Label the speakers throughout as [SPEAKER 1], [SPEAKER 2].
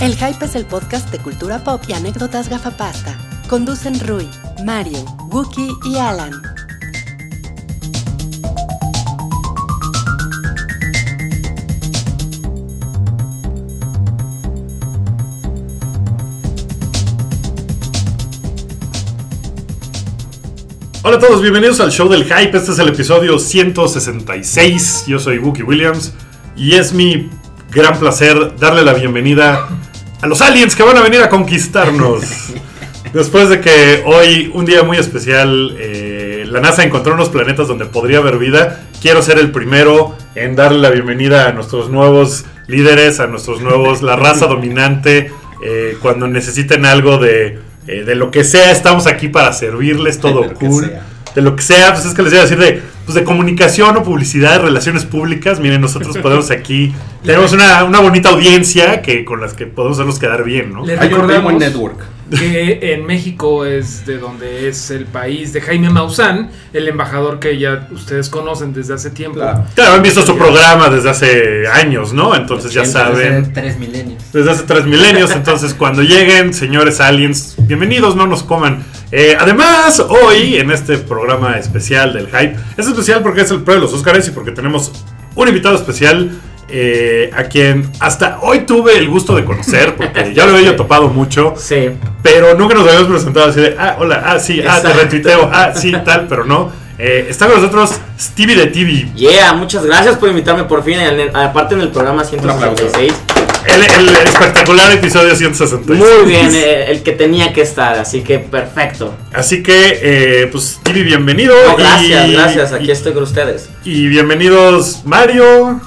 [SPEAKER 1] El Hype es el podcast de cultura pop y anécdotas gafapasta. Conducen Rui, Mario, Wookie y Alan.
[SPEAKER 2] Hola a todos, bienvenidos al show del hype. Este es el episodio 166. Yo soy Wookie Williams y es mi gran placer darle la bienvenida a los aliens que van a venir a conquistarnos. Después de que hoy, un día muy especial, eh, la NASA encontró unos planetas donde podría haber vida, quiero ser el primero en darle la bienvenida a nuestros nuevos líderes, a nuestros nuevos, la raza dominante, eh, cuando necesiten algo de, eh, de lo que sea, estamos aquí para servirles todo
[SPEAKER 3] De lo que
[SPEAKER 2] cool.
[SPEAKER 3] sea.
[SPEAKER 2] De lo que sea, pues es que les iba a decir de, pues de comunicación o publicidad, de relaciones públicas. Miren, nosotros podemos aquí, tenemos una, una bonita audiencia que con las que podemos hacernos quedar bien, ¿no?
[SPEAKER 4] Les
[SPEAKER 3] Hay un
[SPEAKER 4] recordamos
[SPEAKER 3] Raymond Network.
[SPEAKER 4] que en México es de donde es el país de Jaime Maussan, el embajador que ya ustedes conocen desde hace tiempo.
[SPEAKER 3] Claro.
[SPEAKER 2] Claro, han visto su programa desde hace años, ¿no? Entonces ya saben.
[SPEAKER 5] Tres milenios.
[SPEAKER 2] Desde hace tres milenios, entonces cuando lleguen, señores aliens, bienvenidos, no nos coman. Eh, además, hoy en este programa especial del hype, es especial porque es el pre de los Óscares y porque tenemos un invitado especial eh, a quien hasta hoy tuve el gusto de conocer, porque ya lo había topado mucho,
[SPEAKER 5] Sí.
[SPEAKER 2] pero nunca nos habíamos presentado así de, ah, hola, ah, sí, ah, te
[SPEAKER 5] Exacto.
[SPEAKER 2] retuiteo, ah, sí, tal, pero no. Eh, está con nosotros Stevie de TV.
[SPEAKER 5] Yeah, muchas gracias por invitarme por fin. en el- aparte en el programa
[SPEAKER 3] Un aplauso.
[SPEAKER 5] 166.
[SPEAKER 2] El, el espectacular episodio 166.
[SPEAKER 5] Muy bien, eh, el que tenía que estar, así que perfecto.
[SPEAKER 2] Así que, eh, pues, Stevie, bienvenido.
[SPEAKER 5] No,
[SPEAKER 2] y-
[SPEAKER 5] gracias, gracias.
[SPEAKER 2] y-
[SPEAKER 5] Aquí estoy con ustedes.
[SPEAKER 2] Y bienvenidos, Mario.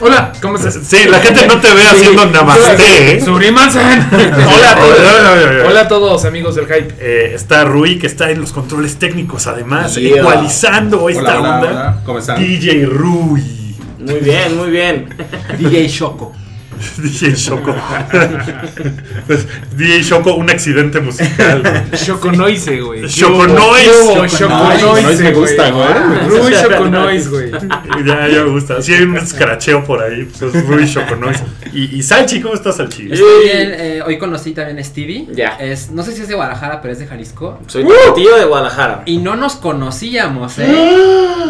[SPEAKER 4] Hola, ¿cómo estás?
[SPEAKER 2] Sí, la gente no te ve haciendo namaste. ¿eh?
[SPEAKER 4] Surimansan.
[SPEAKER 2] Hola a todos.
[SPEAKER 4] Hola a todos amigos del hype.
[SPEAKER 2] Eh, está Rui, que está en los controles técnicos, además,
[SPEAKER 5] Yeah.
[SPEAKER 2] ecualizando esta
[SPEAKER 3] Hola, hola,
[SPEAKER 2] onda.
[SPEAKER 3] hola. ¿Cómo están?
[SPEAKER 2] DJ Rui.
[SPEAKER 5] Muy bien, muy bien.
[SPEAKER 6] DJ Choco.
[SPEAKER 2] DJ Choco. Pues, DJ Choco, un accidente musical.
[SPEAKER 4] Choconoise, güey.
[SPEAKER 2] Choconoise.
[SPEAKER 4] Yo,
[SPEAKER 3] Ay,
[SPEAKER 4] Choconoise.
[SPEAKER 3] me gusta,
[SPEAKER 4] güey. Ah,
[SPEAKER 3] güey.
[SPEAKER 4] Rui Choconoise, güey.
[SPEAKER 2] ya, ya me gusta. Si hay un escracheo por ahí. Pues es Rui Choco, ¿no? Y, y Salchi, ¿cómo estás, Salchi?
[SPEAKER 6] Estoy bien, eh, hoy conocí también a Stevie.
[SPEAKER 5] Ya.
[SPEAKER 6] Es, no sé si es de Guadalajara, pero es de Jalisco.
[SPEAKER 5] Soy tu tío de Guadalajara.
[SPEAKER 6] Y no nos conocíamos, ¿eh?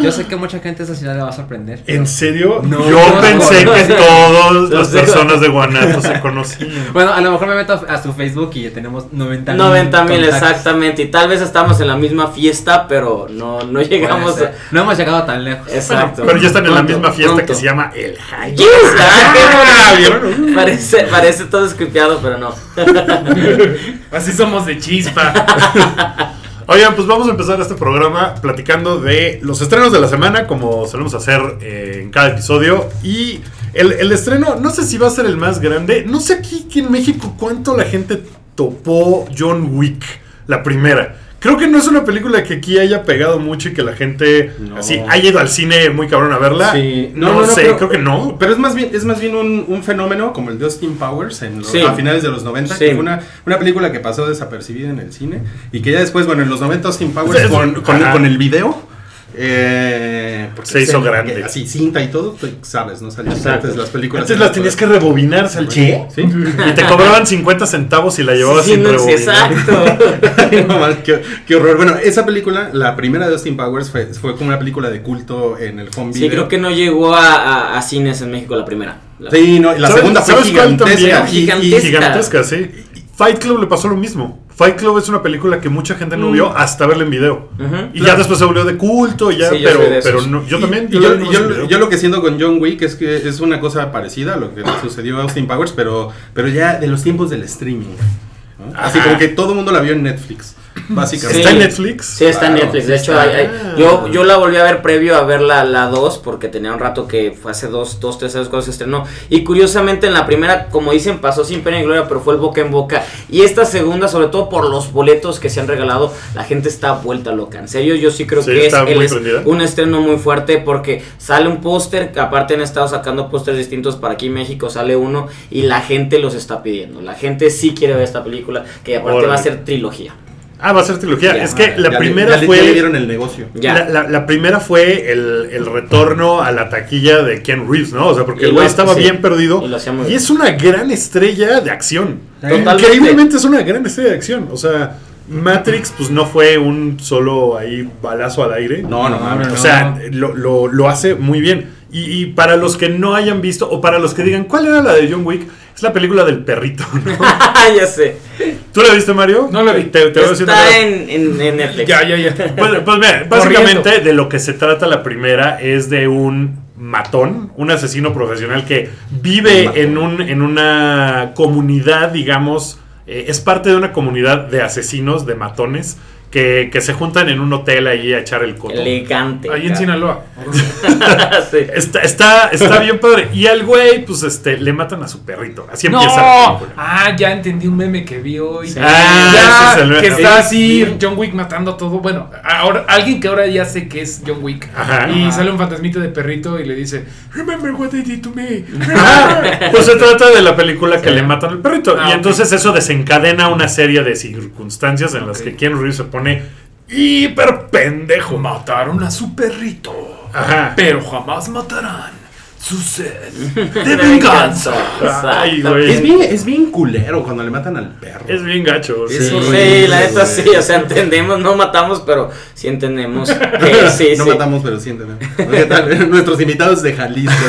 [SPEAKER 6] Yo sé que mucha gente de esa ciudad le va a sorprender. pero-
[SPEAKER 2] ¿En serio?
[SPEAKER 6] No.
[SPEAKER 2] Yo
[SPEAKER 6] No,
[SPEAKER 2] pensé
[SPEAKER 5] no,
[SPEAKER 2] que
[SPEAKER 5] no.
[SPEAKER 2] todas las
[SPEAKER 5] Los de-
[SPEAKER 2] personas de Guanato se conocían.
[SPEAKER 6] Bueno, a lo mejor me meto a su Facebook y tenemos 90 mil.
[SPEAKER 5] 90 mil
[SPEAKER 6] contactos.
[SPEAKER 5] exactamente. Y tal vez estamos en la misma fiesta, pero no, no
[SPEAKER 6] Puede
[SPEAKER 5] llegamos.
[SPEAKER 6] ser.
[SPEAKER 5] a-
[SPEAKER 6] No hemos llegado tan lejos.
[SPEAKER 5] Exacto.
[SPEAKER 2] Pero ya están en la
[SPEAKER 5] Pronto,
[SPEAKER 2] misma fiesta
[SPEAKER 5] pronto.
[SPEAKER 2] que se llama El Hype.
[SPEAKER 5] Yes, ah, qué bueno. Parece, parece todo escripiado, pero no.
[SPEAKER 4] Así somos de chispa.
[SPEAKER 2] Oigan, pues vamos a empezar este programa platicando de los estrenos de la semana, como solemos hacer eh, en cada episodio. Y el, el estreno, no sé si va a ser el más grande. No sé aquí que en México cuánto la gente topó John Wick, la primera. Creo que no es una película que aquí haya pegado mucho y que la gente
[SPEAKER 3] No.
[SPEAKER 2] así haya ido al cine muy cabrón a verla.
[SPEAKER 3] Sí.
[SPEAKER 2] No, sé, creo que no.
[SPEAKER 3] Pero es más bien, es más bien un, un fenómeno como el de Austin Powers en los-
[SPEAKER 5] Sí.
[SPEAKER 3] a finales de los 90,
[SPEAKER 5] Sí.
[SPEAKER 3] que fue una, una película que pasó desapercibida en el cine y que ya después, bueno, en los 90 Austin Powers
[SPEAKER 2] Es-
[SPEAKER 3] con, con-
[SPEAKER 2] ajá.
[SPEAKER 3] con el video eh, porque
[SPEAKER 2] Se hizo
[SPEAKER 3] que-
[SPEAKER 2] grande.
[SPEAKER 3] Así, cinta y todo, tú sabes, ¿no? Salían
[SPEAKER 5] Exacto.
[SPEAKER 3] antes las películas.
[SPEAKER 2] Antes las tenías que rebobinar, Salchi.
[SPEAKER 3] ¿Sí?
[SPEAKER 2] Y te cobraban 50 centavos y la llevabas
[SPEAKER 5] Sí,
[SPEAKER 2] sin
[SPEAKER 5] no, sí,
[SPEAKER 2] rebobinar.
[SPEAKER 5] exacto.
[SPEAKER 3] Ay, no, mal, qué, qué horror. Bueno, esa película, la primera de Austin Powers, fue, fue como una película de culto en el home video.
[SPEAKER 5] Sí, creo que no llegó a, a- a cines en México la primera. La-
[SPEAKER 3] Sí, no, y la
[SPEAKER 2] ¿Sabes-
[SPEAKER 3] segunda fue
[SPEAKER 2] sabes cuál
[SPEAKER 3] gigantesca.
[SPEAKER 2] también?
[SPEAKER 3] Y- y-
[SPEAKER 5] Gigantesca.
[SPEAKER 2] Gigantesca, sí. Fight Club le pasó lo mismo. Fight Club es una película que mucha gente
[SPEAKER 3] Mm.
[SPEAKER 2] no vio hasta verla en video.
[SPEAKER 5] Ujú.
[SPEAKER 2] Y ya después se volvió de culto, y ya,
[SPEAKER 5] Sí, yo
[SPEAKER 2] pero,
[SPEAKER 5] soy de esos.
[SPEAKER 2] pero no, yo
[SPEAKER 3] y-
[SPEAKER 2] también.
[SPEAKER 3] y yo,
[SPEAKER 2] la vi
[SPEAKER 3] y
[SPEAKER 2] en
[SPEAKER 3] yo-
[SPEAKER 2] video.
[SPEAKER 3] yo lo que siento con John Wick es que es una cosa parecida a lo que
[SPEAKER 2] Ah.
[SPEAKER 3] le sucedió a Austin Powers, pero, pero ya de los tiempos del streaming. ¿no? Así
[SPEAKER 2] Ajá.
[SPEAKER 3] como que todo el mundo la vio en Netflix, básicamente.
[SPEAKER 2] Ah. Está en
[SPEAKER 5] Sí.
[SPEAKER 2] Netflix.
[SPEAKER 5] Sí, está en
[SPEAKER 3] Claro,
[SPEAKER 5] Netflix. De
[SPEAKER 3] sí
[SPEAKER 5] hecho,
[SPEAKER 3] está.
[SPEAKER 5] hay- hay- yo, yo la volví a ver previo a ver la, la 2 porque tenía un rato que fue hace dos, dos, tres años cuando se estrenó. Y curiosamente en la primera, como dicen, pasó sin pena ni gloria, pero fue el boca en boca. Y esta segunda, sobre todo por los boletos que se han regalado, la gente está vuelta loca. En serio, yo sí creo
[SPEAKER 2] Sí,
[SPEAKER 5] que es,
[SPEAKER 2] está
[SPEAKER 5] el
[SPEAKER 2] muy
[SPEAKER 5] es-
[SPEAKER 2] prendida.
[SPEAKER 5] un estreno muy fuerte porque sale un póster, que aparte han estado sacando pósters distintos para aquí en México, sale uno y la gente los está pidiendo. La gente sí quiere ver esta película, que aparte
[SPEAKER 2] Órale.
[SPEAKER 5] va a ser trilogía.
[SPEAKER 2] Ah, va a ser trilogía.
[SPEAKER 5] Ya,
[SPEAKER 2] es que
[SPEAKER 3] Ya
[SPEAKER 2] la
[SPEAKER 3] le-
[SPEAKER 2] primera
[SPEAKER 3] ya le-
[SPEAKER 2] fue.
[SPEAKER 3] ya le dieron el negocio.
[SPEAKER 5] Ya.
[SPEAKER 2] La, la- la primera fue el, el retorno a la taquilla de Ken Reeves, ¿no? O sea,
[SPEAKER 5] Y
[SPEAKER 2] porque el
[SPEAKER 5] lo-
[SPEAKER 2] güey estaba
[SPEAKER 5] sí.
[SPEAKER 2] bien perdido.
[SPEAKER 5] Y lo hacía muy
[SPEAKER 2] Y
[SPEAKER 5] bien.
[SPEAKER 2] es una gran estrella de acción.
[SPEAKER 5] Totalmente.
[SPEAKER 2] Increíblemente es una gran estrella de acción. O sea, Matrix, pues no fue un solo ahí balazo al aire.
[SPEAKER 3] No, no, mames.
[SPEAKER 2] O sea, lo, lo- lo hace muy bien. Y, y para los que no hayan visto, o para los que digan, ¿cuál era la de John Wick? Es la película del perrito, ¿no?
[SPEAKER 5] ya sé.
[SPEAKER 2] ¿Tú la viste, Mario?
[SPEAKER 4] No la vi.
[SPEAKER 2] Te, te voy a decir una cosa.
[SPEAKER 5] Está en, en, en Netflix.
[SPEAKER 4] Ya, ya, ya.
[SPEAKER 2] Bueno, pues mira, básicamente de lo que se trata la primera es de un matón, un asesino profesional que vive en, un, en una comunidad, digamos, eh, es parte de una comunidad de asesinos, de matones, que, que se juntan en un hotel ahí a echar el coto.
[SPEAKER 5] Elegante.
[SPEAKER 4] Ahí en Sinaloa.
[SPEAKER 5] Ah, Sí.
[SPEAKER 2] Está, está, está bien padre. Y al güey, pues este, le matan a su perrito. Así
[SPEAKER 4] No.
[SPEAKER 2] empieza la película.
[SPEAKER 4] Ah, ya entendí un meme que vi hoy.
[SPEAKER 2] Ah,
[SPEAKER 4] Ya,
[SPEAKER 2] ese es el-
[SPEAKER 4] que está
[SPEAKER 2] Sí.
[SPEAKER 4] así John Wick matando a todo. Bueno, ahora alguien que ahora ya sé que es John Wick.
[SPEAKER 2] Ajá.
[SPEAKER 4] Y sale un fantasmita de perrito y le dice, "Remember what they did to me."
[SPEAKER 2] Ah, pues se trata de la película que le matan al perrito.
[SPEAKER 4] Ah,
[SPEAKER 2] y
[SPEAKER 4] ok.
[SPEAKER 2] entonces eso desencadena una serie de circunstancias en las
[SPEAKER 4] Ok.
[SPEAKER 2] que Ken Reeves se pone hiper pendejo.
[SPEAKER 4] Mataron a su perrito,
[SPEAKER 2] Ajá.
[SPEAKER 4] pero jamás matarán su sed de venganza.
[SPEAKER 2] Ay,
[SPEAKER 5] Exacto.
[SPEAKER 2] güey.
[SPEAKER 3] Es bien, es bien culero cuando le matan al perro.
[SPEAKER 2] Es bien gacho. sí.
[SPEAKER 5] Sí,
[SPEAKER 3] Sí,
[SPEAKER 5] la neta
[SPEAKER 3] güey.
[SPEAKER 5] sí, o sea, entendemos, no matamos, pero sí entendemos. que sí,
[SPEAKER 3] no
[SPEAKER 5] sí.
[SPEAKER 3] matamos, pero sienten. Nuestros invitados de Jalisco.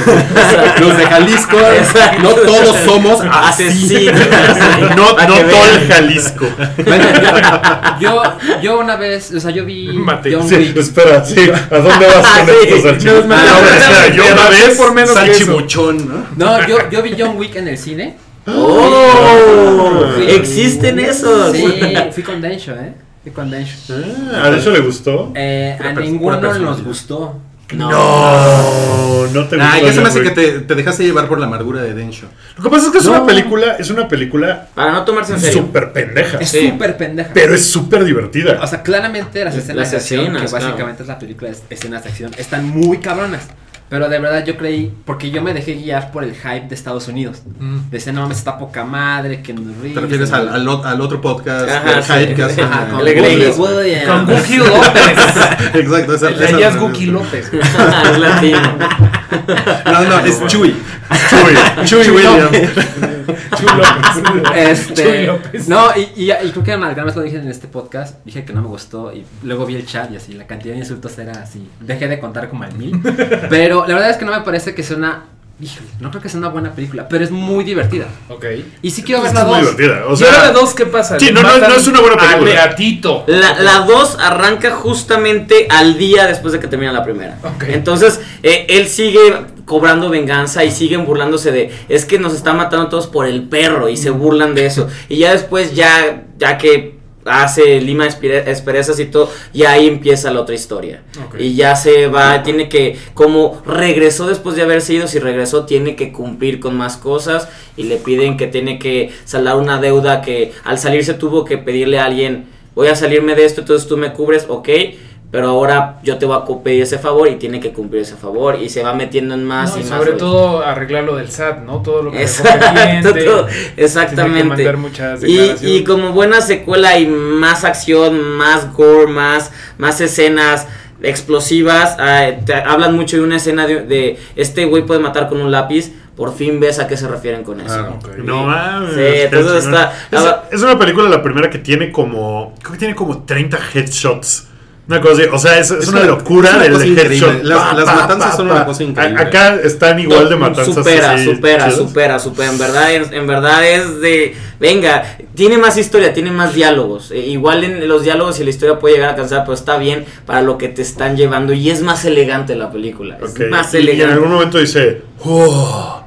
[SPEAKER 3] Los de Jalisco,
[SPEAKER 5] Exacto. Ah,
[SPEAKER 3] no todos somos así.
[SPEAKER 5] asesinos.
[SPEAKER 2] No,
[SPEAKER 5] así,
[SPEAKER 2] no
[SPEAKER 5] para que
[SPEAKER 2] todo el
[SPEAKER 5] vean.
[SPEAKER 2] Jalisco.
[SPEAKER 6] Yo, yo una vez, o sea, yo vi
[SPEAKER 4] Mate.
[SPEAKER 6] John
[SPEAKER 2] Sí,
[SPEAKER 6] Wick.
[SPEAKER 2] espera, sí. ¿A dónde vas con
[SPEAKER 5] Ah,
[SPEAKER 2] esto,
[SPEAKER 5] Sí.
[SPEAKER 4] Nos
[SPEAKER 2] Salchimuchón?
[SPEAKER 4] mandaron
[SPEAKER 2] Ah,
[SPEAKER 4] a
[SPEAKER 2] espera,
[SPEAKER 4] la
[SPEAKER 2] yo una
[SPEAKER 4] mierda,
[SPEAKER 2] vez
[SPEAKER 4] por menos que eso.
[SPEAKER 2] salchimuchón, ¿no?
[SPEAKER 6] No, yo, yo vi John Wick en el cine.
[SPEAKER 5] ¡Oh! Existen esos.
[SPEAKER 6] Sí, fui con Dencho, ¿eh? Fui con Dencho.
[SPEAKER 2] Ah, ¿A eso le gustó?
[SPEAKER 6] Eh, a
[SPEAKER 3] Una pers-
[SPEAKER 6] ninguno
[SPEAKER 3] una personalidad.
[SPEAKER 6] nos gustó.
[SPEAKER 5] No.
[SPEAKER 2] No, no te gustó.
[SPEAKER 3] Ay, ya se
[SPEAKER 2] John
[SPEAKER 3] me hace que
[SPEAKER 2] Wick.
[SPEAKER 3] te, te dejaste llevar por la amargura de Densho.
[SPEAKER 2] Lo que pasa es que es
[SPEAKER 6] No.
[SPEAKER 2] una película, es una película
[SPEAKER 5] Para no tomarse en serio.
[SPEAKER 2] súper pendeja.
[SPEAKER 6] Es
[SPEAKER 5] Sí.
[SPEAKER 6] súper pendeja.
[SPEAKER 2] Pero es súper divertida.
[SPEAKER 6] O sea, claramente las escenas
[SPEAKER 5] Las
[SPEAKER 6] de acción,
[SPEAKER 5] escenas,
[SPEAKER 6] que básicamente es la película es escenas de acción, están muy cabronas. Pero de verdad yo creí, porque yo me dejé guiar por el hype de Estados Unidos.
[SPEAKER 4] Mm.
[SPEAKER 6] Decía, no mames, está poca madre, que nos
[SPEAKER 3] Te refieres al, al, ot- al otro podcast
[SPEAKER 5] Ajá,
[SPEAKER 3] del
[SPEAKER 5] sí.
[SPEAKER 3] hype que hace.
[SPEAKER 5] Ajá,
[SPEAKER 3] eh,
[SPEAKER 5] con
[SPEAKER 6] con
[SPEAKER 5] el
[SPEAKER 3] Woodless,
[SPEAKER 5] Grey.
[SPEAKER 3] güey.
[SPEAKER 6] Woody and-
[SPEAKER 4] Con Guki López.
[SPEAKER 3] Exacto, esa
[SPEAKER 4] El de
[SPEAKER 3] esa-
[SPEAKER 4] ella es Guki López.
[SPEAKER 5] es latino.
[SPEAKER 3] No, no, es Chuy.
[SPEAKER 2] Chuy.
[SPEAKER 3] Chuy Williams.
[SPEAKER 4] Chulo. Chuy
[SPEAKER 6] Este,
[SPEAKER 4] López.
[SPEAKER 6] no, y, y, y creo que alguna vez lo dije en este podcast, dije que no me gustó y luego vi el chat y así, la cantidad de insultos era así, dejé de contar como al mil, pero la verdad es que no me parece que sea una, híjole, no creo que sea una buena película, pero es muy divertida.
[SPEAKER 4] Ok.
[SPEAKER 6] Y sí quiero
[SPEAKER 2] Es
[SPEAKER 6] ver
[SPEAKER 2] que
[SPEAKER 6] la
[SPEAKER 2] es muy
[SPEAKER 6] dos.
[SPEAKER 2] divertida. O
[SPEAKER 4] y ahora
[SPEAKER 2] sea,
[SPEAKER 4] la 2, ¿qué pasa?
[SPEAKER 2] Sí, no, no,
[SPEAKER 4] Matan
[SPEAKER 2] no es una buena
[SPEAKER 4] al
[SPEAKER 2] película.
[SPEAKER 4] Beatito.
[SPEAKER 5] La, la 2 arranca justamente al día después de que termina la primera.
[SPEAKER 4] Ok.
[SPEAKER 5] Entonces, eh, él sigue cobrando venganza y siguen burlándose de, es que nos están matando todos por el perro y se burlan de eso. Y ya después, ya, ya que hace Lima espere- Esperezas y todo, ya ahí empieza la otra historia.
[SPEAKER 4] Ok.
[SPEAKER 5] Y ya se va, tiene que, como regresó después de haberse ido, si regresó, tiene que cumplir con más cosas y le piden que tiene que saldar una deuda que al salirse tuvo que pedirle a alguien, voy a salirme de esto, entonces tú me cubres, ok. Pero ahora yo te voy a cu- pedir ese favor y tiene que cumplir ese favor y se va metiendo en más
[SPEAKER 4] No,
[SPEAKER 5] y
[SPEAKER 4] y
[SPEAKER 5] Ah, más.
[SPEAKER 4] sobre
[SPEAKER 5] güey.
[SPEAKER 4] todo arreglar lo del SAT, ¿no? Todo lo que dejó
[SPEAKER 5] Exacto,
[SPEAKER 4] pendiente.
[SPEAKER 5] todo-
[SPEAKER 4] Tiene que
[SPEAKER 5] exactamente.
[SPEAKER 4] mandar muchas
[SPEAKER 5] Y,
[SPEAKER 4] declaraciones.
[SPEAKER 5] y como buena secuela y más acción, más gore, más, más escenas explosivas, eh, te hablan mucho de una escena de, de este güey puede matar con un lápiz, por fin ves a qué se refieren con eso.
[SPEAKER 3] Claro.
[SPEAKER 4] Ok.
[SPEAKER 2] no mames.
[SPEAKER 5] Sí, entonces
[SPEAKER 2] qué
[SPEAKER 5] está-
[SPEAKER 2] chingón. Es, es una película la primera que tiene como. Creo que tiene como 30 headshots. Una cosa así. O sea, es, es
[SPEAKER 3] Es
[SPEAKER 2] una,
[SPEAKER 3] una-
[SPEAKER 2] locura
[SPEAKER 3] es una
[SPEAKER 2] del
[SPEAKER 3] cosa increíble.
[SPEAKER 2] headshot.
[SPEAKER 3] Las- las matanzas son una cosa increíble.
[SPEAKER 2] A- acá están igual de matanzas.
[SPEAKER 5] Supera,
[SPEAKER 2] así,
[SPEAKER 5] supera,
[SPEAKER 2] chidas.
[SPEAKER 5] supera, supera. En verdad, es- en verdad es de. Venga, tiene más historia, tiene más diálogos. Eh, igual en los diálogos y la historia puede llegar a cansar, pero está bien para lo que te están llevando. Y es más elegante la película. Es
[SPEAKER 2] Ok.
[SPEAKER 5] más
[SPEAKER 2] Y- y en
[SPEAKER 5] elegante.
[SPEAKER 2] algún momento dice. "Oh",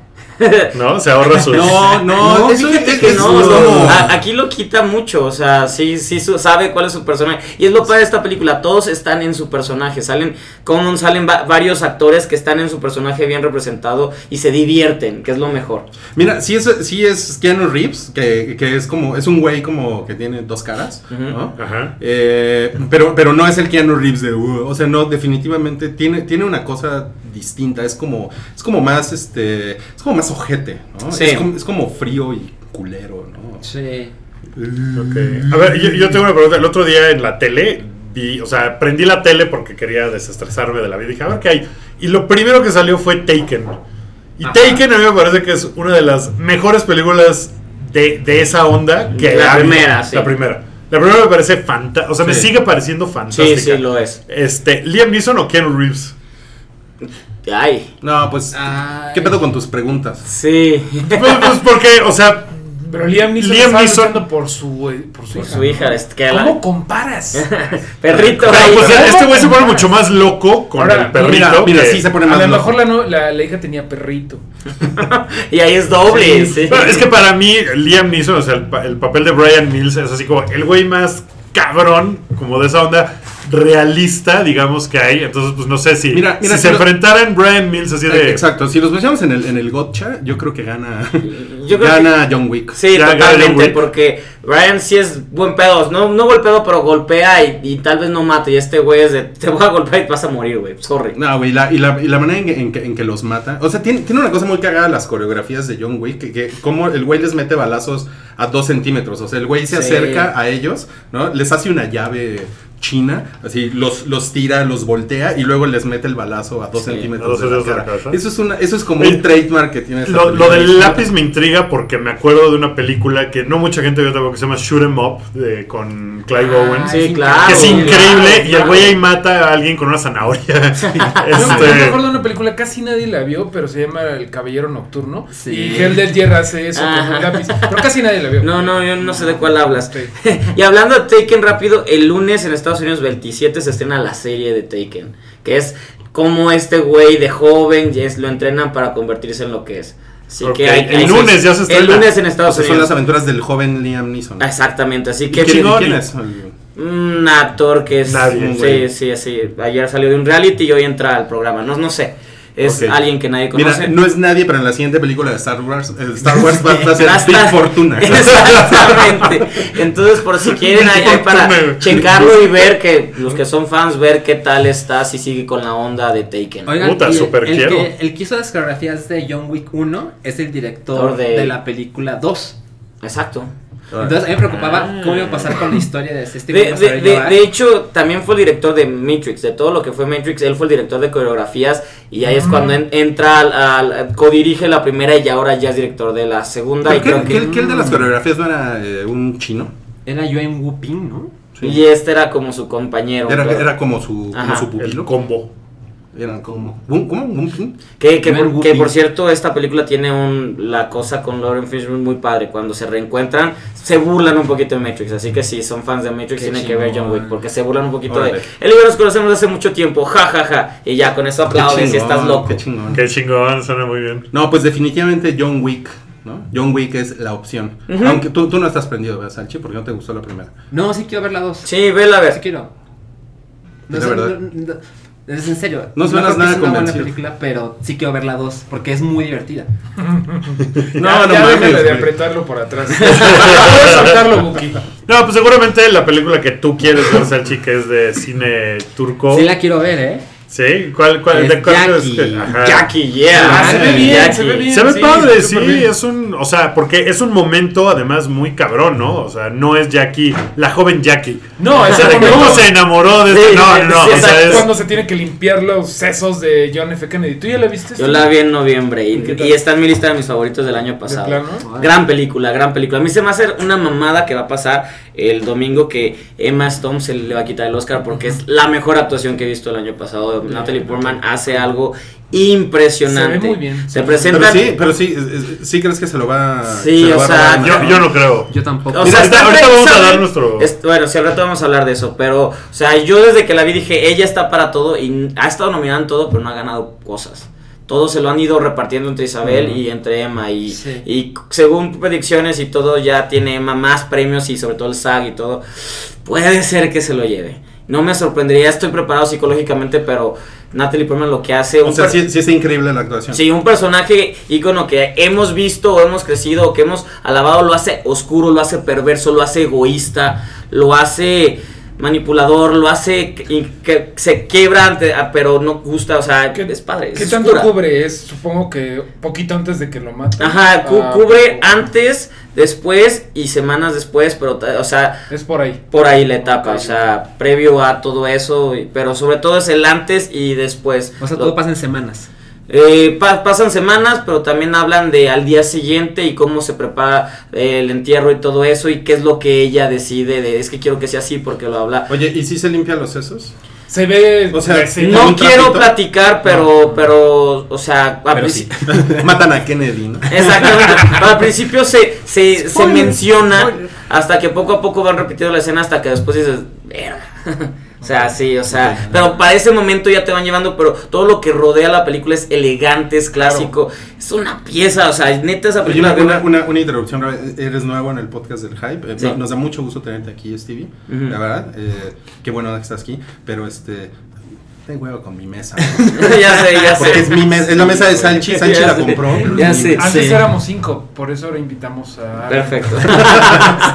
[SPEAKER 2] ¿No? Se ahorra su.
[SPEAKER 3] No, no,
[SPEAKER 5] No,
[SPEAKER 3] es
[SPEAKER 5] fíjate
[SPEAKER 3] es- Ah,
[SPEAKER 5] que
[SPEAKER 3] es
[SPEAKER 5] no,
[SPEAKER 3] como-
[SPEAKER 5] a- aquí lo quita mucho, o sea, sí, sí su- sabe cuál es su personaje. Y es lo padre de esta película, todos están en su personaje, salen, como salen va- varios actores que están en su personaje bien representado y se divierten, que es lo mejor.
[SPEAKER 3] Mira, sí es, sí es Keanu Reeves, que, que es como, es un güey como que tiene dos caras,
[SPEAKER 5] Ujú.
[SPEAKER 3] ¿no?
[SPEAKER 2] Ajá.
[SPEAKER 3] Eh, pero, pero no es el Keanu Reeves de "Uh", o sea, no, definitivamente tiene, tiene una cosa distinta, es como, es como más este, es como más ojete, ¿no?
[SPEAKER 5] Sí.
[SPEAKER 3] Es, como, es como frío y culero, ¿no?
[SPEAKER 6] Sí.
[SPEAKER 2] Ok. A ver, yo, yo tengo una pregunta. El otro día en la tele, vi, o sea, prendí la tele porque quería desestresarme de la vida. Dije, a ver qué hay. Y lo primero que salió fue Taken. Y
[SPEAKER 4] Ajá.
[SPEAKER 2] Taken a mí me parece que es una de las mejores películas de, de esa onda que ha
[SPEAKER 5] La
[SPEAKER 2] habido.
[SPEAKER 5] primera, sí.
[SPEAKER 2] La primera. La primera me parece fantástica. O sea, me
[SPEAKER 4] Sí.
[SPEAKER 2] sigue pareciendo
[SPEAKER 5] Sí,
[SPEAKER 2] fantástica.
[SPEAKER 5] sí, lo es.
[SPEAKER 2] Este, Liam Neeson o Keanu Reeves.
[SPEAKER 5] Ay,
[SPEAKER 3] No, pues.
[SPEAKER 6] Ay.
[SPEAKER 3] ¿Qué pedo con tus preguntas?
[SPEAKER 5] sí.
[SPEAKER 2] Pues, pues, porque, o sea,
[SPEAKER 4] Pero Liam Neeson
[SPEAKER 2] Liam
[SPEAKER 4] estaba
[SPEAKER 2] Neeson-
[SPEAKER 4] luchando por su, eh, por su
[SPEAKER 5] Por
[SPEAKER 4] hija.
[SPEAKER 5] su hija, es que la-
[SPEAKER 4] ¿Cómo comparas?
[SPEAKER 5] Perrito,
[SPEAKER 2] pero,
[SPEAKER 5] ahí.
[SPEAKER 2] pues, este güey se pone mucho más loco con
[SPEAKER 4] Ahora,
[SPEAKER 2] el perrito.
[SPEAKER 3] mira, mira,
[SPEAKER 2] que-
[SPEAKER 3] sí se pone
[SPEAKER 4] A
[SPEAKER 3] más
[SPEAKER 4] lo
[SPEAKER 3] loco.
[SPEAKER 4] mejor la, no- la, la hija tenía perrito.
[SPEAKER 5] Y ahí es doble.
[SPEAKER 4] Sí.
[SPEAKER 5] sí.
[SPEAKER 2] Bueno, es que para mí, Liam Neeson, o sea, el, pa- el papel de Brian Mills es así como el güey más cabrón, como de esa onda realista, digamos que hay. Entonces, pues no sé si,
[SPEAKER 3] Mira, mira,
[SPEAKER 2] si
[SPEAKER 3] si
[SPEAKER 2] se
[SPEAKER 3] lo-
[SPEAKER 2] enfrentaran Brian Mills así de.
[SPEAKER 3] Eh, Exacto, si los mencionamos en el, en el Gotcha, yo creo que gana.
[SPEAKER 5] Yo creo
[SPEAKER 3] gana John Wick.
[SPEAKER 5] Sí,
[SPEAKER 2] Ya, Gary
[SPEAKER 5] totalmente,
[SPEAKER 2] Wick.
[SPEAKER 5] porque Ryan sí es buen pedo, no, no buen pedo, pero golpea y, y tal vez no mata. Y este güey es de, te voy a golpear y te vas a morir, güey, sorry.
[SPEAKER 3] No, güey, la- y, la, y la manera en que, en que- en que los mata. O sea, tiene, tiene una cosa muy cagada las coreografías de John Wick, que, que como el güey les mete balazos a dos centímetros. O sea, el güey se
[SPEAKER 5] Sí.
[SPEAKER 3] acerca a ellos, ¿no? Les hace una llave china, así, los, los tira, los voltea y luego les mete el balazo a dos
[SPEAKER 5] Sí,
[SPEAKER 2] a dos
[SPEAKER 3] centímetros de la
[SPEAKER 2] centímetros de la
[SPEAKER 3] cara.
[SPEAKER 2] cabeza.
[SPEAKER 3] Eso es, una, eso es como
[SPEAKER 2] Oye,
[SPEAKER 3] un trademark que tiene esa
[SPEAKER 2] Lo, lo
[SPEAKER 3] película.
[SPEAKER 2] del lápiz me intriga porque me acuerdo de una película que no mucha gente vio tampoco que se llama Shoot 'em Up de- con Clive Owen.
[SPEAKER 5] Ah, sí,
[SPEAKER 6] Ay,
[SPEAKER 5] claro.
[SPEAKER 2] que es
[SPEAKER 5] claro,
[SPEAKER 2] increíble y el
[SPEAKER 5] claro.
[SPEAKER 2] güey ahí mata a alguien con una zanahoria.
[SPEAKER 4] Yo me- yo me
[SPEAKER 2] este,
[SPEAKER 4] acuerdo de una película, casi nadie la vio, pero se llama El Caballero Nocturno.
[SPEAKER 6] Sí.
[SPEAKER 4] Y Hell del Tierra hace eso con
[SPEAKER 5] Ajá.
[SPEAKER 4] un lápiz. Pero casi nadie la vio. Este,
[SPEAKER 5] No, no, yo no sé de cuál hablas.
[SPEAKER 4] Sí.
[SPEAKER 5] y hablando de Taken rápido, el lunes en Estados Unidos 27 se estrena la serie de Taken, que es como este güey de joven ya es- lo entrenan para convertirse en lo que es. Así
[SPEAKER 2] Ok,
[SPEAKER 5] que hay-
[SPEAKER 2] el
[SPEAKER 5] hay-
[SPEAKER 2] lunes ya se estrena.
[SPEAKER 5] El lunes en
[SPEAKER 3] O
[SPEAKER 5] Estados
[SPEAKER 3] sea, son
[SPEAKER 5] Unidos.
[SPEAKER 3] las aventuras del joven Liam Neeson.
[SPEAKER 5] Exactamente, así
[SPEAKER 3] ¿Y quién-
[SPEAKER 5] que
[SPEAKER 2] Ah, chingón.
[SPEAKER 3] quién es? El-
[SPEAKER 5] un actor que es
[SPEAKER 2] Nadie,
[SPEAKER 5] sí,
[SPEAKER 2] güey.
[SPEAKER 5] sí, sí, ayer salió de un reality y hoy entra al programa, no no sé. Es
[SPEAKER 3] Ok.
[SPEAKER 5] alguien que nadie
[SPEAKER 3] Mira,
[SPEAKER 5] conoce.
[SPEAKER 3] no es nadie, pero en la siguiente película de Star Wars, el Star Wars va, va a ser
[SPEAKER 5] Va a
[SPEAKER 3] Big
[SPEAKER 5] estar-
[SPEAKER 3] Fortuna.
[SPEAKER 5] Exactamente. Entonces, por si quieren, ahí hay para checarlo y ver que los que son fans, ver qué tal está, si sigue con la onda de Taken.
[SPEAKER 2] Puta,
[SPEAKER 6] y el-
[SPEAKER 2] súper
[SPEAKER 6] el,
[SPEAKER 2] quiero.
[SPEAKER 6] que, el que hizo las coreografías de John Wick 1 es el director
[SPEAKER 5] Director de-
[SPEAKER 6] de... la película 2.
[SPEAKER 5] Exacto.
[SPEAKER 6] Entonces a mí me preocupaba
[SPEAKER 5] Ah.
[SPEAKER 6] cómo iba a pasar con la historia de este güey
[SPEAKER 5] De,
[SPEAKER 6] va a saber
[SPEAKER 5] de- de-
[SPEAKER 3] ¿eh?
[SPEAKER 6] llevar.
[SPEAKER 5] de hecho, también fue el director de Matrix, de todo lo que fue Matrix, él fue el director de coreografías y ahí es
[SPEAKER 3] Mm.
[SPEAKER 5] cuando en- entra, al, al- codirige la primera y ahora ya es director de la segunda. Y
[SPEAKER 3] ¿Pero
[SPEAKER 5] creo
[SPEAKER 3] ¿Qué,
[SPEAKER 5] que...
[SPEAKER 3] qué- qué el de las coreografías no era eh, un chino?
[SPEAKER 6] Era Yuen Wu Ping, ¿no?
[SPEAKER 5] Y este era como su compañero.
[SPEAKER 3] Era,
[SPEAKER 5] pero-
[SPEAKER 3] era como su, como
[SPEAKER 5] Ajá.
[SPEAKER 3] su
[SPEAKER 2] el
[SPEAKER 3] pupilo.
[SPEAKER 2] combo.
[SPEAKER 3] Era como. ¿un- ¿Cómo? ¿Un pin?
[SPEAKER 5] Que, que,
[SPEAKER 6] Primer
[SPEAKER 5] por,
[SPEAKER 6] Whoopi.
[SPEAKER 5] que, por cierto, esta película tiene un, la cosa con Lauren Fishburne muy padre. Cuando se reencuentran, se burlan un poquito de Matrix. Así que si son fans de Matrix,
[SPEAKER 6] Qué
[SPEAKER 5] tienen que ver John
[SPEAKER 6] chingón.
[SPEAKER 5] Wick. Porque se burlan un poquito
[SPEAKER 3] Órale.
[SPEAKER 5] de. Él y yo nos conocemos hace mucho tiempo. Ja, ja, ja. Y ya, con eso
[SPEAKER 3] Qué
[SPEAKER 5] aplaudes y
[SPEAKER 3] chingón,
[SPEAKER 5] estás loco.
[SPEAKER 3] qué chingón.
[SPEAKER 2] Qué chingón, suena muy bien.
[SPEAKER 3] No, pues definitivamente John Wick. ¿no? John Wick es la opción.
[SPEAKER 5] Ujú.
[SPEAKER 3] Aunque tú, tú no estás prendido, ¿verdad, Salchi? Porque no te gustó la primera.
[SPEAKER 6] No, sí quiero ver la 2.
[SPEAKER 5] Sí, vela a
[SPEAKER 6] Sí
[SPEAKER 5] ver.
[SPEAKER 6] quiero. No
[SPEAKER 3] De
[SPEAKER 6] sé,
[SPEAKER 3] verdad.
[SPEAKER 6] no- no- es en serio.
[SPEAKER 3] No suenas
[SPEAKER 6] creo que
[SPEAKER 3] nada
[SPEAKER 6] es una buena
[SPEAKER 3] convencido.
[SPEAKER 6] película, pero sí quiero ver la 2 porque es muy divertida.
[SPEAKER 4] Ya-
[SPEAKER 3] No, no
[SPEAKER 4] ya
[SPEAKER 3] mames,
[SPEAKER 4] déjale de
[SPEAKER 3] güey.
[SPEAKER 4] apretarlo por atrás. Puedes soltarlo, Buki.
[SPEAKER 2] No, pues seguramente la película que tú quieres ver, Salchi, que es de cine
[SPEAKER 3] Oh.
[SPEAKER 2] turco.
[SPEAKER 6] Sí
[SPEAKER 2] ¿Sí?
[SPEAKER 6] la quiero ver, ¿eh?
[SPEAKER 2] ¿Cuál, cuál,
[SPEAKER 6] Es
[SPEAKER 2] de cuál
[SPEAKER 6] Jackie.
[SPEAKER 2] que- ajá.
[SPEAKER 5] Jackie, yeah.
[SPEAKER 4] Ah, se ve bien,
[SPEAKER 5] Jackie.
[SPEAKER 4] se ve bien.
[SPEAKER 2] Se ve
[SPEAKER 4] Sí,
[SPEAKER 2] padre,
[SPEAKER 4] se
[SPEAKER 2] sí,
[SPEAKER 4] ve bien.
[SPEAKER 2] es un, o sea, porque es un momento además muy cabrón, ¿no? O sea, no es Jackie, la joven Jackie.
[SPEAKER 4] No,
[SPEAKER 2] O
[SPEAKER 4] es
[SPEAKER 2] sea, de
[SPEAKER 4] momento-
[SPEAKER 2] cómo se enamoró de este,
[SPEAKER 5] Sí,
[SPEAKER 2] no, no, no,
[SPEAKER 5] sí,
[SPEAKER 2] o sea, es-
[SPEAKER 4] cuando se tiene que limpiar los sesos de John F. Kennedy. ¿Tú ya la viste?
[SPEAKER 5] Yo la vi en noviembre y,
[SPEAKER 4] ¿Qué tal?
[SPEAKER 5] y está en mi lista de mis favoritos del año
[SPEAKER 4] ¿De
[SPEAKER 5] pasado.
[SPEAKER 4] plano?
[SPEAKER 5] Gran película, gran película. A mí se me va a hacer una mamada que va a pasar el domingo que Emma Stone se le va a quitar el Oscar porque es la mejor actuación que he visto el año pasado. Natalie Portman hace algo impresionante.
[SPEAKER 4] Se ve muy bien.
[SPEAKER 5] Se
[SPEAKER 3] Pero
[SPEAKER 5] presenta.
[SPEAKER 3] sí, pero sí, es- es- sí crees que se lo va.
[SPEAKER 5] Sí,
[SPEAKER 3] se lo
[SPEAKER 5] o
[SPEAKER 3] va a
[SPEAKER 5] sea,
[SPEAKER 3] robar,
[SPEAKER 2] yo, yo no creo.
[SPEAKER 6] Yo tampoco.
[SPEAKER 5] o
[SPEAKER 2] Mira,
[SPEAKER 5] sea,
[SPEAKER 2] ahorita-
[SPEAKER 5] está
[SPEAKER 2] ahorita vamos a
[SPEAKER 5] revisable.
[SPEAKER 2] dar nuestro-
[SPEAKER 5] Es- bueno, si al rato vamos a hablar de eso, pero, o sea, yo desde que la vi dije, ella está para todo y ha estado nominada en todo, pero no ha ganado cosas. Todo se lo han ido repartiendo entre Isabel
[SPEAKER 3] Mm.
[SPEAKER 5] y entre Emma. Y,
[SPEAKER 6] Sí.
[SPEAKER 5] y según predicciones y todo, ya tiene Emma más premios y sobre todo el SAG y todo. Puede ser que se lo lleve. No me sorprendería, estoy preparado psicológicamente, pero Natalie Portman lo que hace.
[SPEAKER 3] O
[SPEAKER 5] un
[SPEAKER 3] sea,
[SPEAKER 5] per-
[SPEAKER 3] sí, sí está increíble la actuación.
[SPEAKER 5] Sí, un personaje ícono que hemos visto o hemos crecido o que hemos alabado lo hace oscuro, lo hace perverso, lo hace egoísta, lo hace manipulador, lo hace que, y que se quiebra, ante- ah, pero no gusta, o sea,
[SPEAKER 4] ¿Qué-
[SPEAKER 5] es padre.
[SPEAKER 4] ¿Qué
[SPEAKER 5] es
[SPEAKER 4] tanto
[SPEAKER 5] oscura.
[SPEAKER 4] cubre? Es supongo que poquito antes de que lo maten.
[SPEAKER 5] Ajá, cu-
[SPEAKER 4] Ah,
[SPEAKER 5] cubre
[SPEAKER 4] poco.
[SPEAKER 5] antes, después y semanas después, pero, ta- o sea,
[SPEAKER 4] Es por ahí.
[SPEAKER 5] por ahí la etapa,
[SPEAKER 4] Ok.
[SPEAKER 5] o sea, previo a todo eso, y- pero sobre todo es el antes y después.
[SPEAKER 6] O sea,
[SPEAKER 5] Lo-
[SPEAKER 6] todo pasa en semanas.
[SPEAKER 5] eh, pa- pasan semanas, pero también hablan de al día siguiente y cómo se prepara eh, el entierro y todo eso y qué es lo que ella decide de es que quiero que sea así porque lo habla.
[SPEAKER 3] Oye, ¿y si se limpian los sesos?
[SPEAKER 4] Se ve.
[SPEAKER 3] O sea,
[SPEAKER 4] se-
[SPEAKER 3] ¿con
[SPEAKER 5] No
[SPEAKER 3] un
[SPEAKER 5] quiero
[SPEAKER 3] trapito?
[SPEAKER 5] platicar, pero, Ah, pero, o sea, a
[SPEAKER 6] Pero
[SPEAKER 5] princi-
[SPEAKER 6] sí.
[SPEAKER 3] Matan a Kennedy, ¿no?
[SPEAKER 5] Exactamente. Al principio se, se, se menciona hasta que poco a poco van repitiendo la escena hasta que después dices, "Verga". O sea, sí, o sea, pero para ese momento ya te van llevando, pero todo lo que rodea la película es elegante, es clásico, es una pieza, o sea, neta esa
[SPEAKER 3] Oye,
[SPEAKER 5] película.
[SPEAKER 3] una, una, una, una interrupción, Rafa. eres nuevo en el podcast del Hype. Eh,
[SPEAKER 5] Sí.
[SPEAKER 3] no- Nos da mucho gusto tenerte aquí, Stevie.
[SPEAKER 5] Ujú.
[SPEAKER 3] La verdad, eh, qué bueno que estás aquí. Pero este, te huevo con mi mesa.
[SPEAKER 5] ya sé, ya sé.
[SPEAKER 3] Porque es mi mesa, es la mesa de
[SPEAKER 5] Sí,
[SPEAKER 3] Sanchi.
[SPEAKER 5] güey.
[SPEAKER 3] Sanchi
[SPEAKER 5] Ya
[SPEAKER 3] la
[SPEAKER 5] sé.
[SPEAKER 3] compró.
[SPEAKER 5] Ya sé.
[SPEAKER 4] Antes
[SPEAKER 5] sí.
[SPEAKER 4] éramos cinco, por eso ahora invitamos a.
[SPEAKER 5] Perfecto.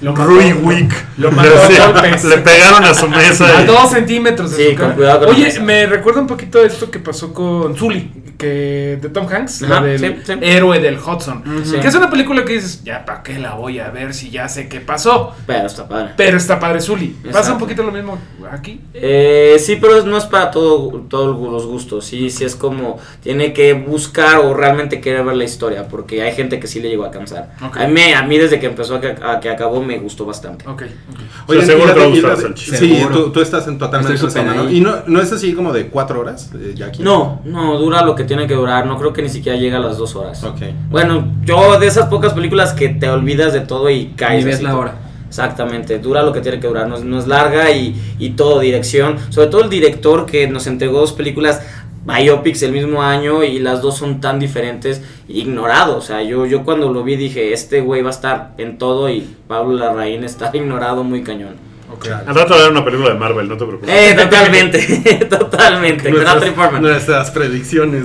[SPEAKER 4] Lo mató-
[SPEAKER 2] Rui Wick.
[SPEAKER 4] Lo
[SPEAKER 2] Le-
[SPEAKER 4] mató a golpes.
[SPEAKER 2] le pegaron a su mesa.
[SPEAKER 4] A
[SPEAKER 2] y-
[SPEAKER 4] dos centímetros de
[SPEAKER 5] Sí,
[SPEAKER 4] su
[SPEAKER 5] con
[SPEAKER 4] cara.
[SPEAKER 5] cuidado con la
[SPEAKER 4] Oye,
[SPEAKER 5] mesa.
[SPEAKER 4] me recuerda un poquito esto que pasó con Zully, que de Tom Hanks, la
[SPEAKER 5] Ajá,
[SPEAKER 4] del
[SPEAKER 5] sí, sí.
[SPEAKER 4] héroe del Hudson.
[SPEAKER 5] Sí.
[SPEAKER 4] Que es una película que dices, ya, ¿para qué la voy a ver si ya sé qué pasó?
[SPEAKER 5] Pero está padre.
[SPEAKER 4] Pero está padre Zully. Pasa
[SPEAKER 5] Exacto.
[SPEAKER 4] un poquito lo mismo aquí.
[SPEAKER 5] Eh, sí, pero es- no es para todo, todos los gustos. Sí, sí es como tiene que buscar o realmente querer ver la historia, porque hay gente que sí le llegó a cansar.
[SPEAKER 4] Ok.
[SPEAKER 5] A, mí, me- a mí desde que empezó a que, a que acabó me gustó bastante.
[SPEAKER 4] Ok, ok.
[SPEAKER 2] O sea, seguro
[SPEAKER 3] y la-
[SPEAKER 2] te va a
[SPEAKER 3] y la-
[SPEAKER 2] gustar, Sanchi.
[SPEAKER 3] Sí,
[SPEAKER 6] Seguro.
[SPEAKER 3] tú, tú estás en totalmente
[SPEAKER 6] Estoy súper
[SPEAKER 3] en esa onda, ¿no?
[SPEAKER 6] ahí.
[SPEAKER 3] Y no, no es así como de cuatro horas, eh, Jackie.
[SPEAKER 5] No, no, dura lo que tiene que durar. No creo que ni siquiera llega a las dos horas.
[SPEAKER 3] Ok.
[SPEAKER 5] Bueno, yo de esas pocas películas que te olvidas de todo y caes.
[SPEAKER 6] Y ves
[SPEAKER 5] así
[SPEAKER 6] la
[SPEAKER 5] como-
[SPEAKER 6] hora.
[SPEAKER 5] Exactamente, dura lo que tiene que durar, no es, no es larga y, y todo, dirección. Sobre todo el director que nos entregó dos películas biopics el mismo año y las dos son tan diferentes, ignorado. O sea, yo, yo cuando lo vi dije, este güey va a estar en todo y Pablo Larraín está ignorado muy cañón.
[SPEAKER 4] ok.
[SPEAKER 3] Claro.
[SPEAKER 2] Al rato va a ver una película de Marvel, no te preocupes.
[SPEAKER 5] Eh, totalmente, totalmente. con otra
[SPEAKER 3] Nuestras,
[SPEAKER 5] forma.
[SPEAKER 3] nuestras predicciones.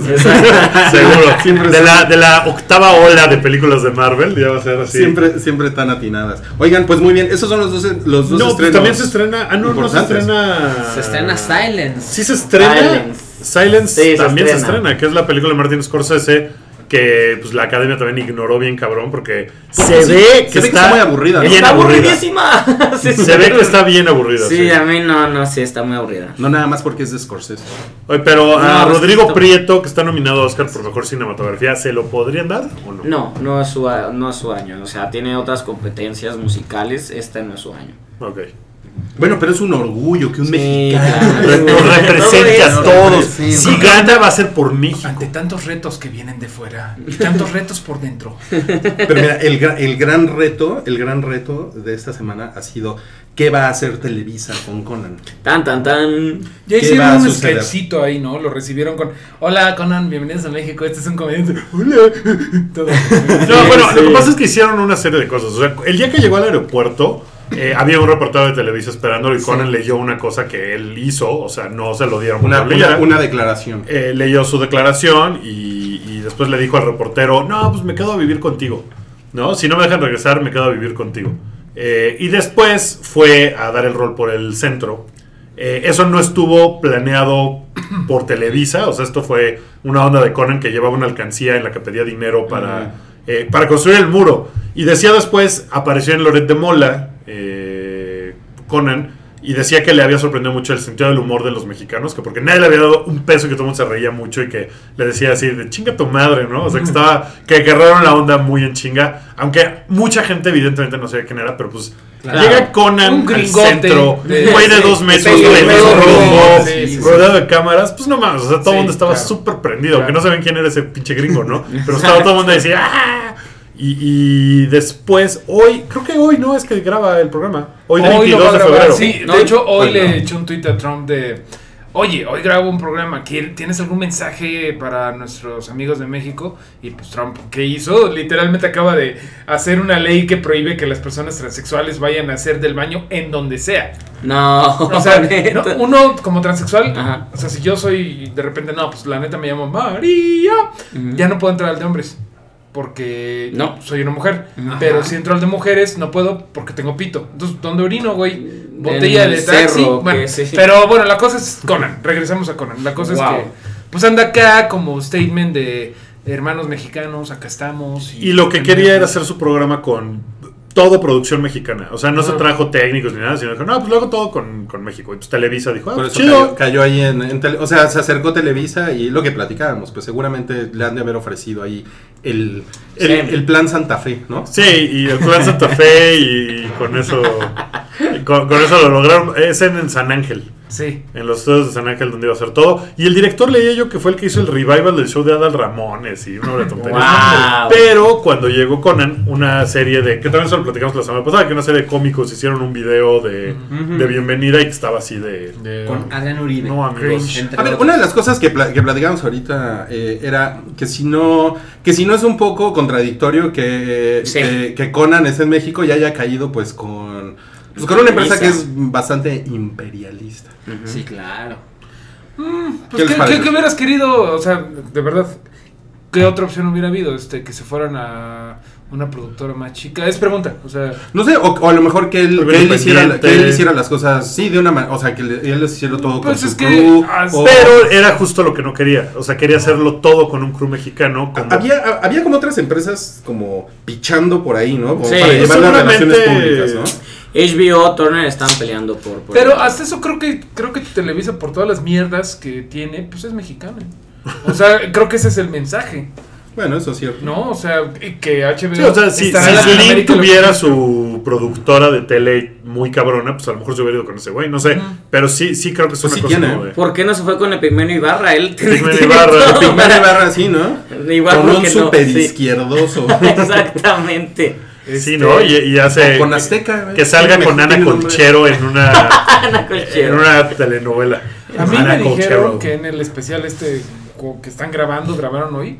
[SPEAKER 3] güey.
[SPEAKER 5] Exacto.
[SPEAKER 2] Seguro.
[SPEAKER 3] Siempre
[SPEAKER 2] de,
[SPEAKER 3] son-
[SPEAKER 2] la, de la octava ola de películas de Marvel, ya va a ser así.
[SPEAKER 3] Siempre, siempre tan atinadas. Oigan, pues muy bien, esos son los dos, los dos
[SPEAKER 2] No, pues
[SPEAKER 3] estrenos.
[SPEAKER 2] también se estrena. Ah, no, no se
[SPEAKER 3] importantes.
[SPEAKER 2] estrena.
[SPEAKER 3] Ah.
[SPEAKER 6] Se estrena Silence.
[SPEAKER 2] Sí se estrena.
[SPEAKER 5] Silence.
[SPEAKER 2] Silence,
[SPEAKER 5] Sí, se
[SPEAKER 2] también se
[SPEAKER 5] estrena.
[SPEAKER 2] estrena. que es la película de Martin Scorsese que pues la academia también ignoró bien cabrón porque Pues, se
[SPEAKER 3] sí,
[SPEAKER 2] ve que
[SPEAKER 3] se ve que
[SPEAKER 2] está
[SPEAKER 3] está muy aburrida, ¿no?
[SPEAKER 2] Bien
[SPEAKER 5] Está
[SPEAKER 2] aburrida.
[SPEAKER 5] aburridísima. Sí,
[SPEAKER 2] Se ve que está bien aburrida.
[SPEAKER 5] Sí,
[SPEAKER 2] sí.
[SPEAKER 5] a mí no, no, sí, está muy aburrida.
[SPEAKER 3] No nada más porque es de Scorsese.
[SPEAKER 2] Oye, pero a
[SPEAKER 5] No,
[SPEAKER 2] Rodrigo
[SPEAKER 5] está-
[SPEAKER 2] Prieto, que está nominado a Oscar por mejor cinematografía, ¿se lo podrían dar o no?
[SPEAKER 5] No, no es, su, a- no es su año. O sea, tiene otras competencias musicales. Esta no es su año.
[SPEAKER 2] Ok.
[SPEAKER 3] Bueno, pero es un orgullo que un
[SPEAKER 5] Sí,
[SPEAKER 3] mexicano.
[SPEAKER 5] claro.
[SPEAKER 2] Re- Nos represente a
[SPEAKER 5] Todo eso.
[SPEAKER 2] todos.
[SPEAKER 3] Sí,
[SPEAKER 2] Si
[SPEAKER 3] no.
[SPEAKER 2] gana, va a ser por México.
[SPEAKER 4] Ante tantos retos que vienen de fuera y tantos retos por dentro.
[SPEAKER 3] Pero mira, el, gra- el gran reto, el gran reto de esta semana ha sido ¿qué va a hacer Televisa con Conan?
[SPEAKER 5] Tan, tan, tan.
[SPEAKER 4] Ya
[SPEAKER 3] ¿Qué va a
[SPEAKER 4] hicieron un
[SPEAKER 3] suceder?
[SPEAKER 4] sketchito ahí, ¿no? Lo recibieron con Hola Conan, bienvenidos a México, este es un comediante. Hola. Todo.
[SPEAKER 2] No, bueno,
[SPEAKER 5] sí.
[SPEAKER 2] lo que pasa es que hicieron una serie de cosas. O sea, el día que llegó al aeropuerto, eh, había un reportero de Televisa esperándolo y Conan leyó una cosa que él hizo, o sea, no se lo dieron.
[SPEAKER 3] Una,
[SPEAKER 2] por leer.
[SPEAKER 3] una, una declaración.
[SPEAKER 2] Eh, leyó su declaración y, y después le dijo al reportero, no, pues me quedo a vivir contigo. ¿No? Si no me dejan regresar, me quedo a vivir contigo. Eh, y después fue a dar el rol por el centro. Eh, eso no estuvo planeado por Televisa, o sea, esto fue una onda de Conan que llevaba una alcancía en la que pedía dinero para, eh, para construir el muro. Y decía después, apareció en Loret de Mola, eh, Conan, y decía que le había sorprendido mucho el sentido del humor de los mexicanos, que porque nadie le había dado un peso y que todo el mundo se reía mucho y que le decía así, de chinga tu madre, ¿no? O sea, que estaba, que agarraron la onda muy en chinga, aunque mucha gente evidentemente no sabía quién era, pero pues...
[SPEAKER 6] Claro.
[SPEAKER 2] Llega Conan
[SPEAKER 4] Un
[SPEAKER 2] al
[SPEAKER 4] gringote.
[SPEAKER 2] centro,
[SPEAKER 4] Sí,
[SPEAKER 2] un güey de
[SPEAKER 4] sí.
[SPEAKER 2] dos metros,
[SPEAKER 5] Sí,
[SPEAKER 2] pelo
[SPEAKER 5] sí,
[SPEAKER 2] rojo,
[SPEAKER 4] sí, sí, sí.
[SPEAKER 2] rodeado de cámaras, pues no mames, o sea, todo el
[SPEAKER 4] Sí,
[SPEAKER 2] mundo estaba
[SPEAKER 4] claro.
[SPEAKER 2] súper prendido, aunque
[SPEAKER 4] Claro.
[SPEAKER 2] no saben quién era ese pinche gringo, ¿no? Pero estaba todo el mundo decía, ¡ah! Y, y después, hoy, creo que hoy no es que graba el programa, hoy,
[SPEAKER 4] lo
[SPEAKER 2] 22
[SPEAKER 4] va a
[SPEAKER 2] de
[SPEAKER 4] grabar.
[SPEAKER 2] febrero.
[SPEAKER 4] Sí,
[SPEAKER 5] No,
[SPEAKER 4] de hecho, hoy
[SPEAKER 5] hoy
[SPEAKER 4] le
[SPEAKER 5] no.
[SPEAKER 4] echó un tweet a Trump de. Oye, hoy grabo un programa. ¿quier- ¿Tienes algún mensaje para nuestros amigos de México? Y pues Trump, ¿qué hizo? Literalmente acaba de hacer una ley que prohíbe que las personas transexuales vayan a hacer del baño en donde sea.
[SPEAKER 5] No.
[SPEAKER 4] O sea,
[SPEAKER 5] neta.
[SPEAKER 4] no, uno como transexual,
[SPEAKER 5] Ajá.
[SPEAKER 4] o sea, si yo soy de repente, no, pues la neta me llamo María,
[SPEAKER 5] Ujú.
[SPEAKER 4] ya no puedo entrar al de hombres. porque
[SPEAKER 5] No.
[SPEAKER 4] soy una mujer. Pero si entro al de mujeres, no puedo porque tengo pito. Entonces, ¿dónde orino, güey? Botella
[SPEAKER 5] En
[SPEAKER 4] de
[SPEAKER 5] el
[SPEAKER 4] taxi.
[SPEAKER 5] cerro,
[SPEAKER 4] Bueno,
[SPEAKER 5] que sí.
[SPEAKER 4] Pero bueno, la cosa es Conan. Regresamos a Conan. La cosa
[SPEAKER 5] Wow.
[SPEAKER 4] es que, pues anda acá como statement de hermanos mexicanos, acá estamos.
[SPEAKER 2] Y lo que quería era hacer su programa con todo producción mexicana. O sea, no se trajo técnicos ni nada, sino dijo, no, pues lo hago todo con, con México. Y pues Televisa dijo, ah,
[SPEAKER 3] Por
[SPEAKER 2] pues
[SPEAKER 3] eso
[SPEAKER 2] chido.
[SPEAKER 3] cayó, cayó ahí en, en tele- O sea, se acercó Televisa y lo que platicábamos, pues seguramente le han de haber ofrecido ahí el, el,
[SPEAKER 5] Sí.
[SPEAKER 3] el plan Santa Fe, ¿no?
[SPEAKER 2] Sí, y el Plan Santa Fe y, con eso y con, con eso lo lograron. Es en, en San Ángel,
[SPEAKER 4] Sí.
[SPEAKER 2] en los estudios de San Ángel donde iba a hacer todo. Y el director leía yo que fue el que hizo el revival del show de Adal Ramones y una obra de tonterías.
[SPEAKER 5] Wow.
[SPEAKER 2] Pero cuando llegó Conan, una serie de. que también se lo platicamos la semana pasada, que una serie de cómicos hicieron un video de, de bienvenida y que estaba así de.
[SPEAKER 6] Con Adrián Uribe.
[SPEAKER 2] No, amigos.
[SPEAKER 6] Cringe, entre
[SPEAKER 3] A ver,
[SPEAKER 6] otros.
[SPEAKER 3] una de las cosas que, pla- que platicábamos ahorita eh, era que si no que si no es un poco contradictorio que,
[SPEAKER 5] Sí.
[SPEAKER 3] que, que Conan esté en México y haya caído pues con, pues, con una empresa que es bastante imperialista.
[SPEAKER 6] Sí, claro.
[SPEAKER 4] Pues,
[SPEAKER 3] ¿Qué les
[SPEAKER 4] ¿qué,
[SPEAKER 3] parece?
[SPEAKER 4] qué- qué hubieras querido? O sea, de verdad, ¿qué otra opción hubiera habido? Este, que se fueran a una productora más chica. Es pregunta, o sea,
[SPEAKER 3] No sé, o, o a lo mejor que él,
[SPEAKER 2] Algo
[SPEAKER 3] que él hiciera, la- que él
[SPEAKER 2] independiente.
[SPEAKER 3] hiciera las cosas, sí, de una manera, o sea, que le- él hiciera todo
[SPEAKER 4] Pues
[SPEAKER 3] con
[SPEAKER 4] es
[SPEAKER 3] su
[SPEAKER 4] que-
[SPEAKER 3] crew,
[SPEAKER 4] ah,
[SPEAKER 3] o-
[SPEAKER 2] Oh. Pero era justo lo que no quería. O sea, quería hacerlo todo con un crew mexicano. Como
[SPEAKER 3] Había, ha- había como otras empresas como pichando por ahí, ¿no? Como
[SPEAKER 5] Sí,
[SPEAKER 3] para llevar las
[SPEAKER 2] seguramente-
[SPEAKER 3] relaciones públicas, ¿no?
[SPEAKER 5] HBO, Turner están peleando por. por-
[SPEAKER 4] pero hasta eso creo que creo que Televisa por todas las mierdas que tiene, pues es mexicana. O sea, creo que ese es el mensaje,
[SPEAKER 3] Bueno, eso es cierto.
[SPEAKER 4] ¿no? O sea, y que HBO
[SPEAKER 2] Sí, o sea, si,
[SPEAKER 4] estará
[SPEAKER 2] si
[SPEAKER 4] en
[SPEAKER 2] Slim
[SPEAKER 4] Latinoamérica,
[SPEAKER 2] tuviera su productora de tele muy cabrona, pues a lo mejor se hubiera ido con ese güey, no sé. Pero sí, sí creo que es
[SPEAKER 3] Pues
[SPEAKER 2] una
[SPEAKER 3] sí
[SPEAKER 2] cosa
[SPEAKER 3] tiene.
[SPEAKER 2] como de-
[SPEAKER 5] ¿Por qué no se fue con Epigmenio Ibarra? Él tiene-
[SPEAKER 2] Epigmenio
[SPEAKER 5] tiene
[SPEAKER 2] Ibarra,
[SPEAKER 5] todo
[SPEAKER 3] Pigmeno
[SPEAKER 5] para-
[SPEAKER 3] Ibarra así, ¿no?
[SPEAKER 5] Igual
[SPEAKER 3] Con un
[SPEAKER 5] porque no,
[SPEAKER 3] super
[SPEAKER 5] sí.
[SPEAKER 3] izquierdoso.
[SPEAKER 5] Exactamente.
[SPEAKER 2] Sí, ¿no? Y, y hace...
[SPEAKER 3] con Azteca. güey.
[SPEAKER 2] Que salga
[SPEAKER 3] Tiene
[SPEAKER 2] con
[SPEAKER 3] mejor-
[SPEAKER 2] Ana
[SPEAKER 3] tiene nombre.
[SPEAKER 2] Colchero en una,
[SPEAKER 5] Ana
[SPEAKER 2] en
[SPEAKER 5] Colchero.
[SPEAKER 2] una telenovela.
[SPEAKER 4] Este, A mí
[SPEAKER 2] Ana
[SPEAKER 4] me dijeron
[SPEAKER 2] Colchero.
[SPEAKER 4] que en el especial este co- que están grabando, grabaron hoy,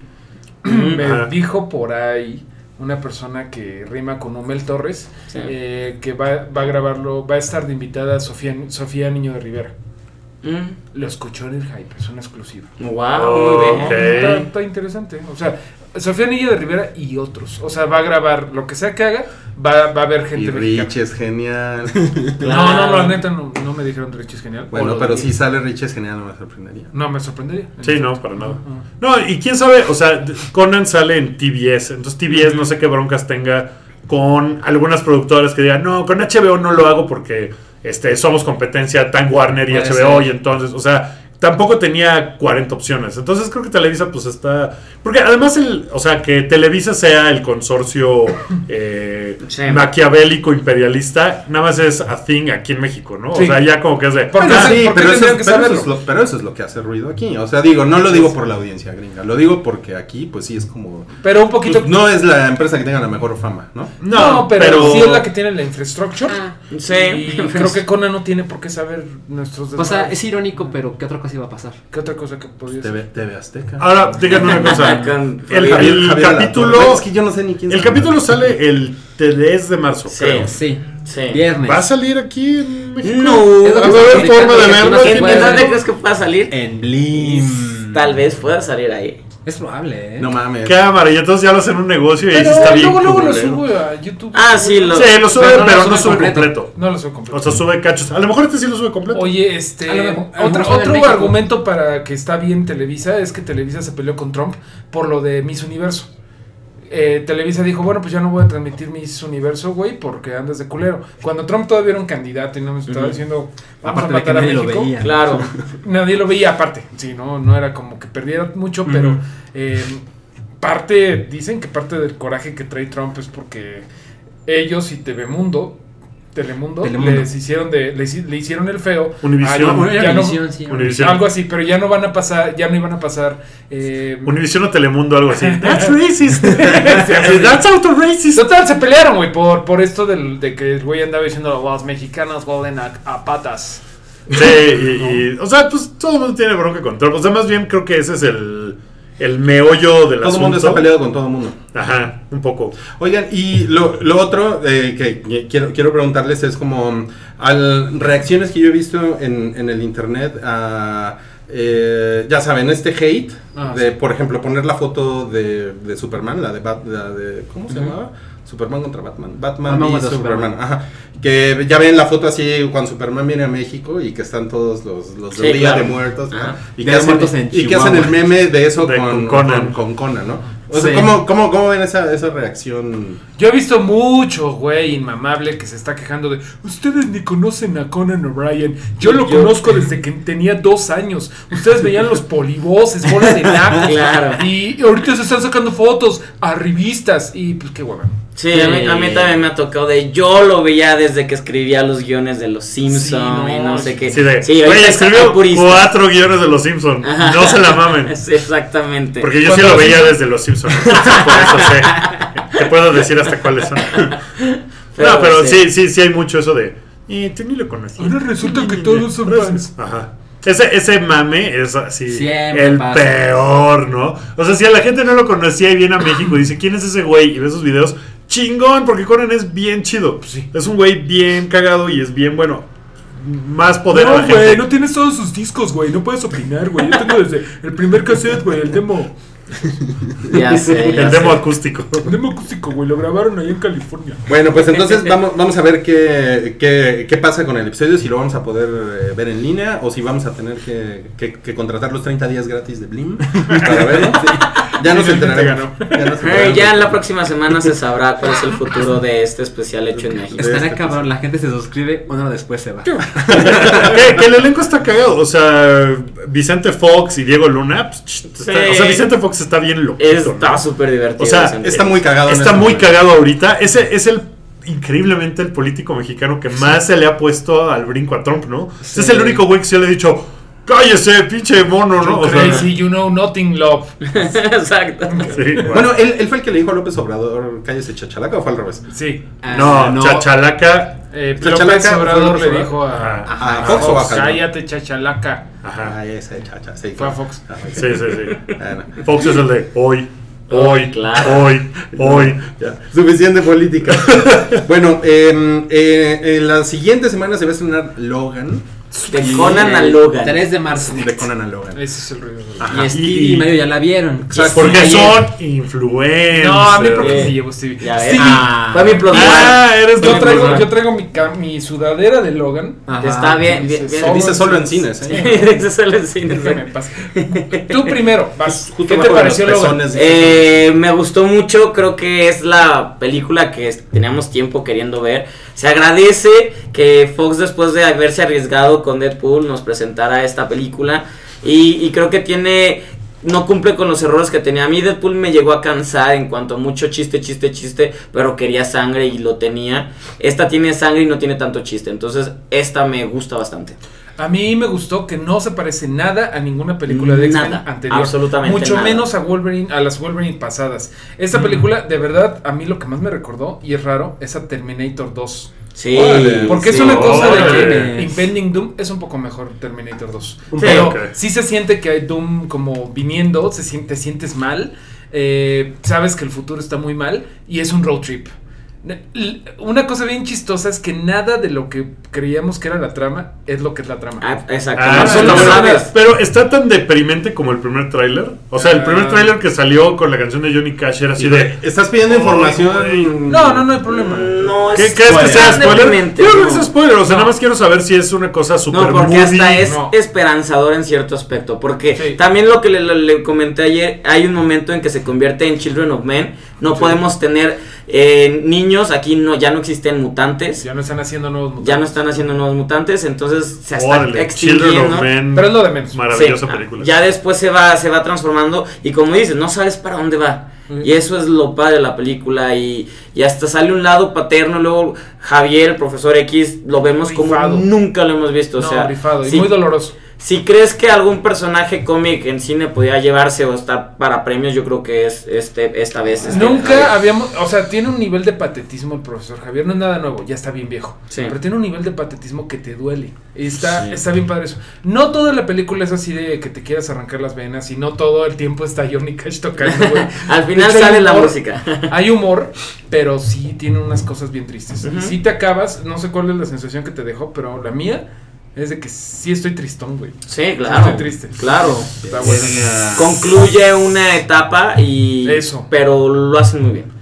[SPEAKER 4] me
[SPEAKER 2] Ajá.
[SPEAKER 4] dijo por ahí una persona que rima con Humel Torres
[SPEAKER 5] Sí.
[SPEAKER 4] eh, que va, va a grabarlo, va a estar de invitada Sofía, Sofía Niño de Rivera.
[SPEAKER 5] Mm,
[SPEAKER 4] Lo escuchó en el hype, es una exclusiva.
[SPEAKER 5] Wow,
[SPEAKER 2] Oh,
[SPEAKER 5] muy bien.
[SPEAKER 2] Ok.
[SPEAKER 4] Está, está interesante. O sea, Sofía Niño de Rivera y otros. O sea, va a grabar lo que sea que haga, va, va a haber
[SPEAKER 3] Y
[SPEAKER 4] gente mexicana.
[SPEAKER 3] Rich es genial.
[SPEAKER 4] No, no, la neta no, no me dijeron Rich es genial. O
[SPEAKER 3] bueno,
[SPEAKER 4] lo
[SPEAKER 3] pero
[SPEAKER 4] dije.
[SPEAKER 3] si sale Rich es genial, no me sorprendería.
[SPEAKER 4] No me sorprendería.
[SPEAKER 2] Sí, no, para nada. No, y quién sabe, o sea, d- Conan sale en TBS, entonces TBS no sé qué broncas tenga con algunas productoras que digan, no, con HBO no lo hago porque este, somos competencia Time Warner y
[SPEAKER 6] Puede
[SPEAKER 2] HBO
[SPEAKER 6] ser.
[SPEAKER 2] y entonces, o sea, tampoco tenía 40 opciones. Entonces creo que Televisa pues está... Porque además, el, o sea, que Televisa sea el consorcio eh,
[SPEAKER 5] Sí.
[SPEAKER 2] maquiavélico imperialista, nada más es a thing aquí en México, ¿no? O
[SPEAKER 4] Sí.
[SPEAKER 2] sea, ya como que es de...
[SPEAKER 4] Porque
[SPEAKER 2] "Ah,
[SPEAKER 3] Bueno,
[SPEAKER 4] ¿por qué
[SPEAKER 3] sí, pero eso,
[SPEAKER 4] tendrían
[SPEAKER 3] es, pero,
[SPEAKER 4] que
[SPEAKER 3] eso
[SPEAKER 4] saberlo?
[SPEAKER 3] es lo, pero eso es lo que hace ruido aquí. O sea, digo, no lo digo por la audiencia gringa, lo digo porque aquí, pues sí, es como.
[SPEAKER 4] Pero un poquito.
[SPEAKER 3] pues, no es la empresa que tenga la mejor fama, ¿no?
[SPEAKER 4] No, pero, sí es la que tiene la infraestructura.
[SPEAKER 6] Ah.
[SPEAKER 5] Sí.
[SPEAKER 4] Y creo que Conan no tiene por qué saber nuestros
[SPEAKER 6] O sea,
[SPEAKER 4] desmadres.
[SPEAKER 6] es irónico, pero ¿qué otra cosa iba a pasar?
[SPEAKER 4] ¿Qué otra cosa que podría
[SPEAKER 3] TV,
[SPEAKER 4] ser?
[SPEAKER 3] TV Azteca.
[SPEAKER 2] Ahora, díganme una cosa.
[SPEAKER 5] Con
[SPEAKER 2] Ah, el,
[SPEAKER 5] Javier-
[SPEAKER 2] el
[SPEAKER 3] Javier Alatorre.
[SPEAKER 2] capítulo,
[SPEAKER 3] Es que yo no sé ni quién
[SPEAKER 2] el
[SPEAKER 3] sabe.
[SPEAKER 2] capítulo sale el 3 de marzo,
[SPEAKER 5] Sí.
[SPEAKER 2] creo.
[SPEAKER 6] Sí.
[SPEAKER 3] Eh,
[SPEAKER 5] Sí.
[SPEAKER 6] Viernes.
[SPEAKER 2] ¿Va a salir aquí en México?
[SPEAKER 5] No.
[SPEAKER 2] ¿Va a haber forma de verlo? pues,
[SPEAKER 6] No
[SPEAKER 5] ¿En
[SPEAKER 6] se puede.
[SPEAKER 5] dónde crees que pueda salir?
[SPEAKER 6] En Blim.
[SPEAKER 5] Pues, Tal vez pueda salir ahí.
[SPEAKER 6] Es probable, ¿eh?
[SPEAKER 3] No mames.
[SPEAKER 2] Cámara, y entonces ya lo hacen un negocio y ahí sí está
[SPEAKER 4] Pero
[SPEAKER 2] bien.
[SPEAKER 4] luego, luego lo
[SPEAKER 2] culero.
[SPEAKER 4] sube a YouTube.
[SPEAKER 5] Ah, sí, lo-
[SPEAKER 2] Sí, lo sube,
[SPEAKER 6] Pero
[SPEAKER 2] pero,
[SPEAKER 6] no lo
[SPEAKER 2] no
[SPEAKER 6] sube
[SPEAKER 2] sube completo.
[SPEAKER 6] completo.
[SPEAKER 4] No lo sube
[SPEAKER 2] O
[SPEAKER 4] completo.
[SPEAKER 2] sea, sube cachos. A lo mejor este sí lo sube completo.
[SPEAKER 4] Oye, este.
[SPEAKER 6] A lo mejor- a lo
[SPEAKER 4] otra-
[SPEAKER 6] mejor en
[SPEAKER 4] otro
[SPEAKER 6] México.
[SPEAKER 4] argumento para que está bien Televisa es que Televisa se peleó con Trump por lo de Miss Universo. Eh, Televisa dijo, bueno, pues ya no voy a transmitir Miss Universo, güey, porque andas de culero. Cuando Trump todavía era un candidato y no me estaba
[SPEAKER 5] Ujú.
[SPEAKER 4] diciendo, vamos
[SPEAKER 6] Aparte
[SPEAKER 4] a
[SPEAKER 6] de que
[SPEAKER 4] matar a
[SPEAKER 6] nadie
[SPEAKER 4] México.
[SPEAKER 6] lo veía.
[SPEAKER 5] Claro.
[SPEAKER 4] Nadie lo veía aparte, sí, no, no era como que perdiera mucho, pero eh, parte, dicen que parte del coraje que trae Trump es porque ellos y Telemundo, Telemundo,
[SPEAKER 6] Telemundo.
[SPEAKER 4] les hicieron de, les hi- le hicieron el feo.
[SPEAKER 2] Univisión.
[SPEAKER 4] Ah, no, ya no-
[SPEAKER 6] Univisión, sí.
[SPEAKER 2] Univisión.
[SPEAKER 4] algo así, pero ya no van a pasar, ya no iban a pasar. eh,
[SPEAKER 2] Univisión o Telemundo, algo así. That's racist. Sí, That's auto racist.
[SPEAKER 4] Total, se pelearon, güey, por, por esto del, de que el güey andaba diciendo, los mexicanos huelen a, a patas.
[SPEAKER 2] Sí, y, y- o sea, pues todo el mundo tiene bronca con Trump. O sea, más bien creo que ese es el, el meollo del
[SPEAKER 3] Todo el
[SPEAKER 2] asunto.
[SPEAKER 3] mundo está peleado con todo el mundo.
[SPEAKER 2] Ajá, un poco.
[SPEAKER 3] Oigan, y lo, lo otro eh, que que quiero, quiero um, preguntarles es como mm, al, reacciones que yo he visto en, en el internet a eh, ya saben, este hate
[SPEAKER 4] Ah,
[SPEAKER 3] de,
[SPEAKER 4] sí.
[SPEAKER 3] por ejemplo, poner la foto de, de Superman, la de, Bat- la de ¿cómo se
[SPEAKER 4] Ujú.
[SPEAKER 3] llamaba? Superman contra Batman. Batman
[SPEAKER 6] Batman
[SPEAKER 3] y
[SPEAKER 6] contra
[SPEAKER 3] Superman.
[SPEAKER 6] Superman.
[SPEAKER 3] Ajá. Que ya ven la foto así cuando Superman viene a México y que están todos los, los
[SPEAKER 5] Sí,
[SPEAKER 3] del Día
[SPEAKER 5] claro.
[SPEAKER 3] de Muertos.
[SPEAKER 5] Ajá.
[SPEAKER 3] ¿no? Y,
[SPEAKER 6] Día
[SPEAKER 3] que
[SPEAKER 6] de
[SPEAKER 3] hacen,
[SPEAKER 6] Muertos en
[SPEAKER 3] y que hacen el
[SPEAKER 6] Chihuahua.
[SPEAKER 3] meme de eso
[SPEAKER 2] De-
[SPEAKER 3] con,
[SPEAKER 2] con
[SPEAKER 3] con,
[SPEAKER 2] Conan.
[SPEAKER 3] con Conan, ¿no? O sea,
[SPEAKER 6] Sí.
[SPEAKER 3] ¿cómo, cómo, cómo ven esa, esa reacción?
[SPEAKER 4] Yo he visto mucho güey inmamable que se está quejando de ustedes ni conocen a Conan O'Brien. Yo lo
[SPEAKER 5] Yo-
[SPEAKER 4] conozco desde que tenía dos años. Ustedes veían los polivoces, bolas de nacos.
[SPEAKER 5] Claro.
[SPEAKER 4] Y ahorita se están sacando fotos a revistas. Y pues qué hueva.
[SPEAKER 5] Sí, A, mí, a mí también me ha tocado de. Yo lo veía desde que escribía los guiones de Los Simpsons
[SPEAKER 4] no,
[SPEAKER 5] y no sé qué.
[SPEAKER 2] Sí, de,
[SPEAKER 5] ahorita
[SPEAKER 2] güey,
[SPEAKER 5] está
[SPEAKER 2] escribió
[SPEAKER 5] purista.
[SPEAKER 2] cuatro guiones de Los Simpsons.
[SPEAKER 5] Ajá.
[SPEAKER 2] No se la mamen.
[SPEAKER 5] Sí, exactamente.
[SPEAKER 2] Porque yo sí lo veía desde Los Simpsons. entonces por eso sé. Te puedo decir hasta cuáles son. no, pero sí. sí, sí, hay mucho eso de. Y tú ni lo conocías.
[SPEAKER 4] Ahora resulta que todos son fans.
[SPEAKER 2] Ajá. Ese, ese mame es así
[SPEAKER 6] Siempre
[SPEAKER 2] el
[SPEAKER 6] pasa.
[SPEAKER 2] peor, ¿no? O sea, si a la gente no lo conocía y viene a México y dice, ¿quién es ese güey? Y ve sus videos, chingón, porque Conan es bien chido.
[SPEAKER 4] Pues sí.
[SPEAKER 2] Es un güey bien cagado y es bien bueno. Más poder a la
[SPEAKER 4] No,
[SPEAKER 2] gente.
[SPEAKER 4] güey, no tienes todos sus discos, güey. No puedes opinar, güey. Yo tengo desde el primer cassette, güey, el demo.
[SPEAKER 5] Ya sé. ya
[SPEAKER 2] El demo
[SPEAKER 5] sé.
[SPEAKER 2] acústico.
[SPEAKER 4] El demo acústico, güey. Lo grabaron ahí en California.
[SPEAKER 3] Bueno, pues entonces vamos, vamos a ver qué, qué, qué pasa con el episodio, si lo vamos a poder eh, ver en línea o si vamos a tener que, que- que contratar los 30 días gratis de Blim para verlo. Sí. Ya nos
[SPEAKER 4] Sí, el Blim te
[SPEAKER 3] enteraremos. Ya, nos
[SPEAKER 5] Eh,
[SPEAKER 3] enteraremos.
[SPEAKER 5] ya en la próxima semana se sabrá cuál es el futuro de este especial hecho en México.
[SPEAKER 6] Estaría
[SPEAKER 3] este
[SPEAKER 6] cabrón, la gente se suscribe, una hora después se va.
[SPEAKER 2] que, que el elenco está cagado. O sea, Vicente Fox y Diego Luna. pues, ch- está-
[SPEAKER 5] Sí. Eh,
[SPEAKER 2] O sea, Vicente Fox está bien loco.
[SPEAKER 5] Está súper divertido.
[SPEAKER 2] O sea,
[SPEAKER 5] Vicente.
[SPEAKER 3] Está muy cagado. en
[SPEAKER 2] Está
[SPEAKER 3] este
[SPEAKER 2] muy
[SPEAKER 3] momento.
[SPEAKER 2] cagado ahorita. Ese es el increíblemente el político mexicano que más se le ha puesto al brinco a Trump, ¿no? Ese es el único güey que yo le he dicho, cállese, pinche mono, ¿no?
[SPEAKER 4] You
[SPEAKER 2] O sea,
[SPEAKER 4] crazy, you know nothing, love.
[SPEAKER 5] Exacto.
[SPEAKER 2] sí, bueno.
[SPEAKER 3] Bueno, él, él fue el que le dijo a López Obrador, cállese chachalaca o fue al revés.
[SPEAKER 4] Sí.
[SPEAKER 6] Ah,
[SPEAKER 2] no, Chachalaca.
[SPEAKER 4] Eh,
[SPEAKER 3] Chachalaca
[SPEAKER 4] López
[SPEAKER 3] fue
[SPEAKER 4] Obrador
[SPEAKER 3] López
[SPEAKER 4] le
[SPEAKER 3] Obrador.
[SPEAKER 4] dijo a,
[SPEAKER 2] Ajá.
[SPEAKER 3] Ah,
[SPEAKER 4] a
[SPEAKER 3] Fox o Baja, ¿no?
[SPEAKER 4] cállate chachalaca.
[SPEAKER 2] Ajá.
[SPEAKER 3] Ah, ese chacha, sí.
[SPEAKER 4] Fue a Fox.
[SPEAKER 3] Ah, ok.
[SPEAKER 2] Sí, sí, sí.
[SPEAKER 3] Bueno,
[SPEAKER 2] Fox es el de hoy, hoy,
[SPEAKER 5] Claro.
[SPEAKER 2] hoy, hoy.
[SPEAKER 3] ya. Suficiente política. bueno, em, eh, en la siguiente semana se va a estrenar Logan.
[SPEAKER 5] De Conan a Logan.
[SPEAKER 6] 3 de marzo.
[SPEAKER 3] De Conan a Logan.
[SPEAKER 4] Ese es el ruido.
[SPEAKER 2] Ajá.
[SPEAKER 6] Y Stevie y medio ya la vieron.
[SPEAKER 2] Porque
[SPEAKER 5] Sí,
[SPEAKER 2] son
[SPEAKER 3] Ah,
[SPEAKER 2] influencers.
[SPEAKER 4] No, a mí porque
[SPEAKER 5] Eh,
[SPEAKER 4] se llevó Stevie.
[SPEAKER 5] Ya ves.
[SPEAKER 4] Stevie.
[SPEAKER 5] Ah, Fue mi plot
[SPEAKER 2] Ah, eres
[SPEAKER 4] Yo
[SPEAKER 2] de
[SPEAKER 4] traigo,
[SPEAKER 2] influencer.
[SPEAKER 4] yo traigo mi, ca- mi sudadera de Logan.
[SPEAKER 6] Ajá.
[SPEAKER 5] Está bien,
[SPEAKER 4] Dice
[SPEAKER 5] bien, bien.
[SPEAKER 3] Se dice solo en cines, ¿eh?
[SPEAKER 5] Ese sale en cine,
[SPEAKER 4] Déjame en
[SPEAKER 5] exacto.
[SPEAKER 4] paz. Tú primero, vas.
[SPEAKER 3] Justo
[SPEAKER 4] ¿Qué te
[SPEAKER 3] abajo de los
[SPEAKER 4] pareció Logan?
[SPEAKER 3] pezones, dice.
[SPEAKER 5] Eh, me gustó mucho, creo que es la película que es- teníamos tiempo queriendo ver. Se agradece que Fox, después de haberse arriesgado con Deadpool, nos presentara esta película. Y, y creo que tiene. No cumple con los errores que tenía. A mí Deadpool me llegó a cansar en cuanto a mucho chiste, chiste, chiste, pero quería sangre y lo tenía. Esta tiene sangre y no tiene tanto chiste. Entonces, esta me gusta bastante.
[SPEAKER 4] A mí me gustó que no se parece nada a ninguna película de
[SPEAKER 5] Nada,
[SPEAKER 4] X-Men anterior.
[SPEAKER 5] absolutamente
[SPEAKER 4] Mucho
[SPEAKER 5] nada.
[SPEAKER 4] menos a Wolverine, a las Wolverine pasadas. Esta película, de verdad, a mí lo que más me recordó, y es raro, es a Terminator 2.
[SPEAKER 5] Sí.
[SPEAKER 3] Órale.
[SPEAKER 4] Porque es
[SPEAKER 5] sí.
[SPEAKER 4] una cosa de que
[SPEAKER 6] Órale.
[SPEAKER 4] Impending Doom es un poco mejor Terminator 2.
[SPEAKER 5] Un
[SPEAKER 4] Pero
[SPEAKER 2] poco.
[SPEAKER 4] sí se siente que hay Doom como viniendo, se siente, te sientes mal, eh, sabes que el futuro está muy mal y es un road trip. L- Una cosa bien chistosa es que nada de lo que creíamos que era la trama es lo que es la trama.
[SPEAKER 5] Ah, exacto.
[SPEAKER 2] Ah,
[SPEAKER 5] No,
[SPEAKER 2] eso
[SPEAKER 5] no
[SPEAKER 2] está bueno.
[SPEAKER 5] sabes.
[SPEAKER 2] Pero está tan deprimente como el primer tráiler. O sea, el primer
[SPEAKER 4] Ah.
[SPEAKER 2] tráiler que salió con la canción de Johnny Cash era así de.
[SPEAKER 3] Estás pidiendo
[SPEAKER 2] Ay,
[SPEAKER 3] información.
[SPEAKER 4] No, no, no hay problema.
[SPEAKER 5] No,
[SPEAKER 2] ¿Qué
[SPEAKER 5] es
[SPEAKER 2] crees que sea
[SPEAKER 5] tan
[SPEAKER 2] spoiler?
[SPEAKER 5] deprimente,
[SPEAKER 2] Yo creo
[SPEAKER 5] no.
[SPEAKER 2] que es spoiler. O sea, nada más quiero saber si es una cosa super
[SPEAKER 5] No, porque hasta
[SPEAKER 2] movie.
[SPEAKER 5] es
[SPEAKER 4] no.
[SPEAKER 5] esperanzador en cierto aspecto. Porque
[SPEAKER 4] Sí.
[SPEAKER 5] también lo que le, le- le comenté ayer, hay un momento en que se convierte en Children of Men. No podemos tener eh, niños, aquí no, ya no existen mutantes. Ya.
[SPEAKER 4] Ya no están haciendo nuevos mutantes.
[SPEAKER 5] no están haciendo nuevos mutantes, entonces se están
[SPEAKER 2] Órale, Children
[SPEAKER 5] extinguiendo.
[SPEAKER 2] of Men.
[SPEAKER 4] Pero es lo de menos.
[SPEAKER 2] Maravillosa
[SPEAKER 5] Sí,
[SPEAKER 2] película.
[SPEAKER 5] Ya después se va, se va transformando y como dices, no sabes para dónde va. Y eso es lo padre de la película y, y hasta sale un lado paterno, luego Javier, el profesor X, lo vemos
[SPEAKER 4] Rifado.
[SPEAKER 5] como nunca lo hemos visto.
[SPEAKER 4] No,
[SPEAKER 5] o sea,
[SPEAKER 4] rifado y
[SPEAKER 5] sí,
[SPEAKER 4] muy doloroso.
[SPEAKER 5] si crees que algún personaje cómic en cine podía llevarse o estar para premios, yo creo que es este esta vez. este,
[SPEAKER 4] Nunca
[SPEAKER 5] Javier.
[SPEAKER 4] habíamos, o sea, tiene un nivel de patetismo el profesor Javier, no es nada nuevo, ya está bien viejo,
[SPEAKER 5] Sí.
[SPEAKER 4] pero tiene un nivel de patetismo que te duele. Y Está, está bien padre eso. No toda la película es así de que te quieras arrancar las venas y no todo el tiempo está Johnny Cash tocando, güey.
[SPEAKER 5] Al final
[SPEAKER 4] De hecho, hay
[SPEAKER 5] sale la
[SPEAKER 4] humor-
[SPEAKER 5] música.
[SPEAKER 4] Hay humor, pero sí tiene unas cosas bien tristes.
[SPEAKER 5] Ujú.
[SPEAKER 4] Y sí te acabas, no sé cuál es la sensación que te dejó, pero la mía Es de que sí estoy tristón, güey.
[SPEAKER 5] Sí, claro.
[SPEAKER 4] Estoy triste.
[SPEAKER 5] Claro.
[SPEAKER 4] Está
[SPEAKER 3] pues,
[SPEAKER 4] bueno.
[SPEAKER 5] Concluye una etapa y.
[SPEAKER 4] Eso.
[SPEAKER 5] Pero lo hacen muy bien.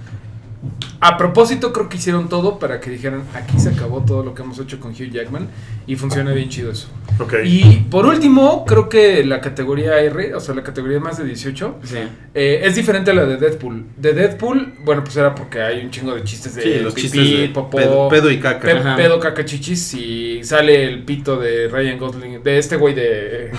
[SPEAKER 4] A propósito, creo que hicieron todo para que dijeran, aquí se acabó todo lo que hemos hecho con Hugh Jackman y funciona bien chido eso.
[SPEAKER 2] Ok.
[SPEAKER 4] Y por último, creo que la categoría R, o sea, la categoría más de 18,
[SPEAKER 5] Sí.
[SPEAKER 4] eh, es diferente a la de Deadpool. De Deadpool, bueno, pues era porque hay un chingo de chistes de
[SPEAKER 3] Sí, los
[SPEAKER 4] pipí,
[SPEAKER 3] chistes de
[SPEAKER 4] popó,
[SPEAKER 3] pedo, pedo y caca.
[SPEAKER 4] pe-
[SPEAKER 5] Ajá.
[SPEAKER 4] pedo, caca, chichis y sale el pito de Ryan Gosling, de este güey de...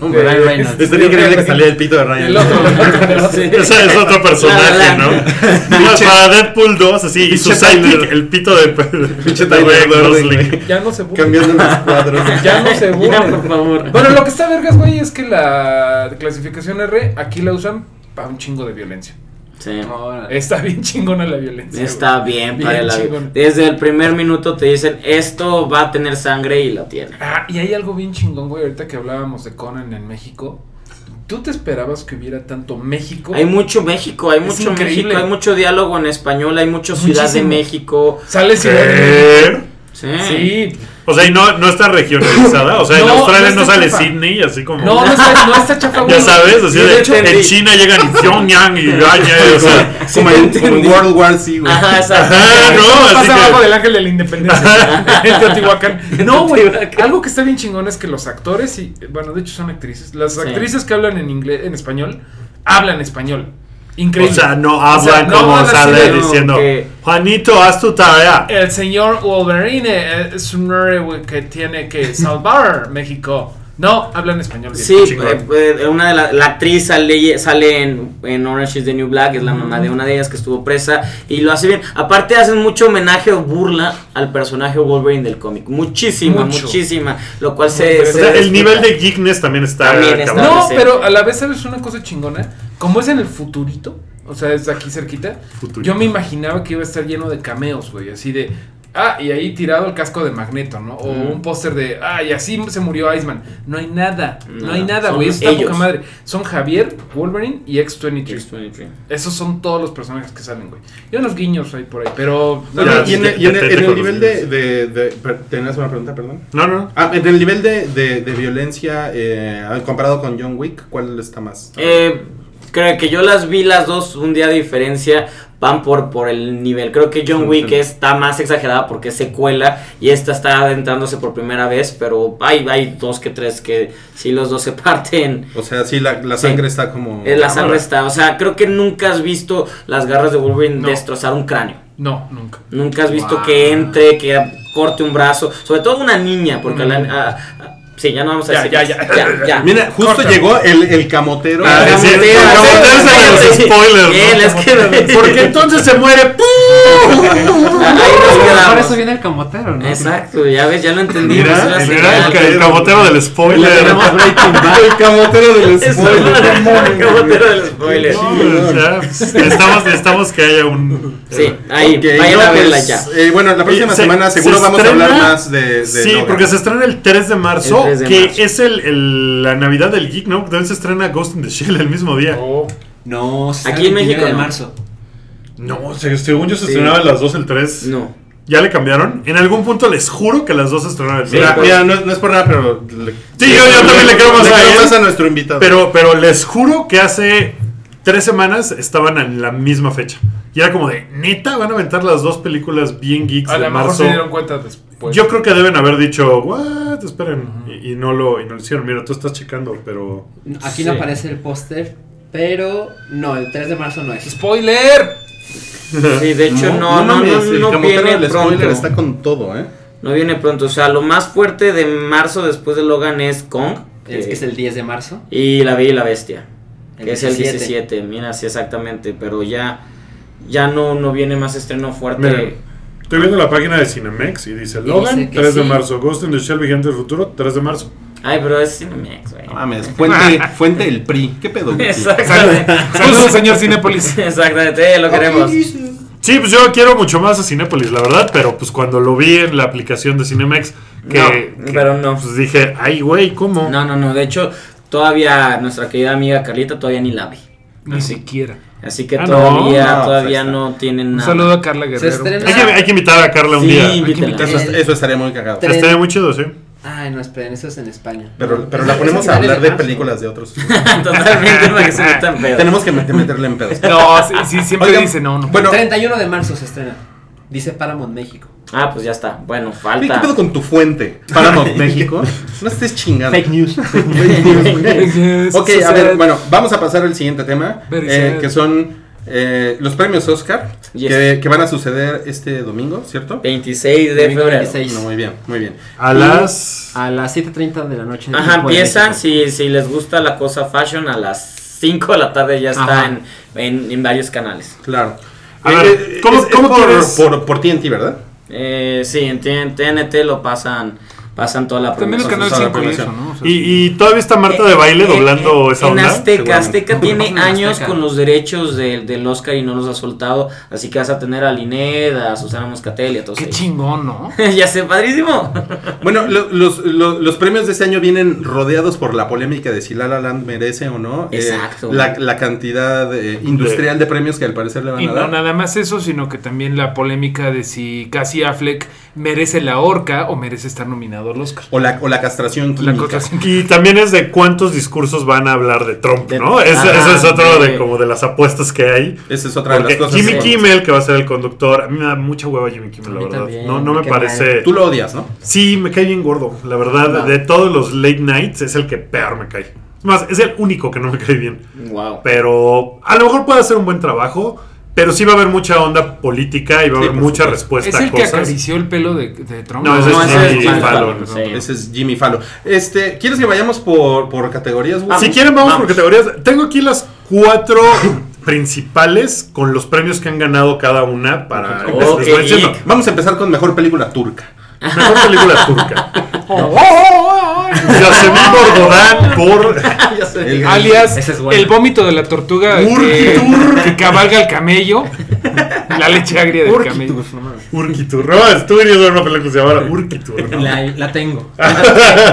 [SPEAKER 3] Hombre,
[SPEAKER 4] Ryan
[SPEAKER 6] Reynolds.
[SPEAKER 3] Estaría increíble que saliera el pito de Ryan.
[SPEAKER 4] el otro, el otro, el otro.
[SPEAKER 2] Ese es otro personaje,
[SPEAKER 5] La La
[SPEAKER 2] ¿no?
[SPEAKER 5] Land.
[SPEAKER 2] Para- Para Deadpool 2, así, y su
[SPEAKER 3] Pinche
[SPEAKER 2] sidekick,
[SPEAKER 3] Tyler.
[SPEAKER 2] el pito de.
[SPEAKER 3] Pinche
[SPEAKER 2] Pinche
[SPEAKER 3] Tyler Durden, güey.
[SPEAKER 4] Ya no se burlen.
[SPEAKER 3] Cambiando los cuadros.
[SPEAKER 4] Ya no se burlen.
[SPEAKER 5] Ya, por favor.
[SPEAKER 4] Bueno, lo que está vergas, güey, es que la clasificación R aquí la usan para un chingo de violencia.
[SPEAKER 5] Sí.
[SPEAKER 6] Ahora,
[SPEAKER 4] Está bien chingona la violencia.
[SPEAKER 5] Está bien,
[SPEAKER 4] Bien
[SPEAKER 5] para la-
[SPEAKER 4] chingón.
[SPEAKER 5] Desde el primer minuto te dicen esto va a tener sangre y la tiene.
[SPEAKER 4] güey. Ah, y hay algo bien chingón, güey, ahorita que hablábamos de Conan en México. ¿Tú te esperabas que hubiera tanto México?
[SPEAKER 5] Hay mucho México, hay
[SPEAKER 4] Es
[SPEAKER 5] mucho
[SPEAKER 4] increíble.
[SPEAKER 5] México, hay mucho diálogo en español, hay mucho Ciudad
[SPEAKER 4] Muchísimo.
[SPEAKER 5] de México.
[SPEAKER 4] Sale Ciudad de México.
[SPEAKER 2] ¿Qué?
[SPEAKER 5] Sí.
[SPEAKER 4] Sí.
[SPEAKER 2] O sea, y no, no está regionalizada. O sea, en
[SPEAKER 4] No,
[SPEAKER 2] Australia
[SPEAKER 4] no
[SPEAKER 2] no,
[SPEAKER 4] está
[SPEAKER 2] sale
[SPEAKER 4] chafa.
[SPEAKER 2] Sydney, así como.
[SPEAKER 4] No, no está, no está chafa, güey.
[SPEAKER 2] Ya sabes, así
[SPEAKER 5] Yo
[SPEAKER 2] de,
[SPEAKER 5] de hecho
[SPEAKER 2] en
[SPEAKER 5] entendí.
[SPEAKER 2] China llegan y Pyongyang y Gaña, o sea.
[SPEAKER 5] Sí,
[SPEAKER 3] Como
[SPEAKER 5] te
[SPEAKER 3] en como
[SPEAKER 5] entendí.
[SPEAKER 3] en World War C, güey.
[SPEAKER 5] Ajá, exacto.
[SPEAKER 2] Ajá, no,
[SPEAKER 4] Eso
[SPEAKER 2] así
[SPEAKER 4] pasa
[SPEAKER 2] que-
[SPEAKER 4] abajo del ángel de la independencia. el Teotihuacán. No, güey.
[SPEAKER 5] Teotihuacán.
[SPEAKER 4] Algo que está bien chingón es que los actores, y bueno, de hecho son actrices. Las
[SPEAKER 5] Sí.
[SPEAKER 4] actrices que hablan en inglés, en español, hablan español. Increíble.
[SPEAKER 2] O sea, no
[SPEAKER 4] O sea,
[SPEAKER 2] hablan
[SPEAKER 4] no
[SPEAKER 2] como
[SPEAKER 4] hablan así
[SPEAKER 2] sale
[SPEAKER 4] de,
[SPEAKER 5] no,
[SPEAKER 2] diciendo,
[SPEAKER 5] que-
[SPEAKER 2] Juanito, haz tu tarea.
[SPEAKER 4] El señor Wolverine es un héroe que tiene que salvar México. No, hablan español. bien.
[SPEAKER 5] Sí,
[SPEAKER 2] Chingón.
[SPEAKER 5] eh, eh, una de la, la actriz sale, sale en, en Orange is the New Black, es la mamá de una de ellas que estuvo presa y lo hace bien. Aparte hacen mucho homenaje o burla al personaje Wolverine del cómic. Muchísima,
[SPEAKER 4] Mucho.
[SPEAKER 5] muchísima. Lo cual
[SPEAKER 4] Muy
[SPEAKER 5] se...
[SPEAKER 2] O
[SPEAKER 5] se
[SPEAKER 2] sea, el
[SPEAKER 5] disfruta.
[SPEAKER 2] nivel de geekness también está
[SPEAKER 5] También está-
[SPEAKER 2] cabrón.
[SPEAKER 4] No,
[SPEAKER 5] Sí.
[SPEAKER 4] pero a la vez, ¿sabes una cosa chingona? Como es en el futurito, o sea, es aquí cerquita,
[SPEAKER 2] Futurito.
[SPEAKER 4] yo me imaginaba que iba a estar lleno de cameos, güey, así de... Ah, y ahí tirado el casco de Magneto, ¿no? O
[SPEAKER 5] Mm.
[SPEAKER 4] un póster de, ah, y así se murió Iceman. No hay nada, no,
[SPEAKER 5] No,
[SPEAKER 4] hay nada,
[SPEAKER 5] son
[SPEAKER 4] güey. Eso está
[SPEAKER 5] ellos.
[SPEAKER 4] poca madre. Son Javier, Wolverine y X-23.
[SPEAKER 5] X-23.
[SPEAKER 4] Esos son todos los personajes que salen, güey. Y unos guiños ahí por ahí, pero...
[SPEAKER 3] No,
[SPEAKER 2] Ya,
[SPEAKER 3] no, y en,
[SPEAKER 2] ya,
[SPEAKER 3] el- y en
[SPEAKER 2] ya
[SPEAKER 3] el-
[SPEAKER 2] te-
[SPEAKER 3] en
[SPEAKER 2] te
[SPEAKER 3] el nivel de,
[SPEAKER 2] conocí.
[SPEAKER 3] de, de- per- ¿Tenías una pregunta, perdón?
[SPEAKER 2] No, no.
[SPEAKER 3] Ah, en el nivel de, de, de violencia eh, comparado con John Wick, ¿cuál está más?
[SPEAKER 5] Eh, creo que yo las vi las dos un día de diferencia. Van por, por el nivel. Creo que John Wick
[SPEAKER 3] Ujú.
[SPEAKER 5] está más exagerada porque es secuela y esta está adentrándose por primera vez. Pero hay, hay dos que tres que si los dos se parten.
[SPEAKER 3] O sea, sí, la, la
[SPEAKER 5] Sí.
[SPEAKER 3] sangre está como...
[SPEAKER 5] eh, la sangre está. O sea, creo que nunca has visto las garras de Wolverine
[SPEAKER 4] No.
[SPEAKER 5] destrozar un cráneo.
[SPEAKER 4] No, nunca.
[SPEAKER 5] Nunca has visto
[SPEAKER 4] Wow.
[SPEAKER 5] que entre, que corte un brazo. Sobre todo una niña, porque
[SPEAKER 4] Una
[SPEAKER 5] la-
[SPEAKER 4] niña.
[SPEAKER 5] ah, ah, sí, ya no vamos a
[SPEAKER 4] Ya,
[SPEAKER 5] decir.
[SPEAKER 4] ya, ya.
[SPEAKER 5] ya, ya.
[SPEAKER 3] Mira, justo
[SPEAKER 4] Corta.
[SPEAKER 3] llegó el, el camotero.
[SPEAKER 2] Ah,
[SPEAKER 5] La
[SPEAKER 2] es cierto,
[SPEAKER 5] botella,
[SPEAKER 2] la
[SPEAKER 5] sí,
[SPEAKER 2] botella es de los
[SPEAKER 5] cállate.
[SPEAKER 2] spoilers,
[SPEAKER 5] Bien,
[SPEAKER 2] ¿no?
[SPEAKER 5] es que-
[SPEAKER 2] Porque entonces se muere.
[SPEAKER 5] Ahí nos
[SPEAKER 6] Por
[SPEAKER 5] quedamos.
[SPEAKER 6] eso viene el camotero, ¿no?
[SPEAKER 5] Exacto, ya ves, ya lo entendí.
[SPEAKER 2] Mira,
[SPEAKER 5] pues, era
[SPEAKER 2] mira,
[SPEAKER 5] señal.
[SPEAKER 2] el, ca- el camotero del spoiler.
[SPEAKER 6] tenemos Breaking Bad.
[SPEAKER 3] El camotero del
[SPEAKER 5] Eso,
[SPEAKER 3] spoiler.
[SPEAKER 5] el camotero del spoiler.
[SPEAKER 2] No, o sea, pues, necesitamos, necesitamos que haya un. eh,
[SPEAKER 5] Sí, ahí,
[SPEAKER 3] Ok,
[SPEAKER 5] vayan a
[SPEAKER 3] no,
[SPEAKER 5] verla
[SPEAKER 3] es-
[SPEAKER 5] ya.
[SPEAKER 3] eh, bueno, la próxima
[SPEAKER 2] Se-
[SPEAKER 3] semana
[SPEAKER 2] se
[SPEAKER 3] seguro vamos a hablar
[SPEAKER 2] estrena-
[SPEAKER 3] más de... de
[SPEAKER 2] Sí,
[SPEAKER 3] Logan.
[SPEAKER 2] porque se estrena el 3 de marzo,
[SPEAKER 5] El 3 de
[SPEAKER 2] que
[SPEAKER 5] marzo.
[SPEAKER 2] es el, el- la Navidad del Geek, ¿no? También se estrena Ghost in the Shell el mismo día.
[SPEAKER 4] Oh,
[SPEAKER 7] No, se
[SPEAKER 5] Aquí
[SPEAKER 7] sale
[SPEAKER 5] en
[SPEAKER 7] el
[SPEAKER 5] México
[SPEAKER 7] 29 de
[SPEAKER 5] no.
[SPEAKER 7] marzo.
[SPEAKER 2] No, o sea, según yo se estrenaban las 2 el 3.
[SPEAKER 5] No.
[SPEAKER 2] ¿Ya le cambiaron? En algún punto les juro que las 2 se estrenaron el 3.
[SPEAKER 3] Mira, mira,
[SPEAKER 5] pues.
[SPEAKER 3] no, es- no es por nada, pero... le-
[SPEAKER 2] Sí, yo- yo también le creo más a él.
[SPEAKER 3] a nuestro invitado.
[SPEAKER 2] Pero, pero les juro que hace tres semanas estaban en la misma fecha. Y era como de, neta, van a aventar las dos películas bien geeks
[SPEAKER 4] a
[SPEAKER 2] de
[SPEAKER 4] lo mejor
[SPEAKER 2] marzo.
[SPEAKER 4] se dieron cuenta después.
[SPEAKER 2] Yo creo que deben haber dicho, what, esperen. y, y no lo, y no lo hicieron. Mira, tú estás checando, pero.
[SPEAKER 6] Aquí no aparece el póster, pero no, el 3 de marzo no es.
[SPEAKER 4] ¡Spoiler!
[SPEAKER 5] Sí, de hecho no, no, no,
[SPEAKER 3] mames,
[SPEAKER 5] no,
[SPEAKER 3] el camotero
[SPEAKER 5] viene
[SPEAKER 3] del
[SPEAKER 5] pronto.
[SPEAKER 3] spoiler está con todo, ¿eh?
[SPEAKER 5] No viene pronto. O sea, lo más fuerte de marzo después de Logan es Kong. eh,
[SPEAKER 6] Es que es el 10 de marzo.
[SPEAKER 5] Y la Bella y la Bestia.
[SPEAKER 6] El
[SPEAKER 5] que es el
[SPEAKER 6] 17.
[SPEAKER 5] 17. Mira, sí, exactamente. Pero ya, ya no, no viene más estreno fuerte.
[SPEAKER 2] Mira. Estoy viendo la página de Cinemex y dice Logan,
[SPEAKER 6] dice que
[SPEAKER 2] 3 de
[SPEAKER 6] sí.
[SPEAKER 2] marzo. Ghost in the Shell, Vigente del Futuro, 3 de marzo.
[SPEAKER 5] Ay, pero es Cinemex, güey.
[SPEAKER 3] No mames, fuente, fuente el PRI. ¿Qué pedo? güey?
[SPEAKER 5] Exactamente.
[SPEAKER 4] Saludos, señor Cinépolis.
[SPEAKER 5] Exactamente, eh, lo queremos.
[SPEAKER 2] Sí, pues yo quiero mucho más a Cinépolis, la verdad, pero pues cuando lo vi en la aplicación de Cinemex, que,
[SPEAKER 5] No,
[SPEAKER 2] que,
[SPEAKER 5] pero no.
[SPEAKER 2] pues dije, ay, güey, ¿cómo?
[SPEAKER 5] No, no, no. De hecho, todavía nuestra querida amiga Carlita todavía ni la ve.
[SPEAKER 4] Ni siquiera.
[SPEAKER 5] Así que
[SPEAKER 2] Ah, no.
[SPEAKER 5] todavía,
[SPEAKER 3] No, pues,
[SPEAKER 5] todavía
[SPEAKER 3] ahí está.
[SPEAKER 5] no tienen
[SPEAKER 4] Un
[SPEAKER 5] nada.
[SPEAKER 4] saludo a Carla Guerrero.
[SPEAKER 6] estrena-
[SPEAKER 2] Hay que, hay que invitar a Carla un
[SPEAKER 5] Sí,
[SPEAKER 2] día.
[SPEAKER 5] invítala.
[SPEAKER 3] Eso, eso estaría muy cagado.
[SPEAKER 6] Tres-
[SPEAKER 2] Estaría muy chido, sí.
[SPEAKER 6] Ay, Ah, no, esperen, eso es en España.
[SPEAKER 3] Pero, pero
[SPEAKER 6] Esa-
[SPEAKER 3] la ponemos
[SPEAKER 6] esa
[SPEAKER 3] a
[SPEAKER 6] final es
[SPEAKER 3] hablar de
[SPEAKER 6] marzo.
[SPEAKER 3] películas de otros.
[SPEAKER 5] Totalmente, una que se metan pedos.
[SPEAKER 3] Tenemos que met- meterle en pedos.
[SPEAKER 4] No, sí, sí, siempre
[SPEAKER 3] Oigan,
[SPEAKER 4] dice no, no.
[SPEAKER 3] Bueno,
[SPEAKER 6] 31 de marzo se estrena. Dice Paramount México.
[SPEAKER 5] Ah, pues ya está. Bueno,
[SPEAKER 3] ¿qué
[SPEAKER 5] falta.
[SPEAKER 3] pedo con tu fuente?
[SPEAKER 7] Paramount México.
[SPEAKER 3] No estés chingando.
[SPEAKER 7] news.
[SPEAKER 4] Yes,
[SPEAKER 3] Ok, a
[SPEAKER 4] so
[SPEAKER 3] ver,
[SPEAKER 4] sad.
[SPEAKER 3] bueno, vamos a pasar al siguiente tema,
[SPEAKER 4] Very
[SPEAKER 3] eh,
[SPEAKER 4] sad.
[SPEAKER 3] que son eh, los premios Oscar,
[SPEAKER 5] Yes.
[SPEAKER 3] que, que van a suceder este domingo, ¿cierto?
[SPEAKER 5] 26 de febrero.
[SPEAKER 6] 26.
[SPEAKER 3] No, muy bien, muy bien.
[SPEAKER 2] A
[SPEAKER 5] Ah,
[SPEAKER 2] las.
[SPEAKER 6] A las 7.30 de la noche. en el
[SPEAKER 5] Ajá,
[SPEAKER 6] tiempo de
[SPEAKER 5] empieza.
[SPEAKER 6] México.
[SPEAKER 5] Si, si les gusta la cosa fashion, a las 5 de la tarde ya está
[SPEAKER 6] Ajá.
[SPEAKER 5] en, en, en varios canales.
[SPEAKER 3] Claro. Eh,
[SPEAKER 2] A ver, ¿cómo-
[SPEAKER 3] es- es
[SPEAKER 2] cómo
[SPEAKER 3] por,
[SPEAKER 2] quieres?
[SPEAKER 3] Por, por TNT, ¿verdad?
[SPEAKER 5] Eh, sí, en TN- TNT lo pasan pasan toda la
[SPEAKER 4] También el
[SPEAKER 5] programación.
[SPEAKER 4] canal
[SPEAKER 3] Esa es la
[SPEAKER 4] 5 y eso,
[SPEAKER 3] premiación.
[SPEAKER 4] ¿no? O sea,
[SPEAKER 2] Y, y todavía está Marta de baile
[SPEAKER 5] Eh,
[SPEAKER 2] doblando
[SPEAKER 5] eh,
[SPEAKER 2] esa
[SPEAKER 5] en
[SPEAKER 2] onda.
[SPEAKER 5] Azteca,
[SPEAKER 3] seguramente.
[SPEAKER 5] Azteca
[SPEAKER 6] En
[SPEAKER 5] tiene
[SPEAKER 6] Azteca.
[SPEAKER 5] años con los derechos de- del Oscar y no los ha soltado. Así que vas a tener a Lined, a Susana Moscatel y a todos.
[SPEAKER 4] Qué
[SPEAKER 5] ellos.
[SPEAKER 4] chingón, ¿no?
[SPEAKER 5] ya sé, padrísimo.
[SPEAKER 3] Bueno, lo- los, lo- los premios de este año vienen rodeados por la polémica de si La La Land merece o no eh,
[SPEAKER 5] Exacto.
[SPEAKER 3] la, la cantidad eh, industrial de premios que al parecer le van
[SPEAKER 4] Y
[SPEAKER 3] a
[SPEAKER 4] no
[SPEAKER 3] dar.
[SPEAKER 4] nada más eso, sino que también la polémica de si Cassie Affleck merece la horca o merece estar nominado al Oscar.
[SPEAKER 3] O la, o la castración
[SPEAKER 4] La
[SPEAKER 3] química.
[SPEAKER 4] cosa es-
[SPEAKER 2] Y también es de cuántos discursos van a hablar de Trump,
[SPEAKER 5] De-
[SPEAKER 2] ¿no? Es-
[SPEAKER 5] Ajá,
[SPEAKER 2] Eso es otro de
[SPEAKER 5] de-
[SPEAKER 2] como de las apuestas que hay.
[SPEAKER 3] Esa es otra de
[SPEAKER 2] Porque
[SPEAKER 3] las cosas.
[SPEAKER 2] Jimmy
[SPEAKER 5] sí.
[SPEAKER 2] Kimmel, que va a ser el conductor, a mí me da mucha hueva Jimmy Kimmel,
[SPEAKER 6] A
[SPEAKER 2] la
[SPEAKER 6] mí
[SPEAKER 2] verdad.
[SPEAKER 6] también,
[SPEAKER 2] no, no me
[SPEAKER 6] qué
[SPEAKER 2] parece.
[SPEAKER 3] Tú lo odias, ¿no?
[SPEAKER 2] Sí, me cae bien gordo. La verdad,
[SPEAKER 5] Ajá.
[SPEAKER 2] de todos los late nights es el que peor me cae. Es más, es el único que no me cae bien.
[SPEAKER 5] wow.
[SPEAKER 2] Pero a lo mejor puede hacer un buen trabajo, pero sí va a haber mucha onda política y va a haber
[SPEAKER 3] Sí, por
[SPEAKER 2] mucha
[SPEAKER 3] supuesto.
[SPEAKER 2] respuesta
[SPEAKER 4] ¿Es el
[SPEAKER 2] a
[SPEAKER 4] que
[SPEAKER 2] cosas.
[SPEAKER 4] acarició el pelo de, de Trump?
[SPEAKER 2] No, ese es
[SPEAKER 5] ese
[SPEAKER 2] Jimmy
[SPEAKER 5] Jimmy
[SPEAKER 2] Fallon,
[SPEAKER 5] Fallon,
[SPEAKER 2] ¿no?
[SPEAKER 5] sí.
[SPEAKER 3] Ese es Jimmy Fallon. Este, ¿quieres que vayamos por, por categorías?
[SPEAKER 4] Ah,
[SPEAKER 3] güey?
[SPEAKER 2] Si quieren, vamos,
[SPEAKER 5] Vamos.
[SPEAKER 2] por categorías. Tengo aquí las cuatro principales con los premios que han ganado cada una para.
[SPEAKER 5] Ok,
[SPEAKER 2] les voy
[SPEAKER 5] geek.
[SPEAKER 2] diciendo.
[SPEAKER 3] Vamos a empezar con mejor película turca.
[SPEAKER 2] Mejor película turca.
[SPEAKER 4] Oh,
[SPEAKER 2] Yasemin Bordodán por.
[SPEAKER 3] El-
[SPEAKER 4] Alias,
[SPEAKER 6] Ese es bueno.
[SPEAKER 4] el vómito de la tortuga que, que cabalga el camello. La leche agria del camello.
[SPEAKER 6] Uf, no mames.
[SPEAKER 2] Urquitur. No, estuve viendo una película que se llamaba Urquitur. ¿no?
[SPEAKER 6] La, la tengo.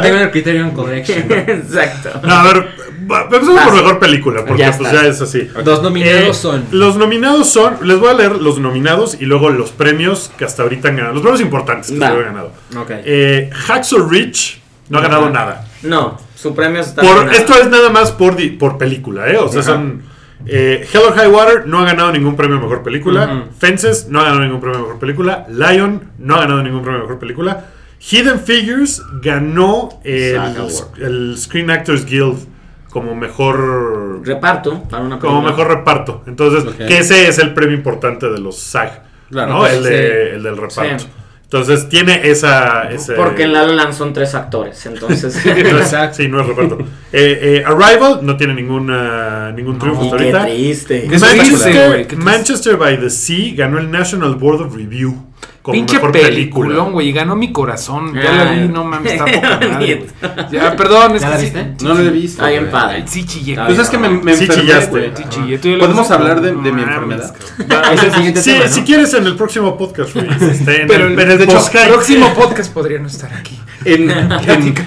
[SPEAKER 6] tengo en el Criterion Collection.
[SPEAKER 5] Exacto.
[SPEAKER 2] No, a ver, va- empecemos por mejor película, porque
[SPEAKER 5] Ya
[SPEAKER 2] pues
[SPEAKER 5] está.
[SPEAKER 2] ya es así.
[SPEAKER 6] Dos nominados
[SPEAKER 2] Eh,
[SPEAKER 6] son.
[SPEAKER 2] Los nominados son. Les voy a leer los nominados y luego los premios que hasta ahorita han ganado. Los premios importantes que
[SPEAKER 5] Va.
[SPEAKER 2] se han ganado.
[SPEAKER 6] Ok.
[SPEAKER 2] Eh, Hacksaw Ridge no ha ganado nada.
[SPEAKER 5] No, su premio está.
[SPEAKER 2] Por,
[SPEAKER 5] nominado.
[SPEAKER 2] Esto es nada más por, di- por película, ¿eh? O sea, son. eh, Hell or High Water no ha ganado ningún premio a mejor película. Fences no ha ganado ningún premio a mejor película. Lion no ha ganado ningún premio a mejor película. Hidden Figures ganó el,
[SPEAKER 5] Saga Award.
[SPEAKER 2] el Screen Actors Guild como mejor
[SPEAKER 5] Reparto para una
[SPEAKER 2] como
[SPEAKER 5] película.
[SPEAKER 2] mejor reparto. Entonces,
[SPEAKER 3] Ok.
[SPEAKER 2] que ese es el premio importante de los SAG,
[SPEAKER 3] Claro.
[SPEAKER 2] ¿no? El, de- el del reparto.
[SPEAKER 5] Sí.
[SPEAKER 2] Entonces, tiene esa... Ese,
[SPEAKER 5] Porque en La La Land son tres actores, entonces.
[SPEAKER 2] no es- sí, no es reparto. Eh, eh, Arrival no tiene ninguna, ningún triunfo hasta
[SPEAKER 5] Y qué
[SPEAKER 2] ahorita.
[SPEAKER 5] triste.
[SPEAKER 4] Es
[SPEAKER 2] Manchester,
[SPEAKER 4] triste, güey, qué triste.
[SPEAKER 2] Manchester by the Sea ganó el National Board of Review como
[SPEAKER 4] Pinche
[SPEAKER 2] mejor película.
[SPEAKER 4] peliculón, güey. Ganó mi corazón. Ya la vi,
[SPEAKER 5] Ay.
[SPEAKER 4] no mames, está poca madre, güey.
[SPEAKER 5] Bonito.
[SPEAKER 4] Ya, perdón, es
[SPEAKER 6] ¿Ya
[SPEAKER 4] que
[SPEAKER 6] la
[SPEAKER 4] sí-
[SPEAKER 6] viste?
[SPEAKER 3] No lo he visto.
[SPEAKER 5] Está bien
[SPEAKER 3] güey.
[SPEAKER 5] padre.
[SPEAKER 4] Sí, chillé.
[SPEAKER 5] Está
[SPEAKER 3] Pues es que me, me
[SPEAKER 2] Sí,
[SPEAKER 3] enfermé,
[SPEAKER 2] chillaste.
[SPEAKER 3] güey.
[SPEAKER 4] Sí, chillé. Tú ya la
[SPEAKER 3] ¿Podemos
[SPEAKER 4] viste,
[SPEAKER 3] hablar de,
[SPEAKER 4] cabrón.
[SPEAKER 3] de mi
[SPEAKER 4] No mames,
[SPEAKER 3] enfermedad?
[SPEAKER 4] cabrón.
[SPEAKER 6] Es el siguiente
[SPEAKER 2] Sí,
[SPEAKER 6] tema, ¿no?
[SPEAKER 2] Si quieres en el próximo podcast, güey, este, en,
[SPEAKER 4] Pero
[SPEAKER 2] el,
[SPEAKER 4] el,
[SPEAKER 2] en el
[SPEAKER 4] de hecho,
[SPEAKER 2] podcast.
[SPEAKER 4] próximo podcast podría no estar aquí.
[SPEAKER 3] En, en,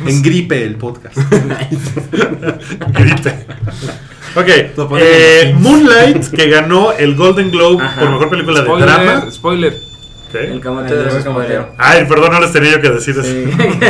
[SPEAKER 3] en gripe el podcast.
[SPEAKER 2] Grita. Ok,
[SPEAKER 3] Lo ponen
[SPEAKER 2] eh,
[SPEAKER 3] en los
[SPEAKER 2] Moonlight que ganó el Golden Globe
[SPEAKER 5] Ajá.
[SPEAKER 2] por mejor película de
[SPEAKER 4] Spoiler,
[SPEAKER 2] drama.
[SPEAKER 4] spoiler.
[SPEAKER 5] El
[SPEAKER 2] Ok.
[SPEAKER 6] Ay,
[SPEAKER 5] camotero de
[SPEAKER 6] no,
[SPEAKER 5] los
[SPEAKER 6] el camotero.
[SPEAKER 5] spoiler.
[SPEAKER 2] Ay, perdón, no les tenía yo que decir eso.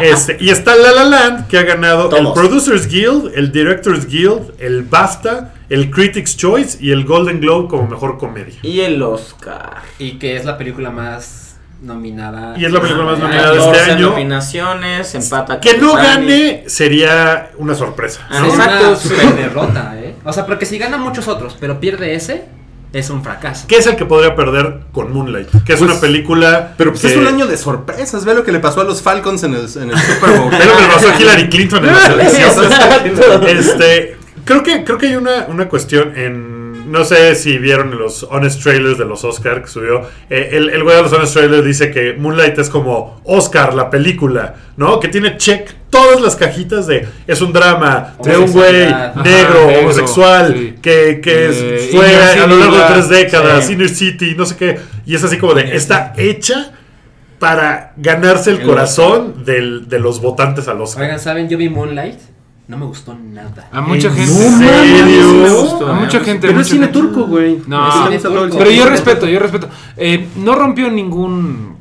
[SPEAKER 2] Este, y está La La Land, que ha ganado el
[SPEAKER 5] Todos.
[SPEAKER 2] Producers Guild, el Directors Guild, el BAFTA, el Critics' Choice y el Golden Globe como mejor comedia.
[SPEAKER 5] Y el Oscar.
[SPEAKER 6] Y que es la película más nominada. Ah,
[SPEAKER 2] Y es la película más
[SPEAKER 5] Hay
[SPEAKER 2] nominada de este
[SPEAKER 5] 14
[SPEAKER 2] año.
[SPEAKER 5] nominaciones, empata
[SPEAKER 2] Que
[SPEAKER 5] con
[SPEAKER 2] no
[SPEAKER 5] Titanic.
[SPEAKER 2] gane sería una sorpresa.
[SPEAKER 5] Ah,
[SPEAKER 6] Sería
[SPEAKER 5] exacto,
[SPEAKER 6] una
[SPEAKER 5] sí.
[SPEAKER 6] super derrota, ¿eh? O sea, porque si gana muchos otros, pero pierde ese, es un fracaso.
[SPEAKER 2] ¿Qué es el que podría perder con Moonlight? Que es
[SPEAKER 3] Pues-
[SPEAKER 2] una película.
[SPEAKER 3] Pero pues
[SPEAKER 2] que-
[SPEAKER 3] es un año de sorpresas. Ve lo que le pasó a los Falcons en el, en el Super Bowl. pues,
[SPEAKER 2] Ve lo que le pasó a Hillary Clinton en las elecciones.
[SPEAKER 5] Exacto.
[SPEAKER 2] Este, creo que, creo que hay una, una cuestión en. No sé si vieron los honest trailers de los Oscar que subió. Eh, el, el güey de los honest trailers dice que Moonlight es como Oscar, la película, ¿no? Que tiene check todas las cajitas de. Es un drama de un güey
[SPEAKER 6] Homosexualidad.
[SPEAKER 4] Ajá,
[SPEAKER 2] negro,
[SPEAKER 4] negro,
[SPEAKER 2] homosexual,
[SPEAKER 4] sí.
[SPEAKER 2] que, que es-
[SPEAKER 4] Eh,
[SPEAKER 2] fue
[SPEAKER 4] Inner
[SPEAKER 2] a lo
[SPEAKER 4] City,
[SPEAKER 2] largo de
[SPEAKER 4] la-
[SPEAKER 2] tres décadas,
[SPEAKER 5] sí.
[SPEAKER 2] Inner City, no sé qué. Y es así como de. Está hecha para ganarse el
[SPEAKER 5] El
[SPEAKER 2] corazón del- de los votantes al Oscar.
[SPEAKER 6] Oigan, ¿saben? Yo vi Moonlight, no me gustó nada.
[SPEAKER 4] A mucha
[SPEAKER 2] ¿En
[SPEAKER 4] gente.
[SPEAKER 2] serio?
[SPEAKER 4] Sí, me
[SPEAKER 3] Pero
[SPEAKER 4] gustó, A mucha gente.
[SPEAKER 3] Pero es
[SPEAKER 4] mucha
[SPEAKER 3] cine
[SPEAKER 4] gente.
[SPEAKER 3] turco, güey.
[SPEAKER 4] No.
[SPEAKER 3] Es cine turco.
[SPEAKER 4] Pero yo respeto, yo respeto. Eh, no rompió ningún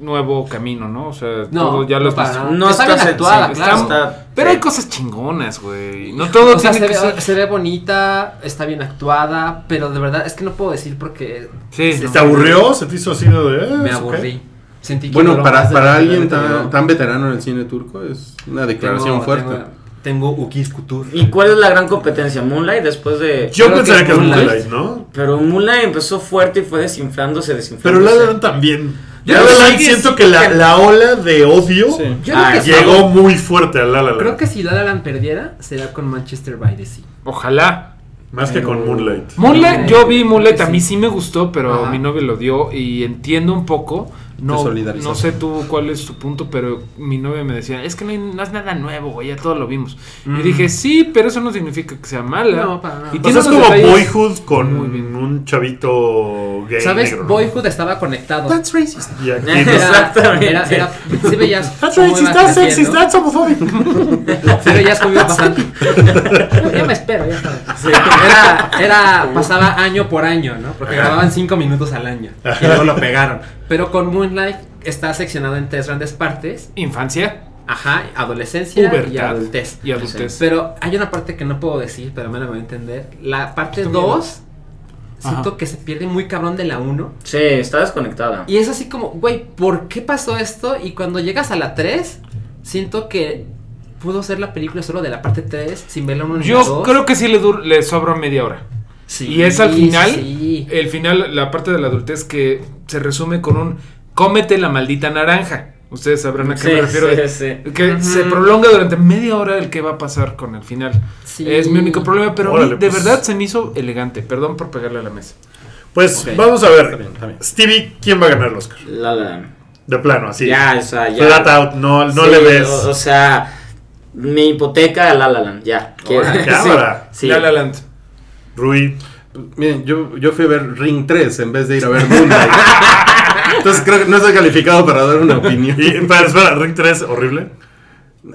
[SPEAKER 4] nuevo camino, ¿no? O sea,
[SPEAKER 6] No,
[SPEAKER 4] todo pues ya
[SPEAKER 6] no
[SPEAKER 4] lo
[SPEAKER 6] para
[SPEAKER 4] estás-
[SPEAKER 6] nada.
[SPEAKER 5] No
[SPEAKER 6] Está
[SPEAKER 5] está
[SPEAKER 6] bien actuada,
[SPEAKER 5] sí,
[SPEAKER 6] claro.
[SPEAKER 5] está-
[SPEAKER 4] Pero hay cosas chingonas, güey. No todo
[SPEAKER 6] o sea,
[SPEAKER 4] tiene
[SPEAKER 6] se,
[SPEAKER 4] que
[SPEAKER 6] ve,
[SPEAKER 4] ser.
[SPEAKER 6] se ve bonita, está bien actuada, pero de verdad es que no puedo decir porque
[SPEAKER 4] Sí,
[SPEAKER 6] se-
[SPEAKER 4] no.
[SPEAKER 2] ¿Te aburrió? ¿Se te hizo así de.? eh,
[SPEAKER 6] me
[SPEAKER 2] es ok?
[SPEAKER 6] aburrí. Sentí que
[SPEAKER 3] Bueno,
[SPEAKER 6] duró
[SPEAKER 3] para,
[SPEAKER 6] más de
[SPEAKER 3] para
[SPEAKER 6] lo que
[SPEAKER 3] alguien
[SPEAKER 6] realmente duró.
[SPEAKER 3] tan, tan veterano en el cine turco es una declaración
[SPEAKER 6] Tengo-
[SPEAKER 3] fuerte.
[SPEAKER 6] Tengo, tengo Ukis Kutur.
[SPEAKER 5] ¿Y cuál es la gran competencia? Moonlight después de.
[SPEAKER 2] Yo
[SPEAKER 6] Creo
[SPEAKER 2] pensaría
[SPEAKER 6] que
[SPEAKER 2] que es
[SPEAKER 6] Moonlight.
[SPEAKER 2] Moonlight, ¿no?
[SPEAKER 5] Pero Moonlight empezó fuerte y fue desinflándose,
[SPEAKER 2] Pero
[SPEAKER 5] desinflándose.
[SPEAKER 2] La La Land también.
[SPEAKER 5] Yo
[SPEAKER 2] La
[SPEAKER 5] creo
[SPEAKER 2] La
[SPEAKER 5] que
[SPEAKER 2] Land
[SPEAKER 5] sí,
[SPEAKER 2] siento
[SPEAKER 5] sí,
[SPEAKER 2] que la,
[SPEAKER 5] que-
[SPEAKER 2] la ola de odio
[SPEAKER 3] Sí.
[SPEAKER 6] Yo creo
[SPEAKER 5] Ah,
[SPEAKER 6] que sí.
[SPEAKER 2] llegó muy fuerte a La La Land.
[SPEAKER 6] Creo que si La La Land perdiera, será con Manchester by the Sea.
[SPEAKER 4] Ojalá.
[SPEAKER 2] Más que con Moonlight.
[SPEAKER 4] Moonlight, yo vi Moonlight, a
[SPEAKER 6] Sí.
[SPEAKER 4] mí sí me gustó, pero
[SPEAKER 6] Ajá.
[SPEAKER 4] mi novio lo dio y entiendo un poco. No,
[SPEAKER 3] Te solidarizas.
[SPEAKER 4] no sé tú cuál es tu punto, pero mi novia me decía, es que no, hay- no es nada nuevo, güey, ya todo lo vimos. Y dije, sí, pero eso no significa que sea mala.
[SPEAKER 6] No, para nada.
[SPEAKER 4] Y
[SPEAKER 6] Mm. O
[SPEAKER 2] Pues
[SPEAKER 4] tiene
[SPEAKER 2] es
[SPEAKER 4] unos
[SPEAKER 2] como
[SPEAKER 4] detalles-
[SPEAKER 2] Boyhood con
[SPEAKER 4] Muy bien.
[SPEAKER 2] un chavito gay.
[SPEAKER 6] ¿Sabes?
[SPEAKER 2] negro, ¿no?
[SPEAKER 6] Boyhood estaba conectado.
[SPEAKER 2] That's racist. Y aquí
[SPEAKER 6] Era-
[SPEAKER 2] nos-
[SPEAKER 5] Exactamente.
[SPEAKER 6] Era, era, sí veías
[SPEAKER 2] That's
[SPEAKER 6] cómo
[SPEAKER 2] racist,
[SPEAKER 6] iba
[SPEAKER 2] that's sexist,
[SPEAKER 6] creciendo.
[SPEAKER 2] that's homophobic.
[SPEAKER 6] Sí veías cómo iba pasando. Yo me espero, ya sabes. Era, era, pasaba año por año, ¿no? Porque grababan cinco minutos al año. Y luego lo pegaron. Pero con Moonlight está seccionado en tres grandes partes.
[SPEAKER 4] Infancia,
[SPEAKER 6] Ajá, adolescencia y
[SPEAKER 4] Pubertad.
[SPEAKER 6] adultez.
[SPEAKER 4] y adultez.
[SPEAKER 6] Pero hay una parte que no puedo decir, pero me la voy a entender. La parte
[SPEAKER 4] Está bien.
[SPEAKER 6] 2, siento
[SPEAKER 4] Ajá.
[SPEAKER 6] que se pierde muy cabrón de la 1.
[SPEAKER 5] Sí, está desconectada.
[SPEAKER 6] Y es así como, güey, ¿por qué pasó esto? Y cuando llegas a la 3, siento que pudo ser la película solo de la parte 3 sin ver la 1 ni la 2.
[SPEAKER 4] Yo creo que sí le, dur- le sobra media hora.
[SPEAKER 6] Sí,
[SPEAKER 4] y es al
[SPEAKER 6] sí,
[SPEAKER 4] final,
[SPEAKER 6] sí.
[SPEAKER 4] el final, la parte de la adultez que se resume con un cómete la maldita naranja. Ustedes sabrán a qué
[SPEAKER 5] Sí,
[SPEAKER 4] me refiero.
[SPEAKER 5] sí,
[SPEAKER 4] de-
[SPEAKER 5] sí.
[SPEAKER 4] Que
[SPEAKER 6] Ujú.
[SPEAKER 4] se prolonga durante media hora el que va a pasar con el final.
[SPEAKER 6] Sí.
[SPEAKER 4] Es mi único problema, pero a mí
[SPEAKER 2] Órale,
[SPEAKER 4] de
[SPEAKER 2] pues.
[SPEAKER 4] verdad se me hizo elegante. Perdón por pegarle a la mesa.
[SPEAKER 2] Pues
[SPEAKER 6] Ok.
[SPEAKER 2] vamos a ver.
[SPEAKER 3] Está bien, está bien.
[SPEAKER 2] Stevie, ¿quién va a ganar el Oscar?
[SPEAKER 5] La La Land.
[SPEAKER 2] De plano, así.
[SPEAKER 5] Ya, o sea, ya.
[SPEAKER 2] Flat out, no, no
[SPEAKER 5] Sí,
[SPEAKER 2] le ves.
[SPEAKER 5] O, o sea, mi hipoteca a La La Land, ya.
[SPEAKER 2] Órale,
[SPEAKER 5] Sí,
[SPEAKER 2] cámara.
[SPEAKER 5] Sí.
[SPEAKER 4] La La Land.
[SPEAKER 2] Rui.
[SPEAKER 3] Miren, yo, yo fui a ver Ring 3 en vez de ir a ver Moonlight. Entonces creo que no estoy calificado para dar una opinión.
[SPEAKER 2] Y, espera, espera, Ring 3, horrible.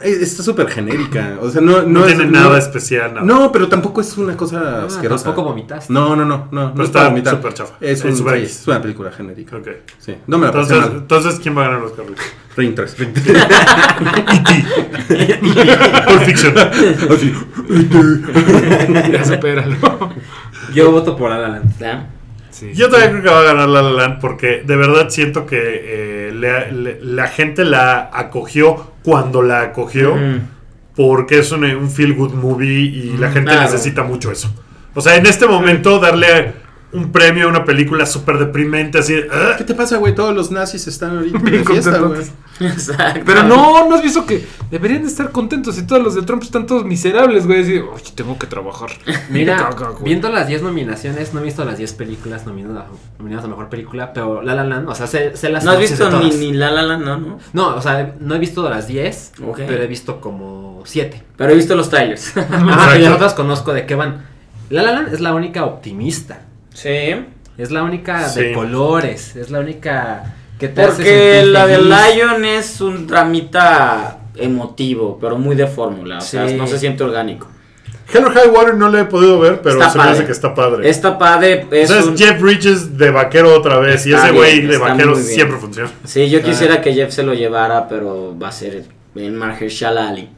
[SPEAKER 3] Eh, Está súper genérica. O sea, no,
[SPEAKER 2] No,
[SPEAKER 3] no, es-
[SPEAKER 2] tiene
[SPEAKER 3] no-
[SPEAKER 2] nada especial. nada.
[SPEAKER 3] No, pero tampoco es una cosa
[SPEAKER 5] Ah,
[SPEAKER 3] asquerosa.
[SPEAKER 6] tampoco vomitaste.
[SPEAKER 3] No, no, no. no no es
[SPEAKER 2] está
[SPEAKER 3] para vomitar.
[SPEAKER 2] súper chafa.
[SPEAKER 3] Es, un-
[SPEAKER 2] Es súper
[SPEAKER 3] sí,
[SPEAKER 2] X.
[SPEAKER 3] es una película genérica.
[SPEAKER 2] Ok.
[SPEAKER 3] Sí, no me la pasé
[SPEAKER 2] Entonces,
[SPEAKER 3] mal.
[SPEAKER 2] entonces, ¿quién va a ganar el Oscar? Rui?
[SPEAKER 3] Ring 3. Ring 3.
[SPEAKER 2] Pulp Fiction.
[SPEAKER 3] Así.
[SPEAKER 4] Ya supéralo.
[SPEAKER 6] Yo voto por Alan.
[SPEAKER 5] Ya.
[SPEAKER 4] Sí.
[SPEAKER 2] Yo también creo que va a ganar La La Land porque de verdad siento que eh, le- le- la gente la acogió cuando la acogió
[SPEAKER 5] Mm.
[SPEAKER 2] porque es un, un feel good movie y la gente
[SPEAKER 5] claro.
[SPEAKER 2] necesita mucho eso. O sea, en este momento darle un premio a una película súper deprimente así... "Ah",
[SPEAKER 3] ¿Qué te pasa, güey? Todos los nazis están ahorita
[SPEAKER 4] Bien
[SPEAKER 3] de fiesta, güey.
[SPEAKER 4] contentotes.
[SPEAKER 5] Exacto.
[SPEAKER 4] Pero no, no has visto que deberían de estar contentos y todos los de Trump están todos miserables, güey. Así, "Ay, tengo que trabajar. Me
[SPEAKER 6] Mira,
[SPEAKER 4] caga, güey.
[SPEAKER 6] viendo las 10 nominaciones, no he visto las 10 películas nominadas, nominadas a mejor película, pero La La Land, o sea, sé, sé las
[SPEAKER 5] No has
[SPEAKER 6] sinopsis de
[SPEAKER 5] visto ni,
[SPEAKER 6] todas.
[SPEAKER 5] ni La La Land, no, no.
[SPEAKER 6] No, o sea, no he visto las 10,
[SPEAKER 5] Ok.
[SPEAKER 6] pero he visto como 7.
[SPEAKER 5] Pero he visto los trailers.
[SPEAKER 6] Ah,
[SPEAKER 2] Exacto.
[SPEAKER 6] y las otras conozco de qué van. La La Land es la única optimista.
[SPEAKER 5] sí.
[SPEAKER 6] Es la única
[SPEAKER 2] Sí.
[SPEAKER 6] de colores. Es la única que te hace
[SPEAKER 5] Porque
[SPEAKER 6] sentir
[SPEAKER 5] la de
[SPEAKER 6] feliz.
[SPEAKER 5] Lion es un tramita emotivo, pero muy de fórmula. O sea,
[SPEAKER 6] Sí.
[SPEAKER 5] no se siente orgánico.
[SPEAKER 2] Hell or High Water no la he podido ver, pero
[SPEAKER 5] Está
[SPEAKER 2] se me
[SPEAKER 5] padre.
[SPEAKER 2] hace que está padre.
[SPEAKER 5] Esta padre es
[SPEAKER 2] Entonces,
[SPEAKER 5] un...
[SPEAKER 2] Jeff Bridges de vaquero otra vez y
[SPEAKER 5] Está
[SPEAKER 2] ese güey
[SPEAKER 5] bien,
[SPEAKER 2] de
[SPEAKER 5] está
[SPEAKER 2] vaquero
[SPEAKER 5] muy bien.
[SPEAKER 2] siempre funciona.
[SPEAKER 5] Sí,
[SPEAKER 6] Ah.
[SPEAKER 5] yo quisiera que Jeff se lo llevara, pero va a ser en Mahershala Ali.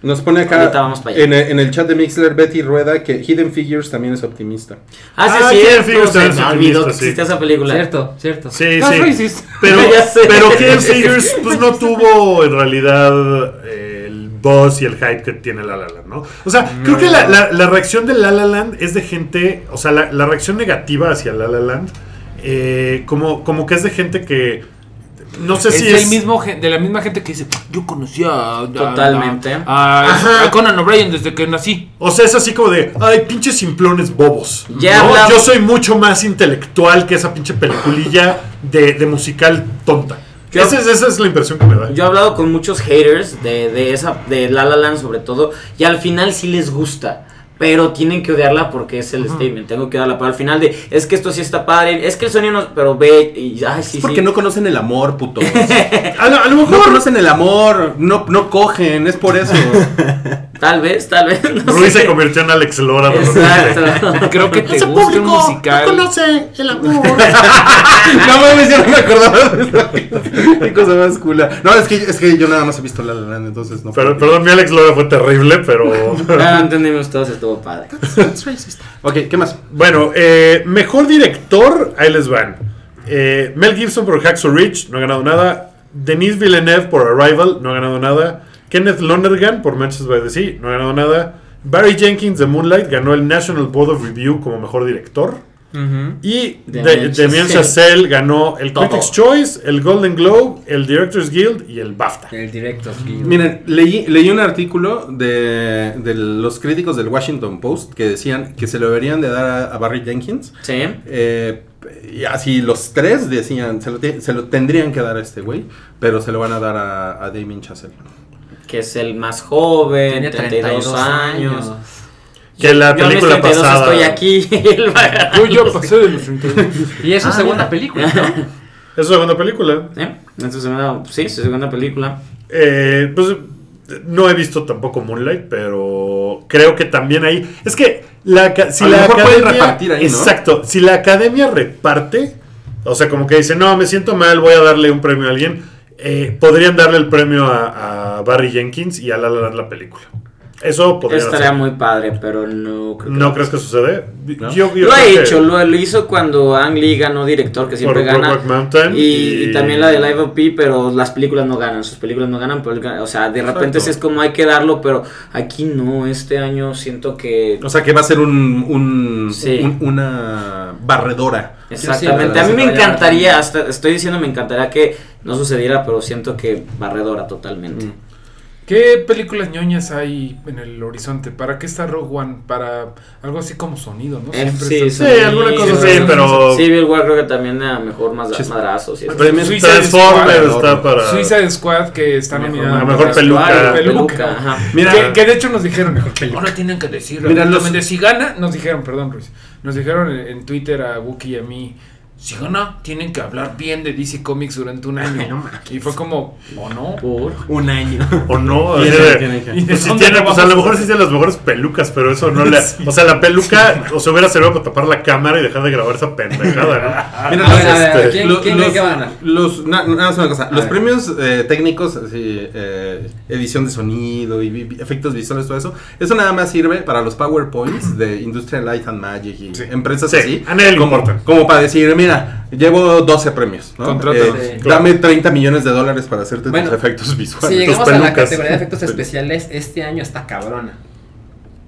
[SPEAKER 3] Nos pone acá
[SPEAKER 5] Ahorita vamos para allá.
[SPEAKER 3] en el, en el chat de Mixler Betty Rueda que Hidden Figures también es optimista.
[SPEAKER 5] Ah, sí,
[SPEAKER 2] Ah,
[SPEAKER 5] sí,
[SPEAKER 2] Jeff Figures
[SPEAKER 5] se
[SPEAKER 2] también
[SPEAKER 5] me
[SPEAKER 2] es
[SPEAKER 5] olvidó que
[SPEAKER 2] optimista, sí.
[SPEAKER 5] existía esa película.
[SPEAKER 6] Cierto, cierto.
[SPEAKER 2] Sí,
[SPEAKER 4] That's
[SPEAKER 2] sí.
[SPEAKER 4] racist.
[SPEAKER 2] Pero,
[SPEAKER 5] Ya sé.
[SPEAKER 2] pero Hell Figures pues no tuvo en realidad eh, el buzz y el hype que tiene La La Land, ¿no? O sea, creo que
[SPEAKER 5] Mm.
[SPEAKER 2] la, la- la reacción de La La Land es de gente, o sea, la, la reacción negativa hacia La La Land, eh, como, como que es de gente que no sé
[SPEAKER 4] es
[SPEAKER 2] si
[SPEAKER 4] del
[SPEAKER 2] es
[SPEAKER 4] mismo gen- de la misma gente que dice yo conocí a, a-
[SPEAKER 5] Totalmente.
[SPEAKER 4] a, a- a Conan O'Brien desde que nací
[SPEAKER 2] O sea, es así como de, ay, pinches simplones bobos.
[SPEAKER 5] Ya
[SPEAKER 2] ¿no?
[SPEAKER 5] hablamos-
[SPEAKER 2] Yo soy mucho más intelectual que esa pinche peliculilla de, de musical tonta.
[SPEAKER 5] Yo-
[SPEAKER 2] Esa es, esa es la impresión que me da.
[SPEAKER 5] Yo he hablado con muchos haters de, de esa de La La Land sobre todo y al final sí les gusta. Pero tienen que odiarla porque es el statement. Tengo que odiarla. Pero al final de. Es que esto sí está padre. Es que el sonido no. Pero ve. Y, ay, sí,
[SPEAKER 3] Es porque
[SPEAKER 5] sí.
[SPEAKER 3] no conocen el amor, puto.
[SPEAKER 2] a, lo, a lo
[SPEAKER 3] No
[SPEAKER 2] mejor...
[SPEAKER 3] conocen el amor, no, no cogen, es por eso.
[SPEAKER 5] Tal vez, tal vez. no
[SPEAKER 2] Ruiz
[SPEAKER 5] sé.
[SPEAKER 2] se convirtió en Alex Lora. de repente.
[SPEAKER 5] Exacto.
[SPEAKER 4] Creo que te gusta un musical.
[SPEAKER 2] conoce el amor.
[SPEAKER 3] No mames, yo no me acordaba de eso. Qué cosa más cula. No, es que, es que yo nada más he visto La La Land, entonces no.
[SPEAKER 2] Pero- perdón, mi Alex Lora fue terrible, pero.
[SPEAKER 5] Ah, entendimos todos, estuvo padre.
[SPEAKER 3] Ok, ¿qué más?
[SPEAKER 2] bueno, eh, mejor director, ahí les van. Eh, Mel Gibson por Hacksaw Ridge, no ha ganado nada. Denis Villeneuve por Arrival, no ha ganado nada. Kenneth Lonergan por Manchester by the Sea, no ha ganado nada. Barry Jenkins de Moonlight ganó el National Board of Review como mejor director. Y de-
[SPEAKER 5] De
[SPEAKER 2] Damien
[SPEAKER 5] Damien Chazelle.
[SPEAKER 2] Chazelle ganó el
[SPEAKER 5] Todo.
[SPEAKER 2] Critics' Choice, el Golden Globe, el Directors Guild y el BAFTA.
[SPEAKER 6] El directo.
[SPEAKER 3] Miren, leí, leí un artículo de, de los críticos del Washington Post que decían que se lo deberían de dar a, a Barry Jenkins.
[SPEAKER 5] Sí.
[SPEAKER 3] Eh, y así los tres decían, se lo, ti- se lo tendrían que dar a este güey, pero se lo van a dar a, a Damien Chazelle.
[SPEAKER 5] Que es el más joven,
[SPEAKER 6] Tiene
[SPEAKER 5] 32,
[SPEAKER 6] 32
[SPEAKER 5] años.
[SPEAKER 6] años.
[SPEAKER 2] Que la
[SPEAKER 5] Yo a mis
[SPEAKER 2] película
[SPEAKER 5] 32
[SPEAKER 2] pasada.
[SPEAKER 5] estoy aquí. y él va a-
[SPEAKER 4] Yo ya pasé de los 32.
[SPEAKER 6] Y es su
[SPEAKER 5] Ah,
[SPEAKER 6] segunda
[SPEAKER 5] mira.
[SPEAKER 6] película, ¿no?
[SPEAKER 2] Es su segunda película.
[SPEAKER 5] ¿Eh? En su segunda, sí, su segunda película.
[SPEAKER 2] Eh, pues no he visto tampoco Moonlight, pero creo que también ahí. Es que la, aca- si
[SPEAKER 3] A lo
[SPEAKER 2] la
[SPEAKER 3] mejor pueden
[SPEAKER 2] academia.
[SPEAKER 3] repartir ahí, ¿no?
[SPEAKER 2] Exacto. Si la academia reparte, o sea, como que dice, no, me siento mal, voy a darle un premio a alguien. eh, podrían darle el premio a, a Barry Jenkins y a la la Land la película. Eso podría
[SPEAKER 5] Estaría
[SPEAKER 2] ser.
[SPEAKER 5] muy padre, pero no creo que
[SPEAKER 2] ¿No crees que sucede?
[SPEAKER 3] ¿No?
[SPEAKER 5] Lo ha
[SPEAKER 2] creo que-
[SPEAKER 5] hecho, lo, lo hizo cuando Ang Lee ganó director, que siempre
[SPEAKER 2] Por
[SPEAKER 5] gana.
[SPEAKER 2] Brokeback Mountain
[SPEAKER 5] y,
[SPEAKER 2] y-
[SPEAKER 5] y también la de Live OP, pero las películas no ganan, sus películas no ganan, pero él gana. o sea, de repente
[SPEAKER 3] Exacto.
[SPEAKER 5] sí es como hay que darlo, pero aquí no, este año siento que...
[SPEAKER 3] O sea que va a ser un, un-
[SPEAKER 5] Sí.
[SPEAKER 3] un- una barredora.
[SPEAKER 5] Exactamente,
[SPEAKER 6] sí,
[SPEAKER 5] a mí me
[SPEAKER 6] sí,
[SPEAKER 5] encantaría, hasta estoy diciendo me encantaría que no sucediera, pero siento que barredora totalmente.
[SPEAKER 2] Mm.
[SPEAKER 4] ¿Qué películas ñoñas hay en el horizonte? ¿Para qué está Rogue One? Para algo así como sonido, ¿no?
[SPEAKER 5] Eh,
[SPEAKER 2] Sí, alguna cosa
[SPEAKER 4] sí,
[SPEAKER 2] así,
[SPEAKER 4] sí,
[SPEAKER 2] pero.
[SPEAKER 5] Sí, Bill War creo que también a mejor más
[SPEAKER 3] Chis-
[SPEAKER 5] madrazos. y eso.
[SPEAKER 3] Premios
[SPEAKER 4] Suicide
[SPEAKER 2] Transformers
[SPEAKER 3] Squad.
[SPEAKER 2] está para.
[SPEAKER 4] Suicide Squad que está
[SPEAKER 5] Mejor-
[SPEAKER 4] nominada
[SPEAKER 2] la mejor
[SPEAKER 4] para-
[SPEAKER 2] peluca.
[SPEAKER 4] Claro,
[SPEAKER 5] Peluca,
[SPEAKER 4] peluca.
[SPEAKER 5] ajá.
[SPEAKER 3] Mira,
[SPEAKER 4] que, que de hecho nos dijeron mejor
[SPEAKER 6] peluca.
[SPEAKER 4] Ahora tienen que decir
[SPEAKER 3] Mira, los-
[SPEAKER 4] rápidamente, si gana, nos dijeron, perdón, Ruiz. Nos dijeron en, en Twitter a Wookie y a mí. Si gana, tienen que hablar bien de DC Comics durante un año. y fue como, ¿o no?
[SPEAKER 5] Por-
[SPEAKER 3] un año.
[SPEAKER 2] O no,
[SPEAKER 3] Tiene,
[SPEAKER 2] así de-
[SPEAKER 3] tiene que-
[SPEAKER 2] pues
[SPEAKER 4] ¿Y de
[SPEAKER 2] sí
[SPEAKER 4] dónde
[SPEAKER 2] tiene,
[SPEAKER 4] lo
[SPEAKER 2] pues a
[SPEAKER 4] vamos
[SPEAKER 2] lo
[SPEAKER 4] a
[SPEAKER 2] mejor
[SPEAKER 4] hacer?
[SPEAKER 2] sí tiene las mejores pelucas, pero eso no le. O sea, la peluca, o se hubiera servido para tapar la cámara y dejar de grabar esa pendejada,
[SPEAKER 3] Mira,
[SPEAKER 6] A
[SPEAKER 3] los-
[SPEAKER 6] ver, a ver, a ver,
[SPEAKER 2] este,
[SPEAKER 6] ¿quién-
[SPEAKER 3] lo-
[SPEAKER 6] ¿Quién cree
[SPEAKER 3] los-
[SPEAKER 6] que va a ganar?
[SPEAKER 3] los- na- nada más una cosa.
[SPEAKER 6] A
[SPEAKER 3] los
[SPEAKER 6] ver.
[SPEAKER 3] premios eh, técnicos, así, eh, edición de sonido y vi- vi- efectos visuales, todo eso, eso nada más sirve para los PowerPoints de Industrial Light and Magic y
[SPEAKER 4] Sí.
[SPEAKER 3] empresas
[SPEAKER 2] Sí,
[SPEAKER 3] así.
[SPEAKER 2] a nadie le
[SPEAKER 3] como,
[SPEAKER 2] importa.
[SPEAKER 3] como para decir, mira, llevo 12 premios. ¿no?
[SPEAKER 4] Contrátanos.
[SPEAKER 3] Eh,
[SPEAKER 2] Sí.
[SPEAKER 3] Dame 30 millones de dólares para hacerte
[SPEAKER 6] Bueno,
[SPEAKER 3] tus efectos visuales.
[SPEAKER 6] Si
[SPEAKER 3] tus
[SPEAKER 6] llegamos a la
[SPEAKER 2] pelucas.
[SPEAKER 6] categoría de efectos especiales, este año está cabrona.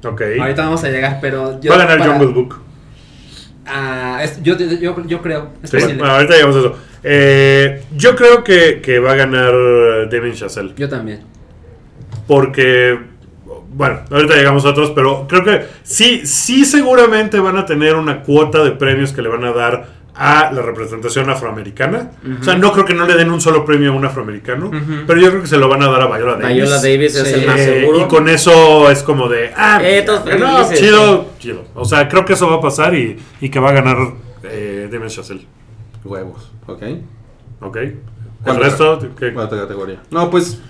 [SPEAKER 2] ¿no? Ok.
[SPEAKER 6] Ahorita vamos a llegar, pero yo.
[SPEAKER 2] Va a ganar
[SPEAKER 6] para-
[SPEAKER 2] Jungle Book.
[SPEAKER 6] Ah, es- yo, yo- yo- yo creo. Es
[SPEAKER 2] Sí, Ah,
[SPEAKER 6] posible.
[SPEAKER 2] bueno, ahorita llegamos a eso. Eh, yo creo que, que va a ganar Devin Chazelle.
[SPEAKER 6] Yo también.
[SPEAKER 2] porque bueno, ahorita llegamos a otros, pero creo que sí, sí seguramente van a tener una cuota de premios que le van a dar a la representación afroamericana. O sea, no creo que no le den un solo premio a un afroamericano, pero yo creo que se lo van a dar a Viola Davis.
[SPEAKER 5] Viola Davis es
[SPEAKER 6] Sí.
[SPEAKER 5] el más
[SPEAKER 2] Eh,
[SPEAKER 5] seguro.
[SPEAKER 2] y con eso es como de, ah,
[SPEAKER 5] Eh, todos
[SPEAKER 2] ya, no,
[SPEAKER 5] felices,
[SPEAKER 2] chido, chido. O sea, creo que eso va a pasar y, y que va a ganar eh, Damien Chazelle,
[SPEAKER 3] Huevos, ¿ok?
[SPEAKER 2] ¿ok? El
[SPEAKER 3] ¿Cuál
[SPEAKER 2] resto, que
[SPEAKER 3] Otra categoría. No, pues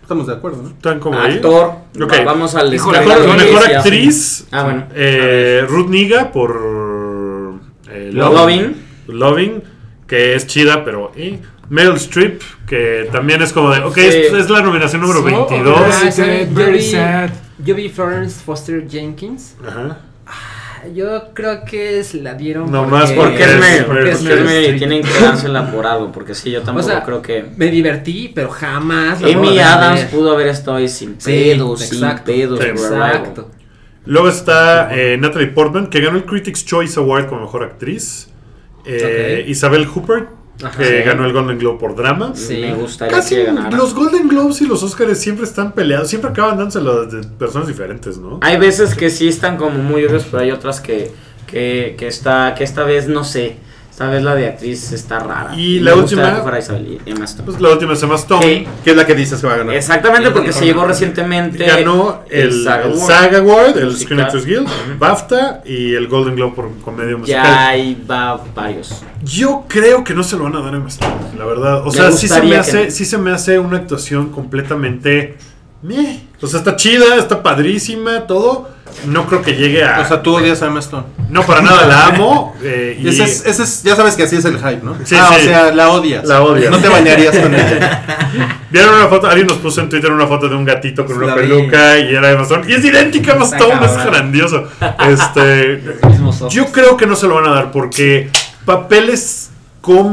[SPEAKER 3] estamos de acuerdo, ¿no?
[SPEAKER 2] están como ahí.
[SPEAKER 5] Actor.
[SPEAKER 2] Ok.
[SPEAKER 5] Va- Vamos al
[SPEAKER 4] Híjole,
[SPEAKER 5] descargo
[SPEAKER 2] Mejor,
[SPEAKER 5] de
[SPEAKER 2] mejor
[SPEAKER 5] noticias.
[SPEAKER 2] actriz.
[SPEAKER 5] Ah, bueno.
[SPEAKER 2] eh, Ruth Niga por. eh,
[SPEAKER 5] Loving.
[SPEAKER 2] Loving, que es chida, pero. eh. Meryl Streep, que también es como de. Ok,
[SPEAKER 5] Sí.
[SPEAKER 2] es, es la nominación número
[SPEAKER 4] Sí.
[SPEAKER 2] 22.
[SPEAKER 4] Ah,
[SPEAKER 6] Ah,
[SPEAKER 4] sí,
[SPEAKER 6] ¿sabe? yo,
[SPEAKER 4] very
[SPEAKER 6] vi,
[SPEAKER 4] sad.
[SPEAKER 6] yo vi Florence Foster Jenkins.
[SPEAKER 2] Ajá.
[SPEAKER 6] Yo creo que se la dieron.
[SPEAKER 2] Nomás
[SPEAKER 5] Porque es
[SPEAKER 2] Eh,
[SPEAKER 5] medio,
[SPEAKER 2] porque
[SPEAKER 5] porque
[SPEAKER 2] es
[SPEAKER 5] es
[SPEAKER 2] medio.
[SPEAKER 5] medio y tienen que dársela por algo, porque sí, yo
[SPEAKER 6] O
[SPEAKER 5] tampoco
[SPEAKER 6] sea,
[SPEAKER 5] creo que...
[SPEAKER 6] me divertí, pero jamás. la voy
[SPEAKER 5] Amy
[SPEAKER 6] a
[SPEAKER 5] Adams
[SPEAKER 6] ver.
[SPEAKER 5] pudo haber estado ahí sin
[SPEAKER 6] Sí,
[SPEAKER 5] pedos, sin
[SPEAKER 6] exacto,
[SPEAKER 5] pedos.
[SPEAKER 2] Sí.
[SPEAKER 5] por
[SPEAKER 6] Exacto.
[SPEAKER 2] Luego está eh, Natalie Portman, que ganó el Critics' Choice Award como mejor actriz. Eh,
[SPEAKER 6] Ok.
[SPEAKER 2] Isabel Hooper,
[SPEAKER 6] Ajá.
[SPEAKER 2] que
[SPEAKER 5] Sí.
[SPEAKER 2] ganó el Golden Globe por drama.
[SPEAKER 5] algo.
[SPEAKER 6] Sí.
[SPEAKER 5] Me gustaría
[SPEAKER 2] Casi
[SPEAKER 5] que ganara.
[SPEAKER 2] los Golden Globes y los Oscars siempre están peleados, siempre acaban dándoselo de personas diferentes, ¿no?
[SPEAKER 5] Hay veces que sí están como muy obvios, pero hay otras que, que, que, está, que esta vez no sé. Esta vez la de actriz está rara.
[SPEAKER 2] Y
[SPEAKER 5] Me
[SPEAKER 2] la
[SPEAKER 5] gustaría
[SPEAKER 2] última-
[SPEAKER 5] que fuera Isabel Emma Stone.
[SPEAKER 2] Pues la última se llama Stone.
[SPEAKER 5] Sí.
[SPEAKER 3] ¿Qué es la que dices que va a ganar?
[SPEAKER 5] Exactamente, porque se llegó recientemente.
[SPEAKER 2] Ganó el, el SAG Award, el
[SPEAKER 5] Musical.
[SPEAKER 2] Screen Actors Guild, BAFTA y el Golden Globe por comedia
[SPEAKER 5] Ya
[SPEAKER 2] musical.
[SPEAKER 5] ahí va varios.
[SPEAKER 2] Yo creo que no se lo van a dar a Emma Stone, la verdad. O
[SPEAKER 5] Me
[SPEAKER 2] sea, sí se, me
[SPEAKER 5] gustaría que
[SPEAKER 2] hace,
[SPEAKER 5] no.
[SPEAKER 2] sí se me hace una actuación completamente... meh. Entonces está chida, está padrísima, todo. No creo que llegue a.
[SPEAKER 3] O sea, tú odias a Emma Stone.
[SPEAKER 2] no, para nada, la amo. eh, y
[SPEAKER 3] Ese es, ese es- ya sabes que así es el hype, ¿no?
[SPEAKER 2] Sí,
[SPEAKER 3] ah, o
[SPEAKER 2] sí.
[SPEAKER 3] sea, la odias.
[SPEAKER 2] La odias.
[SPEAKER 3] No te bañarías con ella.
[SPEAKER 2] Vieron una foto, alguien nos puso en Twitter una foto de un gatito con una
[SPEAKER 3] La vi.
[SPEAKER 2] peluca y era de Bastón. Y es idéntica a Bastón, es
[SPEAKER 6] cabrón.
[SPEAKER 2] grandioso. Este,
[SPEAKER 6] Mismos ojos.
[SPEAKER 2] Yo creo que no se lo van a dar porque papeles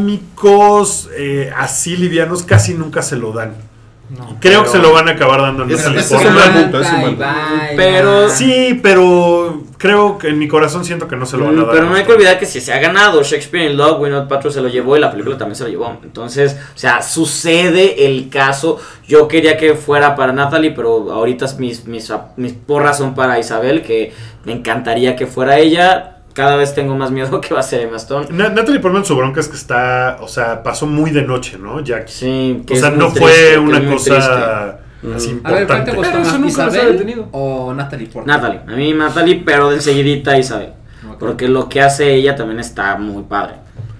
[SPEAKER 2] cómicos eh, así livianos casi nunca se lo dan. Y creo que se lo van a acabar dando en
[SPEAKER 3] Ese-
[SPEAKER 2] esta
[SPEAKER 3] ese es un
[SPEAKER 2] temporada.
[SPEAKER 3] buen punto, es un buen
[SPEAKER 6] Canta y baila.
[SPEAKER 5] Pero-
[SPEAKER 2] Sí, pero creo que en mi corazón siento que no se lo van a
[SPEAKER 5] Mm,
[SPEAKER 2] dar.
[SPEAKER 5] Pero no hay que olvidar que si se ha ganado Shakespeare in Love, Winnet Paltrow se lo llevó y la película también se lo llevó. Entonces, o sea, sucede el caso. Yo quería que fuera para Natalie, pero ahorita mis, mis, mis porras son para Isabel, que me encantaría que fuera ella. Cada vez tengo más miedo que va a ser Emma Stone.
[SPEAKER 2] Na- Natalie Portman su bronca es que está, o sea, pasó muy de noche, ¿no? Jackie.
[SPEAKER 5] Sí,
[SPEAKER 2] o
[SPEAKER 5] que es
[SPEAKER 2] sea,
[SPEAKER 5] muy
[SPEAKER 2] no
[SPEAKER 5] triste, que
[SPEAKER 2] fue
[SPEAKER 5] es
[SPEAKER 2] una
[SPEAKER 5] muy
[SPEAKER 2] cosa
[SPEAKER 5] triste.
[SPEAKER 2] así
[SPEAKER 5] Mm.
[SPEAKER 6] A ver, ¿cuál
[SPEAKER 2] importante.
[SPEAKER 6] te gustó
[SPEAKER 4] Pero eso
[SPEAKER 6] más,
[SPEAKER 4] nunca los ha
[SPEAKER 6] Isabel
[SPEAKER 4] detenido.
[SPEAKER 6] o Natalie Portman?
[SPEAKER 5] Natalie, a mí Natalie, pero de enseguidita Isabel.
[SPEAKER 6] Ok.
[SPEAKER 5] Porque lo que hace ella también está muy padre.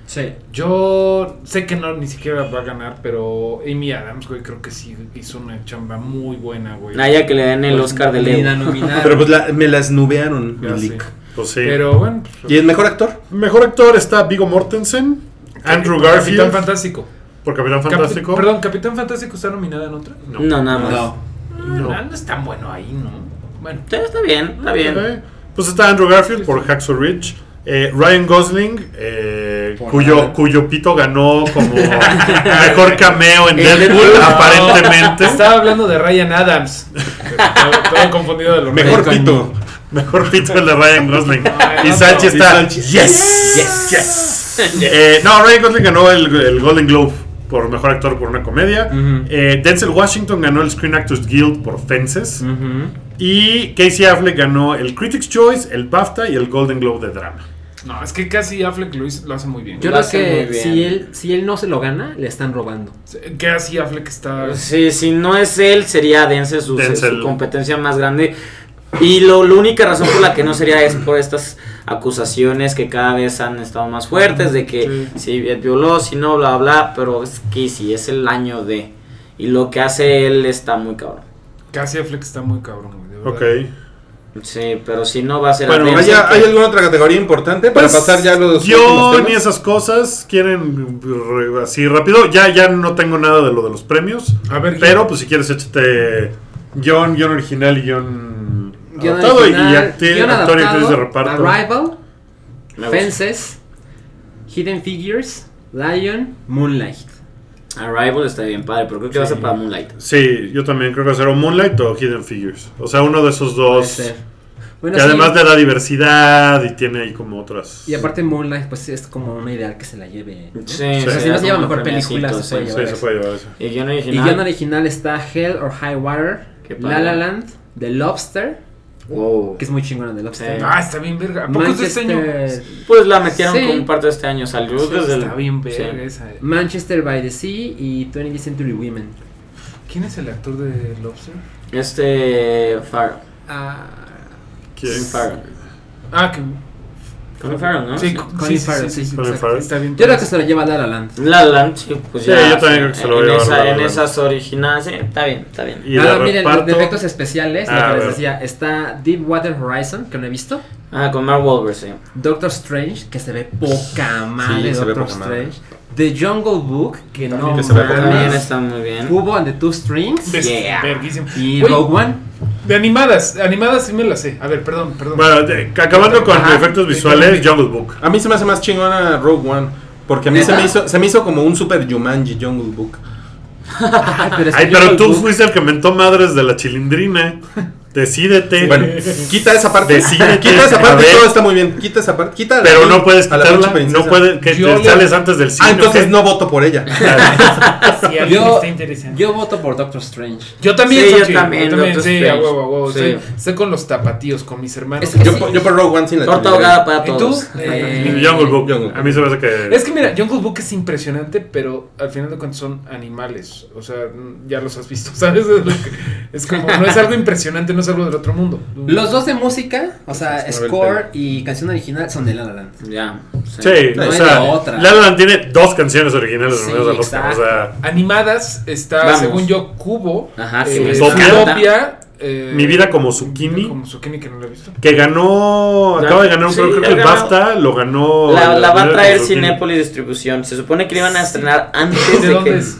[SPEAKER 6] Sí.
[SPEAKER 4] Yo sé que no ni siquiera va a ganar, pero Amy Adams, güey, creo que sí hizo una chamba muy buena, güey.
[SPEAKER 5] Naya Ah, que le den el
[SPEAKER 6] Pues,
[SPEAKER 5] Oscar de
[SPEAKER 6] ni la
[SPEAKER 5] Leo.
[SPEAKER 6] nominaron.
[SPEAKER 3] Pero pues la- me las nubearon,
[SPEAKER 4] Ya
[SPEAKER 3] mi
[SPEAKER 4] sé.
[SPEAKER 3] leak.
[SPEAKER 2] Pues sí.
[SPEAKER 4] Pero bueno, pues,
[SPEAKER 3] ¿Y el mejor actor?
[SPEAKER 2] Mejor actor está Vigo Mortensen, Andrew
[SPEAKER 4] Capitán
[SPEAKER 2] Garfield
[SPEAKER 4] Fantástico.
[SPEAKER 2] por Capitán
[SPEAKER 4] Cap-
[SPEAKER 2] Fantástico.
[SPEAKER 4] perdón, Capitán Fantástico está nominada en otra.
[SPEAKER 2] No.
[SPEAKER 5] No, nada más.
[SPEAKER 6] No.
[SPEAKER 4] No, no, es tan bueno ahí, ¿no? Bueno,
[SPEAKER 5] Sí, Está bien, está bien.
[SPEAKER 2] Ok. Pues está Andrew Garfield por Hacksaw Ridge. eh, Ryan Gosling, eh,
[SPEAKER 6] Por
[SPEAKER 2] cuyo,
[SPEAKER 6] nada.
[SPEAKER 2] cuyo pito ganó como mejor cameo en
[SPEAKER 5] En
[SPEAKER 2] Deadpool,
[SPEAKER 5] Deadpool.
[SPEAKER 2] aparentemente.
[SPEAKER 4] estaba hablando de Ryan Adams. Estaba estaba confundido de lo
[SPEAKER 2] Mejor
[SPEAKER 6] Con-
[SPEAKER 2] pito. Mejor pito el de Ryan Gosling.
[SPEAKER 4] Ay,
[SPEAKER 2] y
[SPEAKER 4] no,
[SPEAKER 2] Sachi
[SPEAKER 4] no.
[SPEAKER 2] está.
[SPEAKER 3] Y Sachi.
[SPEAKER 2] Yes. Yes. yes. Eh, no, Ryan Gosling ganó el, el Golden Globe por mejor actor por una comedia.
[SPEAKER 3] Ujú.
[SPEAKER 2] Eh, Denzel Washington ganó el Screen Actors Guild por Fences. Y Casey Affleck ganó el Critics' Choice, el BAFTA y el Golden Globe de drama.
[SPEAKER 4] No, es que casi Affleck lo, hizo- lo hace muy bien.
[SPEAKER 6] Yo
[SPEAKER 5] Lo
[SPEAKER 6] creo
[SPEAKER 5] hace muy
[SPEAKER 6] que
[SPEAKER 5] bien.
[SPEAKER 6] si él, si él no se lo gana, le están robando.
[SPEAKER 4] Casi Affleck está.
[SPEAKER 5] Sí, si no es él, sería Denzel su,
[SPEAKER 2] Denzel.
[SPEAKER 5] su competencia más grande. Y lo, la única razón por la que no sería es por estas acusaciones que cada vez han estado más fuertes de que si violó, si no, bla, bla, pero es que sí, es el año de. Y lo que hace él está muy cabrón.
[SPEAKER 4] Casi Affleck está muy cabrón, güey. de verdad.
[SPEAKER 2] Ok.
[SPEAKER 5] Sí, pero si no va a ser a
[SPEAKER 2] Bueno,
[SPEAKER 5] Denzel,
[SPEAKER 3] ¿Hay, hay
[SPEAKER 5] que-
[SPEAKER 3] alguna otra categoría importante para
[SPEAKER 2] Pues,
[SPEAKER 3] pasar ya los últimos
[SPEAKER 2] Yo
[SPEAKER 3] temas?
[SPEAKER 2] ni esas cosas quieren re- así rápido. Ya, ya no tengo nada de lo de los premios.
[SPEAKER 4] A ver,
[SPEAKER 2] Pero pues si quieres échate guión, guión original y guión
[SPEAKER 6] Guion
[SPEAKER 2] adaptado y
[SPEAKER 6] original,
[SPEAKER 2] acti-
[SPEAKER 6] guion
[SPEAKER 2] actor y actriz
[SPEAKER 6] adaptado,
[SPEAKER 2] de reparto.
[SPEAKER 6] Arrival,
[SPEAKER 5] Me gusta.
[SPEAKER 6] Fences, Hidden Figures, Lion, Moonlight.
[SPEAKER 5] Arrival está bien padre, pero creo que va a ser para Moonlight.
[SPEAKER 2] Sí, yo también creo que va a ser o Moonlight o Hidden Figures. O sea, uno de esos
[SPEAKER 6] Puede
[SPEAKER 2] dos.
[SPEAKER 6] ser.
[SPEAKER 2] Que
[SPEAKER 6] Bueno, sí,
[SPEAKER 2] además le da diversidad y tiene ahí como otras.
[SPEAKER 6] Y aparte Moonlight, pues es como una ideal que se la lleve. ¿no?
[SPEAKER 5] Sí,
[SPEAKER 2] O sea,
[SPEAKER 5] sí,
[SPEAKER 2] si
[SPEAKER 6] no se lleva
[SPEAKER 5] como
[SPEAKER 6] mejor
[SPEAKER 5] un
[SPEAKER 6] película,
[SPEAKER 5] premiocito,
[SPEAKER 6] se puede
[SPEAKER 5] sí.
[SPEAKER 2] Sí, se puede llevar eso.
[SPEAKER 5] Y guión
[SPEAKER 6] Y
[SPEAKER 5] original.
[SPEAKER 6] guión original está Hell or High Water,
[SPEAKER 5] Qué
[SPEAKER 6] La
[SPEAKER 5] padre.
[SPEAKER 6] La Land, The Lobster,
[SPEAKER 5] Wow.
[SPEAKER 6] que es muy chingona The Lobster.
[SPEAKER 5] Sí.
[SPEAKER 4] Ah, está bien verga. ¿A poco es de este año?
[SPEAKER 6] Manchester,
[SPEAKER 5] Pues la metieron
[SPEAKER 6] Sí.
[SPEAKER 5] como parte de este año, salió
[SPEAKER 4] Sí,
[SPEAKER 5] desde
[SPEAKER 4] está
[SPEAKER 5] el-
[SPEAKER 4] bien
[SPEAKER 5] sí.
[SPEAKER 4] verga esa. eh.
[SPEAKER 6] Manchester by the Sea y 20th Century Women.
[SPEAKER 4] ¿Quién es el actor de Lobster?
[SPEAKER 5] Este Farrell.
[SPEAKER 6] Ah,
[SPEAKER 2] ¿Quién?
[SPEAKER 5] Colin Farrell.
[SPEAKER 4] Ah, que.
[SPEAKER 5] Colin Farrell, ¿no?
[SPEAKER 4] Ah, Sí,
[SPEAKER 5] Sí.
[SPEAKER 4] co-
[SPEAKER 6] Colin
[SPEAKER 4] sí,
[SPEAKER 6] Farrell,
[SPEAKER 4] sí, sí, sí,
[SPEAKER 2] Colin
[SPEAKER 4] exacto.
[SPEAKER 2] Farrell.
[SPEAKER 4] Está bien.
[SPEAKER 6] yo creo que se lo lleva La La Land.
[SPEAKER 5] La La Land, sí, pues
[SPEAKER 2] Sí,
[SPEAKER 5] ya.
[SPEAKER 2] yo también creo que se lo
[SPEAKER 5] en,
[SPEAKER 2] voy a
[SPEAKER 5] esa,
[SPEAKER 2] llevar La
[SPEAKER 5] en
[SPEAKER 2] La
[SPEAKER 5] esas originales, sí, está bien, está bien.
[SPEAKER 2] Y de
[SPEAKER 6] Ah, miren, los
[SPEAKER 2] reparto-
[SPEAKER 6] defectos especiales,
[SPEAKER 2] Ah,
[SPEAKER 6] lo
[SPEAKER 2] a
[SPEAKER 6] que les
[SPEAKER 2] ver.
[SPEAKER 6] decía, está Deepwater Horizon, que no he visto,
[SPEAKER 5] Ah, con Mark Wahlberg, sí.
[SPEAKER 6] Doctor Strange, que se ve poca madre
[SPEAKER 3] se ve
[SPEAKER 6] Doctor
[SPEAKER 3] poca madre.
[SPEAKER 6] Strange, The Jungle Book, que no
[SPEAKER 3] que se
[SPEAKER 2] Ah,
[SPEAKER 3] ve poca
[SPEAKER 5] También
[SPEAKER 6] mames,
[SPEAKER 5] está muy bien.
[SPEAKER 6] Cubo and the Two Strings,
[SPEAKER 4] Ves-
[SPEAKER 5] Yeah.
[SPEAKER 4] Verguísimo.
[SPEAKER 6] y
[SPEAKER 4] Güey,
[SPEAKER 6] Rogue One.
[SPEAKER 4] De animadas, animadas sí me las sé. A ver, perdón, perdón.
[SPEAKER 2] Bueno, de- acabando con
[SPEAKER 4] Ajá.
[SPEAKER 2] efectos visuales, Jungle Book.
[SPEAKER 3] A mí se me hace más chingona Rogue One. Porque a mí se me, hizo, se me hizo como un super Jumanji Jungle Book.
[SPEAKER 6] Ay, pero, es que
[SPEAKER 2] Ay, pero
[SPEAKER 6] Jungle
[SPEAKER 2] tú
[SPEAKER 6] Book-
[SPEAKER 2] fuiste el que mentó madres de la chilindrina. Decídete.
[SPEAKER 3] Bueno, quita esa parte.
[SPEAKER 2] Decídete.
[SPEAKER 3] quita esa
[SPEAKER 2] A
[SPEAKER 3] parte,
[SPEAKER 2] ver.
[SPEAKER 3] todo está muy bien. Quita esa parte. Quita
[SPEAKER 2] pero no puedes
[SPEAKER 3] a la pinche
[SPEAKER 2] quitarla. No
[SPEAKER 3] princesa.
[SPEAKER 2] puedes. Que
[SPEAKER 4] Yo
[SPEAKER 2] te
[SPEAKER 4] le-
[SPEAKER 2] sales antes del cine.
[SPEAKER 3] Ah, entonces
[SPEAKER 2] ¿ok?
[SPEAKER 3] no voto por ella.
[SPEAKER 4] Sí, a mí
[SPEAKER 6] Yo-
[SPEAKER 4] está interesante.
[SPEAKER 6] Yo voto por Doctor Strange.
[SPEAKER 4] Yo también,
[SPEAKER 5] Sí, yo
[SPEAKER 4] Sachi,
[SPEAKER 5] también, Doctor
[SPEAKER 4] sí, a
[SPEAKER 5] Strange.
[SPEAKER 4] huevo, a huevo.
[SPEAKER 5] Sí.
[SPEAKER 4] Estoy, estoy con los tapatíos, con mis hermanos.
[SPEAKER 6] Es que
[SPEAKER 3] Yo,
[SPEAKER 6] sí.
[SPEAKER 3] por- yo por Rogue One sin la
[SPEAKER 5] Torta
[SPEAKER 3] chilindrina.
[SPEAKER 5] ahogada para
[SPEAKER 4] ¿Y tú?
[SPEAKER 5] todos.
[SPEAKER 4] Eh,
[SPEAKER 2] Jungle Book.
[SPEAKER 3] Jungle Book.
[SPEAKER 2] A mí se me hace que.
[SPEAKER 4] Es que mira, Jungle Book es impresionante, pero al final de cuentas son animales. O sea, mm, ya los has visto, ¿sabes? Es, lo que- es como, no es algo impresionante, no es algo del otro mundo.
[SPEAKER 6] Los dos de música, o sea,
[SPEAKER 2] Pues,
[SPEAKER 3] Se mueve el
[SPEAKER 6] score y canción original son de La La Land.
[SPEAKER 5] Ya.
[SPEAKER 2] Sí,
[SPEAKER 6] No
[SPEAKER 2] o
[SPEAKER 6] hay
[SPEAKER 2] sea,
[SPEAKER 6] de otra.
[SPEAKER 2] La La Land tiene dos canciones originales
[SPEAKER 6] Sí,
[SPEAKER 2] nominadas al Oscar, O sea,
[SPEAKER 4] Animadas está,
[SPEAKER 5] Vamos.
[SPEAKER 4] según yo, Cubo,
[SPEAKER 5] Ajá,
[SPEAKER 4] eh,
[SPEAKER 5] sí, me
[SPEAKER 2] Zootopia.
[SPEAKER 4] Zootopia, eh,
[SPEAKER 2] Mi vida como zucchini.
[SPEAKER 4] Como zucchini que no la he visto.
[SPEAKER 2] Que ganó,
[SPEAKER 5] Ya,
[SPEAKER 2] acaba de ganar,
[SPEAKER 5] sí,
[SPEAKER 2] creo, creo
[SPEAKER 5] ya
[SPEAKER 2] que el
[SPEAKER 5] ganó.
[SPEAKER 2] BAFTA, lo ganó.
[SPEAKER 5] La, la va a
[SPEAKER 2] señora
[SPEAKER 5] traer
[SPEAKER 2] Constantine.
[SPEAKER 5] Cinépolis Distribución. Se supone que la iban a estrenar antes
[SPEAKER 4] ¿De
[SPEAKER 5] de,
[SPEAKER 4] dónde
[SPEAKER 5] que.
[SPEAKER 4] es?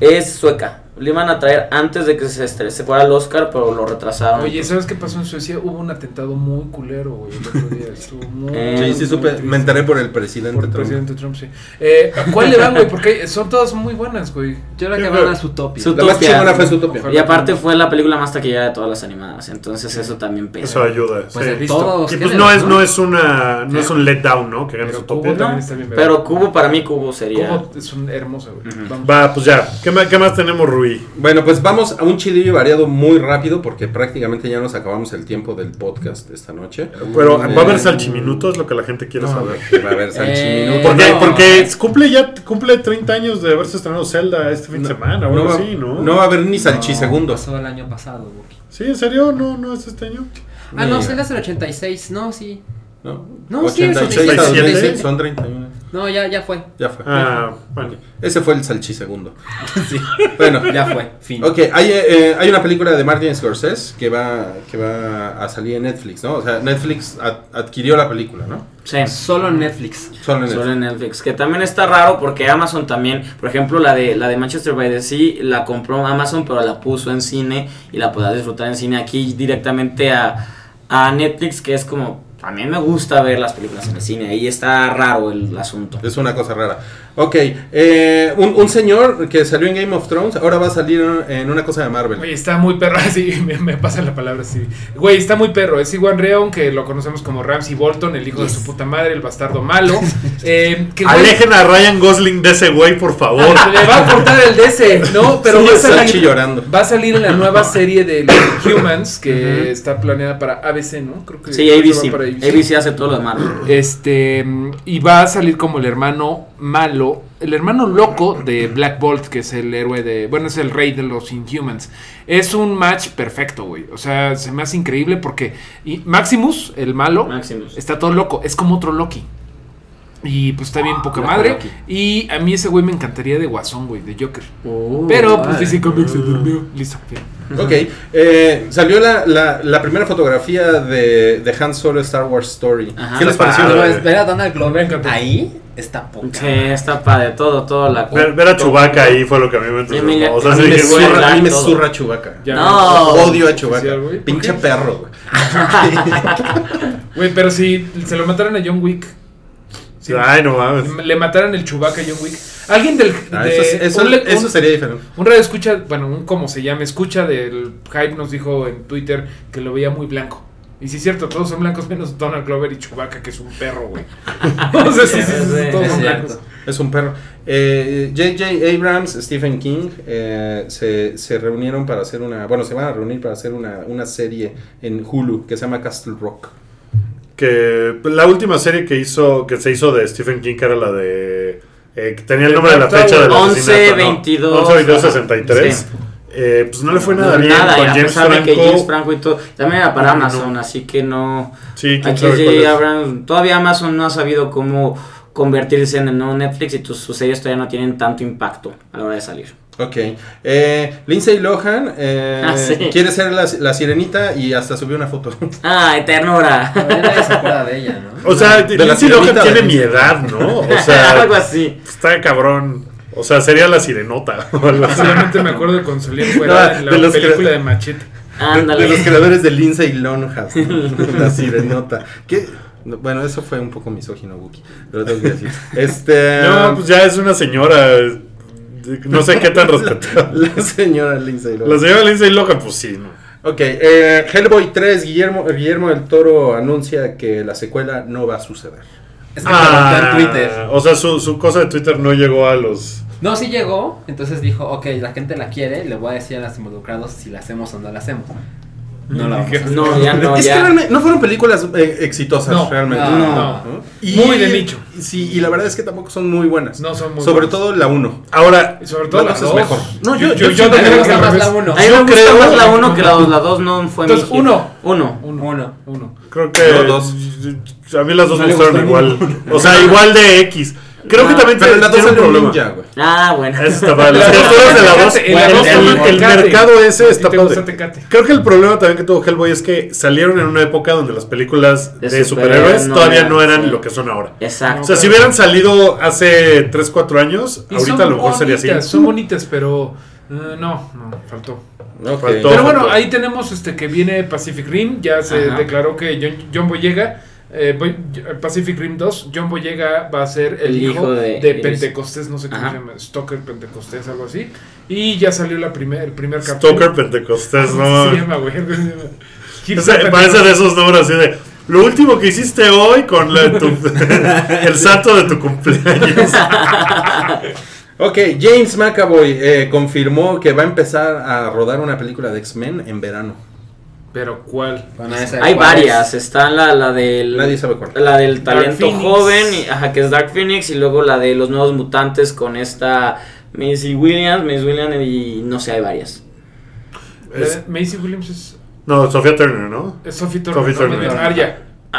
[SPEAKER 5] Es sueca. La iban a traer antes de que se, estre- se fuera al Oscar, pero lo retrasaron.
[SPEAKER 4] Oye, ¿sabes qué pasó en Suecia? Hubo un atentado muy culero, güey, el otro día. Estuvo muy.
[SPEAKER 5] Eh,
[SPEAKER 4] muy,
[SPEAKER 3] Sí, sí,
[SPEAKER 4] muy
[SPEAKER 3] supe.
[SPEAKER 4] triste.
[SPEAKER 3] Me enteré por el presidente.
[SPEAKER 4] Por el
[SPEAKER 3] Trump.
[SPEAKER 4] presidente Trump, sí. Eh, ¿a ¿Cuál le dan, güey? Porque son todas muy buenas, güey.
[SPEAKER 6] Yo creo
[SPEAKER 2] Yo
[SPEAKER 6] que
[SPEAKER 2] creo-
[SPEAKER 6] van a su topia.
[SPEAKER 5] Su-
[SPEAKER 3] La más
[SPEAKER 5] Utopia.
[SPEAKER 3] chingona fue su utopia.
[SPEAKER 5] y aparte fue la película más taquillera de todas las animadas. Entonces eso también pesa.
[SPEAKER 2] Eso ayuda.
[SPEAKER 6] Pues
[SPEAKER 2] sí.
[SPEAKER 6] de todos.
[SPEAKER 2] Y pues
[SPEAKER 6] géneros,
[SPEAKER 2] no es, no es una, no es un letdown, ¿no? Que gane
[SPEAKER 4] Pero
[SPEAKER 2] su
[SPEAKER 4] Cubo
[SPEAKER 2] tope.
[SPEAKER 4] también está bien,
[SPEAKER 5] Pero Cubo para mí Cubo sería.
[SPEAKER 4] Cubo es un hermoso, güey. Vamos.
[SPEAKER 2] Va, pues ya. ¿Qué, ma- qué más tenemos, Rui?
[SPEAKER 3] Bueno, pues vamos a un chilillo variado muy rápido porque prácticamente ya nos acabamos el tiempo del podcast esta noche.
[SPEAKER 2] Pero, ¿va a haber
[SPEAKER 3] Eh,
[SPEAKER 2] salchiminutos? Es lo que la gente quiere
[SPEAKER 3] no,
[SPEAKER 2] saber.
[SPEAKER 3] va a haber salchiminuto.
[SPEAKER 6] Eh,
[SPEAKER 2] ¿Por qué?
[SPEAKER 6] no.
[SPEAKER 2] Porque cumple ya cumple 30 años de haberse estrenado Zelda este fin de semana o algo
[SPEAKER 3] va,
[SPEAKER 2] así, ¿no?
[SPEAKER 3] no va a haber ni
[SPEAKER 6] No,
[SPEAKER 3] salchisegundos.
[SPEAKER 6] Pasó el año pasado, Wookie.
[SPEAKER 2] Sí, ¿en serio? ¿No, no es este año?
[SPEAKER 6] Ah, no,
[SPEAKER 3] Ni-
[SPEAKER 6] Zelda es el 86. No, sí.
[SPEAKER 3] ¿no?
[SPEAKER 6] No, sí, es
[SPEAKER 3] 86,
[SPEAKER 2] 87.
[SPEAKER 3] son 31.
[SPEAKER 6] No, ya, ya fue.
[SPEAKER 3] Ya fue.
[SPEAKER 2] Ah, bueno.
[SPEAKER 3] Ese fue el salchisegundo. Bueno,
[SPEAKER 6] Ya fue. Fin.
[SPEAKER 3] Ok, hay, eh, eh, hay una película de Martin Scorsese que va, que va a salir en Netflix, ¿no? O sea, Netflix ad- adquirió la película, ¿no?
[SPEAKER 5] Sí.
[SPEAKER 6] Solo en Netflix.
[SPEAKER 3] Solo en Netflix.
[SPEAKER 5] Solo en Netflix. Que también está raro porque Amazon también, por ejemplo, la de la de Manchester by the Sea la compró Amazon, pero la puso en cine y la podrás disfrutar en cine aquí directamente a, a Netflix, que es como. A mí me gusta ver las películas en el cine. Ahí está raro el asunto.
[SPEAKER 3] Es una cosa rara. Ok, eh, un, un señor que salió en Game of Thrones ahora va a salir en una cosa de Marvel.
[SPEAKER 4] Oye, está muy perro, así me, me pasa la palabra así. Güey, está muy perro. Es Iwan Reon, que lo conocemos como Ramsey Bolton, el hijo de su puta madre, el bastardo malo. Eh, que, güey,
[SPEAKER 2] Alejen a Ryan Gosling de ese güey, por favor.
[SPEAKER 4] le va a cortar el DC, ¿no? Pero
[SPEAKER 3] Sí,
[SPEAKER 4] va, a
[SPEAKER 3] está
[SPEAKER 4] salir,
[SPEAKER 3] chillorando.
[SPEAKER 4] va a salir en la nueva serie de los Humans, que está planeada para ABC, ¿no? Creo que
[SPEAKER 5] Sí,
[SPEAKER 4] creo que
[SPEAKER 5] ABC.
[SPEAKER 4] va para
[SPEAKER 5] ABC hace todo lo demás.
[SPEAKER 4] Este, mm, y va a salir como el hermano malo, el hermano loco de Black Bolt, que es el héroe de, bueno, es el rey de los Inhumans. Es un match perfecto, güey. O sea, se me hace increíble porque y Maximus, el malo,
[SPEAKER 5] Maximus.
[SPEAKER 4] está todo loco, es como otro Loki. Y pues está bien poca
[SPEAKER 6] Loco
[SPEAKER 4] madre.
[SPEAKER 6] Loki.
[SPEAKER 4] Y a mí ese güey me encantaría de Guasón, güey, de Joker.
[SPEAKER 6] Oh, Uh,
[SPEAKER 4] Pero pues dice Comics se durmió. Listo. fin.
[SPEAKER 3] Ok, eh, salió la, la- la primera fotografía de, de Han Solo Star Wars Story.
[SPEAKER 5] Ajá.
[SPEAKER 3] ¿Qué les
[SPEAKER 2] Está
[SPEAKER 3] pareció?
[SPEAKER 5] Ah,
[SPEAKER 2] padre.
[SPEAKER 6] Pero es- ver a Donald
[SPEAKER 4] Me
[SPEAKER 6] Glover
[SPEAKER 4] encantó.
[SPEAKER 6] Ah, ahí está poca.
[SPEAKER 5] Sí, está padre. Todo, todo la.
[SPEAKER 2] Ver, ver a Chubaca ahí fue lo que a mí me
[SPEAKER 5] Emilia-
[SPEAKER 2] entusiasmó. O sea,
[SPEAKER 5] a mí
[SPEAKER 2] sí,
[SPEAKER 5] me
[SPEAKER 2] dije, güey,
[SPEAKER 5] zurra.
[SPEAKER 3] a mí me
[SPEAKER 5] todo.
[SPEAKER 3] zurra Chewbacca.
[SPEAKER 4] Ya.
[SPEAKER 5] No.
[SPEAKER 3] Odio a
[SPEAKER 4] Oficial,
[SPEAKER 3] Chewbacca.
[SPEAKER 4] güey.
[SPEAKER 3] Pinche
[SPEAKER 4] ¿Por qué?
[SPEAKER 3] perro, güey. Ah,
[SPEAKER 4] Güey, pero si se lo mataron a John Wick. sí,
[SPEAKER 2] Ay, no mames.
[SPEAKER 4] Le mataron el Chubaca a John Wick. Alguien del.
[SPEAKER 3] Ah,
[SPEAKER 4] de-
[SPEAKER 3] eso, es- eso-
[SPEAKER 4] un, le-
[SPEAKER 3] eso
[SPEAKER 4] un-
[SPEAKER 3] sería diferente.
[SPEAKER 4] un radio escucha, bueno, un como se llama, escucha del hype nos dijo en Twitter que lo veía muy blanco. Y sí es cierto, todos son blancos menos Donald Glover y Chubaca, que es un perro, güey. o sea, sí, sí, sí, sí, todos
[SPEAKER 6] Es cierto.
[SPEAKER 4] son blancos.
[SPEAKER 3] Es un perro. Eh, J.J. Abrams, Stephen King eh, se, se reunieron para hacer una. Bueno, se van a reunir para hacer una, una serie en Hulu que se llama Castle Rock.
[SPEAKER 2] Que la última serie que hizo, que se hizo de Stephen King, que era la de. eh, que tenía el nombre de la
[SPEAKER 4] Tower.
[SPEAKER 2] fecha del
[SPEAKER 5] 11,
[SPEAKER 2] asesinato, ¿no?
[SPEAKER 5] 22,
[SPEAKER 2] 11, 22, 63.
[SPEAKER 5] Sí.
[SPEAKER 2] Eh, pues no le fue
[SPEAKER 5] No,
[SPEAKER 2] nada bien
[SPEAKER 5] nada,
[SPEAKER 2] con
[SPEAKER 5] a
[SPEAKER 2] James
[SPEAKER 5] pesar
[SPEAKER 2] Franco. Ah,
[SPEAKER 5] de que James Franco y todo. También era para
[SPEAKER 2] No, no.
[SPEAKER 5] Amazon, así que no.
[SPEAKER 2] Sí, quién
[SPEAKER 5] Aquí
[SPEAKER 2] sabe cuál es.
[SPEAKER 5] todavía Amazon no ha sabido cómo convertirse en el nuevo Netflix y tus, sus series todavía no tienen tanto impacto a la hora de salir.
[SPEAKER 3] Ok. Eh, Lindsay Lohan eh,
[SPEAKER 5] Ah, sí.
[SPEAKER 3] quiere ser la, la sirenita y hasta subió una foto.
[SPEAKER 5] Ah, Eternora.
[SPEAKER 6] A ver, nadie se acuerda de ella, ¿no?
[SPEAKER 2] O sea,
[SPEAKER 3] De la
[SPEAKER 2] Lindsay
[SPEAKER 3] sirenita
[SPEAKER 2] Lohan
[SPEAKER 3] de
[SPEAKER 2] tiene mi
[SPEAKER 3] Disney.
[SPEAKER 2] edad, ¿no? O
[SPEAKER 5] Algo
[SPEAKER 2] sea,
[SPEAKER 5] así.
[SPEAKER 2] está cabrón. O sea, sería la sirenota. o algo así.
[SPEAKER 4] Solamente me acuerdo de Consolín
[SPEAKER 3] No,
[SPEAKER 4] fuera en la
[SPEAKER 3] de los que-
[SPEAKER 4] película de Machete.
[SPEAKER 5] Ándale.
[SPEAKER 3] De los creadores de Lindsay Lohan, ¿no? la sirenota. ¿Qué? No, Bueno, eso fue un poco misógino, Wookie. Pero tengo que decir. Este. um,
[SPEAKER 2] No, pues ya es una señora. No sé qué tan respetable.
[SPEAKER 3] La señora Lindsay Lohan.
[SPEAKER 2] La señora Lindsay Lohan, pues sí, ¿no?
[SPEAKER 3] Ok, eh, Hellboy 3, Guillermo, Guillermo del Toro anuncia que la secuela no va a suceder.
[SPEAKER 6] Es que preguntó en Twitter.
[SPEAKER 2] Ah, O sea, su, su cosa de Twitter no llegó a los.
[SPEAKER 6] No, sí llegó, entonces dijo, ok, la gente la quiere, le voy a decir a los involucrados si la hacemos o no la hacemos. No la vamos a hacer.
[SPEAKER 5] No, ya no,
[SPEAKER 3] es que
[SPEAKER 5] ya.
[SPEAKER 3] realmente no fueron películas eh, exitosas,
[SPEAKER 4] Ah, No,
[SPEAKER 3] realmente.
[SPEAKER 6] no,
[SPEAKER 4] no. Muy de nicho.
[SPEAKER 3] Sí, y la verdad es que tampoco son muy buenas.
[SPEAKER 4] No son muy
[SPEAKER 3] Sobre
[SPEAKER 4] buenas.
[SPEAKER 3] todo la 1.
[SPEAKER 2] Ahora,
[SPEAKER 4] Sobre todo
[SPEAKER 3] No,
[SPEAKER 4] la
[SPEAKER 3] pues es
[SPEAKER 4] dos.
[SPEAKER 3] mejor. No, yo- yo-
[SPEAKER 6] A mí
[SPEAKER 4] también
[SPEAKER 6] me
[SPEAKER 4] creo
[SPEAKER 6] gusta
[SPEAKER 4] que
[SPEAKER 6] más
[SPEAKER 4] al
[SPEAKER 6] la
[SPEAKER 4] revés.
[SPEAKER 6] uno.
[SPEAKER 5] A mí me
[SPEAKER 2] Yo
[SPEAKER 5] gusta
[SPEAKER 2] creo-
[SPEAKER 5] más la 1 que la 2. La 2 no fue
[SPEAKER 4] Entonces,
[SPEAKER 5] mi hit.
[SPEAKER 4] uno.
[SPEAKER 5] Uno.
[SPEAKER 6] Uno.
[SPEAKER 4] Uno.
[SPEAKER 2] creo que.
[SPEAKER 3] No, dos.
[SPEAKER 2] A mí las dos
[SPEAKER 6] No
[SPEAKER 2] me
[SPEAKER 6] le
[SPEAKER 2] gustaron
[SPEAKER 6] gustó
[SPEAKER 2] igual. O sea, igual de X. Creo que
[SPEAKER 5] Ah,
[SPEAKER 2] también
[SPEAKER 3] Pero en la
[SPEAKER 2] tiene
[SPEAKER 3] 2
[SPEAKER 2] un
[SPEAKER 3] salió un
[SPEAKER 2] problema.
[SPEAKER 3] ninja, güey.
[SPEAKER 5] Ah, bueno.
[SPEAKER 2] Eso está padre. Las
[SPEAKER 4] La dos
[SPEAKER 2] criaturas de la
[SPEAKER 4] fue
[SPEAKER 2] dos.
[SPEAKER 4] Tecate,
[SPEAKER 2] bueno,
[SPEAKER 4] la dos
[SPEAKER 2] el-
[SPEAKER 4] fue
[SPEAKER 2] El
[SPEAKER 4] Tecate.
[SPEAKER 2] mercado
[SPEAKER 4] A
[SPEAKER 2] ese
[SPEAKER 4] ti
[SPEAKER 2] está
[SPEAKER 4] te gusta
[SPEAKER 2] padre.
[SPEAKER 4] Tecate.
[SPEAKER 2] Creo que el problema también que tuvo Hellboy es que salieron en una época donde las películas
[SPEAKER 5] De
[SPEAKER 2] de superhéroes
[SPEAKER 5] superhéroes no
[SPEAKER 2] todavía
[SPEAKER 5] eran,
[SPEAKER 2] no eran
[SPEAKER 5] sí.
[SPEAKER 2] lo que son ahora.
[SPEAKER 5] Exacto.
[SPEAKER 2] O sea, si hubieran salido hace 3, 4 años,
[SPEAKER 4] Y
[SPEAKER 2] ahorita
[SPEAKER 4] son
[SPEAKER 2] a lo mejor sería así.
[SPEAKER 4] bonitas, Son bonitas, pero eh, no, no, faltó.
[SPEAKER 3] Ok.
[SPEAKER 2] faltó.
[SPEAKER 4] Pero bueno,
[SPEAKER 2] faltó.
[SPEAKER 4] ahí tenemos este que viene Pacific Rim, ya se
[SPEAKER 5] Ajá.
[SPEAKER 4] declaró que John, John Boyega, eh, Boy- Pacific Rim 2, John Boyega va a ser el, hijo, de, Pentecostés, no sé cómo
[SPEAKER 5] Ajá.
[SPEAKER 4] se llama, Stoker Pentecostés, algo así. Y ya salió la primer, el primer cartel.
[SPEAKER 2] Stoker Pentecostés, no
[SPEAKER 4] ¿Cómo se
[SPEAKER 2] mames.
[SPEAKER 4] llama, güey? ¿Cómo se llama?
[SPEAKER 2] Ese- Parece de esos números así de. Lo último que hiciste hoy con la- tu- el santo de tu cumpleaños.
[SPEAKER 3] Ok, James McAvoy eh, confirmó que va a empezar a rodar una película de X-Men en verano.
[SPEAKER 4] Pero ¿cuál?
[SPEAKER 5] Hay varias, está la, la del
[SPEAKER 3] Nadie sabe cuál.
[SPEAKER 5] la del
[SPEAKER 4] Dark
[SPEAKER 5] talento
[SPEAKER 4] Phoenix.
[SPEAKER 5] joven, y- ajá, que es Dark Phoenix, y luego la de los nuevos mutantes con esta Missy Williams, Miss Williams y no sé, hay varias.
[SPEAKER 2] Es-
[SPEAKER 4] Eh, Macy Williams es,
[SPEAKER 2] No, Sofía Turner, ¿no?
[SPEAKER 4] es Sophie Turner.
[SPEAKER 2] Sophie
[SPEAKER 4] no,
[SPEAKER 2] Turner.
[SPEAKER 4] Megan Arya.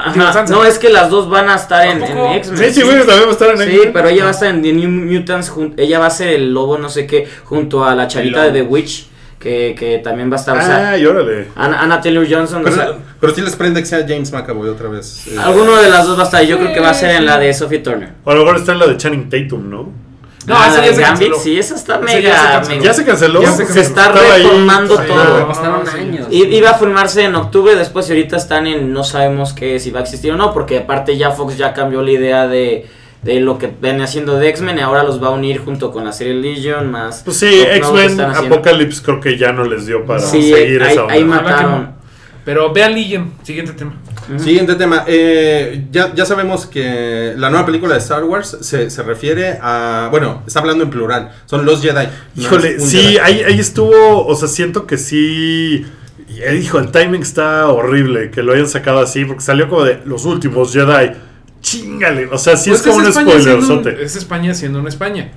[SPEAKER 4] Digo,
[SPEAKER 5] Ajá,
[SPEAKER 4] Sansa.
[SPEAKER 5] no, es que las dos van a estar en,
[SPEAKER 4] ¿A
[SPEAKER 5] en
[SPEAKER 4] poco?
[SPEAKER 5] X-Men.
[SPEAKER 2] Sí, sí, güey, también va a estar en
[SPEAKER 5] Sí,
[SPEAKER 2] X-Men.
[SPEAKER 5] pero ella va a estar en The New Mutants, jun- ella va a ser el lobo, no sé qué, junto a la charita de The Witch, que, que también va a estar, o sea,
[SPEAKER 2] Ay, Ah, órale.
[SPEAKER 5] Anna, Anna Taylor Johnson, o sea,
[SPEAKER 3] Pero, pero sí les prende que sea James McAvoy otra vez. eh.
[SPEAKER 5] alguno de las dos va a estar, yo creo que va a ser en la de Sophie Turner.
[SPEAKER 2] O a lo mejor está en la de Channing Tatum, ¿no?
[SPEAKER 4] No,
[SPEAKER 5] Ah,
[SPEAKER 4] esa
[SPEAKER 5] la
[SPEAKER 4] ya
[SPEAKER 5] de
[SPEAKER 4] se
[SPEAKER 5] Gambit,
[SPEAKER 4] canceló.
[SPEAKER 5] sí, esa está
[SPEAKER 4] Esa ya
[SPEAKER 5] mega.
[SPEAKER 4] se canceló.
[SPEAKER 5] mega.
[SPEAKER 2] Ya se canceló.
[SPEAKER 4] Ya se
[SPEAKER 5] Se está
[SPEAKER 2] Estaba ahí.
[SPEAKER 5] reformando
[SPEAKER 2] Sí.
[SPEAKER 5] todo.
[SPEAKER 6] Costaron
[SPEAKER 4] Ah, sí.
[SPEAKER 6] años.
[SPEAKER 5] I- Iba a formarse en octubre, después y ahorita están en no sabemos qué si va a existir o no, porque aparte ya Fox ya cambió la idea de, de lo que ven haciendo de X-Men y ahora los va a unir junto con la serie Legion más...
[SPEAKER 2] Pues sí,
[SPEAKER 5] los nuevos que
[SPEAKER 2] X-Men
[SPEAKER 5] están haciendo.
[SPEAKER 2] Apocalypse creo que ya no les dio para
[SPEAKER 5] Sí,
[SPEAKER 2] seguir
[SPEAKER 5] ahí,
[SPEAKER 2] esa onda.
[SPEAKER 5] ahí
[SPEAKER 4] Ojalá que
[SPEAKER 5] mataron.
[SPEAKER 4] no. Pero vean Legion, siguiente tema.
[SPEAKER 5] Ujú.
[SPEAKER 3] Siguiente tema. eh, ya, ya sabemos que la nueva película de Star Wars se, se refiere a. Bueno, está hablando en plural. Son los Jedi. no
[SPEAKER 2] Híjole,
[SPEAKER 3] es un
[SPEAKER 2] sí,
[SPEAKER 3] Jedi.
[SPEAKER 2] ahí, ahí estuvo, o sea, siento que sí. eh, Hijo, el timing está horrible que lo hayan sacado así, porque salió como de los últimos Jedi. Chingale, o sea, sí
[SPEAKER 4] Pues
[SPEAKER 2] es como un
[SPEAKER 4] España
[SPEAKER 2] spoiler.
[SPEAKER 4] siendo un- es España siendo una España.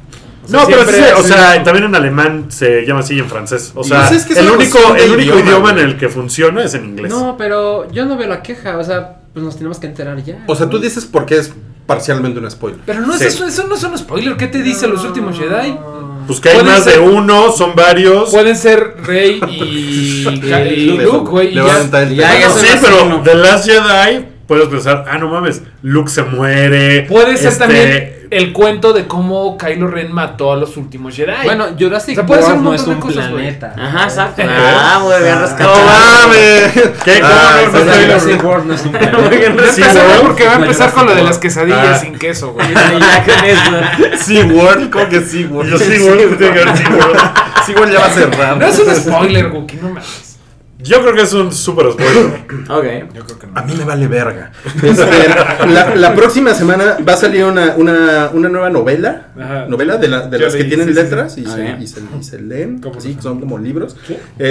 [SPEAKER 4] O sea,
[SPEAKER 2] no, pero sí,
[SPEAKER 4] siempre
[SPEAKER 2] se- o
[SPEAKER 4] hace-
[SPEAKER 2] sea, también en alemán se llama así y en francés. O sea,
[SPEAKER 3] Pues es que es
[SPEAKER 2] el
[SPEAKER 3] una
[SPEAKER 2] único,
[SPEAKER 3] cuestión de
[SPEAKER 2] el único
[SPEAKER 3] idioma,
[SPEAKER 2] idioma en
[SPEAKER 3] güey.
[SPEAKER 2] el que funciona es en inglés.
[SPEAKER 6] No, pero yo no veo la queja, o sea, pues nos tenemos que enterar ya.
[SPEAKER 3] O sea, tú
[SPEAKER 6] ¿no?
[SPEAKER 3] dices por qué es parcialmente un spoiler.
[SPEAKER 4] Pero no es
[SPEAKER 2] Sí.
[SPEAKER 4] eso, eso no son spoilers. ¿Qué te dice los últimos Jedi?
[SPEAKER 2] Pues que hay
[SPEAKER 4] Puede
[SPEAKER 2] más
[SPEAKER 4] ser-
[SPEAKER 2] de uno, son varios.
[SPEAKER 4] Pueden ser Rey y, Ca- y
[SPEAKER 3] Le-
[SPEAKER 4] Luke, güey. y
[SPEAKER 3] le
[SPEAKER 4] ya.
[SPEAKER 3] va a aventar el
[SPEAKER 5] ya,
[SPEAKER 3] tema.
[SPEAKER 5] ya
[SPEAKER 2] Bueno,
[SPEAKER 5] se
[SPEAKER 2] sí,
[SPEAKER 5] me hace
[SPEAKER 2] pero
[SPEAKER 5] uno.
[SPEAKER 2] The Last Jedi puedes pensar, ah, no mames, Luke se muere.
[SPEAKER 4] Puede ser
[SPEAKER 2] este,
[SPEAKER 4] también el cuento de cómo Kylo Ren mató a los últimos Jedi.
[SPEAKER 6] Bueno, Jurassic
[SPEAKER 4] O sea, puede ser
[SPEAKER 6] World
[SPEAKER 4] un
[SPEAKER 6] no es
[SPEAKER 4] montón
[SPEAKER 6] un
[SPEAKER 4] de cosas, güey.
[SPEAKER 6] planeta.
[SPEAKER 5] Ajá, exacto. Ah, muy bien
[SPEAKER 2] ¡No
[SPEAKER 5] rescatado.
[SPEAKER 2] mames! ¿Qué? ¿Cómo
[SPEAKER 3] Ah,
[SPEAKER 2] no?
[SPEAKER 6] O sea,
[SPEAKER 2] No estoy-
[SPEAKER 6] Jurassic World no es un
[SPEAKER 5] Muy bien
[SPEAKER 4] no
[SPEAKER 6] planeta.
[SPEAKER 2] Sí,
[SPEAKER 4] empezamos
[SPEAKER 2] ¿no?
[SPEAKER 4] porque va a
[SPEAKER 6] No,
[SPEAKER 4] empezar con lo de
[SPEAKER 6] Jurassic
[SPEAKER 4] las quesadillas
[SPEAKER 2] Ah.
[SPEAKER 4] sin queso, güey.
[SPEAKER 5] Ya con eso.
[SPEAKER 3] Sí, World, ¿cómo que sí,
[SPEAKER 2] Yo sí, güey, tiene que haber sido, güey.
[SPEAKER 3] Sí, World ya va a cerrar.
[SPEAKER 4] No es un spoiler, Wookie, no mames.
[SPEAKER 2] Yo creo que es un super spoiler.
[SPEAKER 5] Ok.
[SPEAKER 4] Yo creo que
[SPEAKER 3] A
[SPEAKER 4] no.
[SPEAKER 3] mí me vale verga. Este, la, la próxima semana va a salir una, una, una nueva novela.
[SPEAKER 4] Ajá.
[SPEAKER 3] Novela de, la- de
[SPEAKER 4] Yo
[SPEAKER 3] las que
[SPEAKER 4] leí,
[SPEAKER 3] tienen
[SPEAKER 4] sí, sí,
[SPEAKER 3] letras
[SPEAKER 5] sí.
[SPEAKER 3] y,
[SPEAKER 5] Ah,
[SPEAKER 3] se,
[SPEAKER 5] ya.
[SPEAKER 3] y se- y se leen.
[SPEAKER 4] ¿Cómo
[SPEAKER 3] Sí,
[SPEAKER 4] se
[SPEAKER 3] son como libros.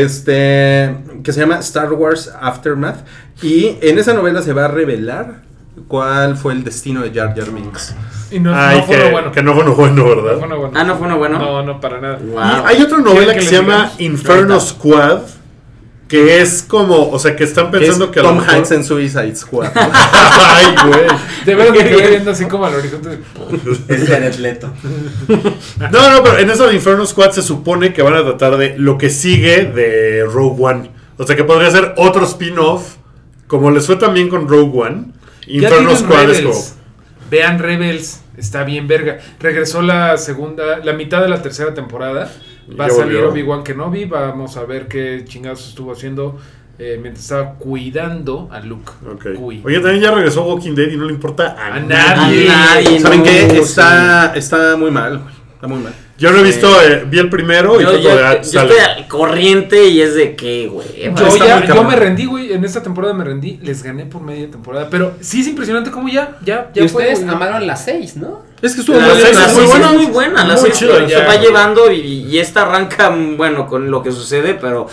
[SPEAKER 3] Este. Que se llama Star Wars Aftermath. Y en esa novela se va a revelar cuál fue el destino de Jar Jar Binks.
[SPEAKER 4] Y no,
[SPEAKER 2] Ay,
[SPEAKER 4] no fue
[SPEAKER 2] que,
[SPEAKER 4] lo bueno.
[SPEAKER 2] que no fue uno bueno,
[SPEAKER 4] No
[SPEAKER 2] ¿verdad?
[SPEAKER 4] fue lo bueno.
[SPEAKER 5] Ah, ¿no fue uno bueno?
[SPEAKER 4] No, no, para nada.
[SPEAKER 5] Wow.
[SPEAKER 2] Y hay otra novela
[SPEAKER 4] ¿Quieren
[SPEAKER 2] que
[SPEAKER 4] que
[SPEAKER 2] se
[SPEAKER 4] les
[SPEAKER 2] llama
[SPEAKER 4] digamos?
[SPEAKER 2] Inferno
[SPEAKER 4] Ahorita.
[SPEAKER 2] Squad, que es como, o sea, que están
[SPEAKER 3] Que es
[SPEAKER 2] pensando que a lo
[SPEAKER 3] Tom
[SPEAKER 2] mejor-
[SPEAKER 3] Hanks en Suicide Squad.
[SPEAKER 2] Ay, güey.
[SPEAKER 4] De verdad que estoy viendo así como al horizonte.
[SPEAKER 7] Es Jared Leto.
[SPEAKER 2] No, no, pero en eso de Inferno Squad se supone que van a tratar de lo que sigue de Rogue One. O sea que podría ser otro spin-off. Como les fue también con Rogue One.
[SPEAKER 4] Ya
[SPEAKER 2] Inferno
[SPEAKER 4] tienen
[SPEAKER 2] Squad es como.
[SPEAKER 4] Rebels. Vean Rebels, está bien verga. Regresó la segunda, la mitad de la tercera temporada. Va a
[SPEAKER 2] Ya
[SPEAKER 4] salir
[SPEAKER 2] volvió.
[SPEAKER 4] Obi-Wan Kenobi. Vamos a ver qué chingados estuvo haciendo eh, mientras estaba cuidando a Luke.
[SPEAKER 2] Ok.
[SPEAKER 4] Cuy.
[SPEAKER 2] Oye, también ya regresó Walking Dead y no le importa a,
[SPEAKER 4] A
[SPEAKER 2] nadie.
[SPEAKER 4] nadie.
[SPEAKER 5] Ah, nadie,
[SPEAKER 3] ¿Saben
[SPEAKER 5] no,
[SPEAKER 3] qué?
[SPEAKER 5] sí.
[SPEAKER 3] Está, está muy mal, güey. Está muy mal.
[SPEAKER 2] Yo no he visto, eh, vi el primero y
[SPEAKER 5] Yo,
[SPEAKER 2] fue como
[SPEAKER 5] yo-
[SPEAKER 2] de, ah,
[SPEAKER 5] yo
[SPEAKER 2] sale.
[SPEAKER 5] estoy al corriente y es de que, güey.
[SPEAKER 4] Yo,
[SPEAKER 3] Está
[SPEAKER 4] ya,
[SPEAKER 3] muy
[SPEAKER 4] yo
[SPEAKER 3] cabrón.
[SPEAKER 4] me rendí, güey. En esta temporada me rendí. Les gané por media temporada. Pero sí es impresionante cómo ya, ya, ya
[SPEAKER 6] Y ustedes
[SPEAKER 4] güey.
[SPEAKER 6] amaron las seis, ¿no?
[SPEAKER 3] Es que estuvo
[SPEAKER 5] La
[SPEAKER 2] Las
[SPEAKER 3] muy
[SPEAKER 2] seis
[SPEAKER 5] la
[SPEAKER 2] es muy
[SPEAKER 5] seis
[SPEAKER 2] buena.
[SPEAKER 5] es muy buena, la
[SPEAKER 2] Muy
[SPEAKER 5] seis
[SPEAKER 2] chida,
[SPEAKER 5] se
[SPEAKER 4] ya.
[SPEAKER 5] va llevando y, y esta arranca, bueno, con lo que sucede, pero...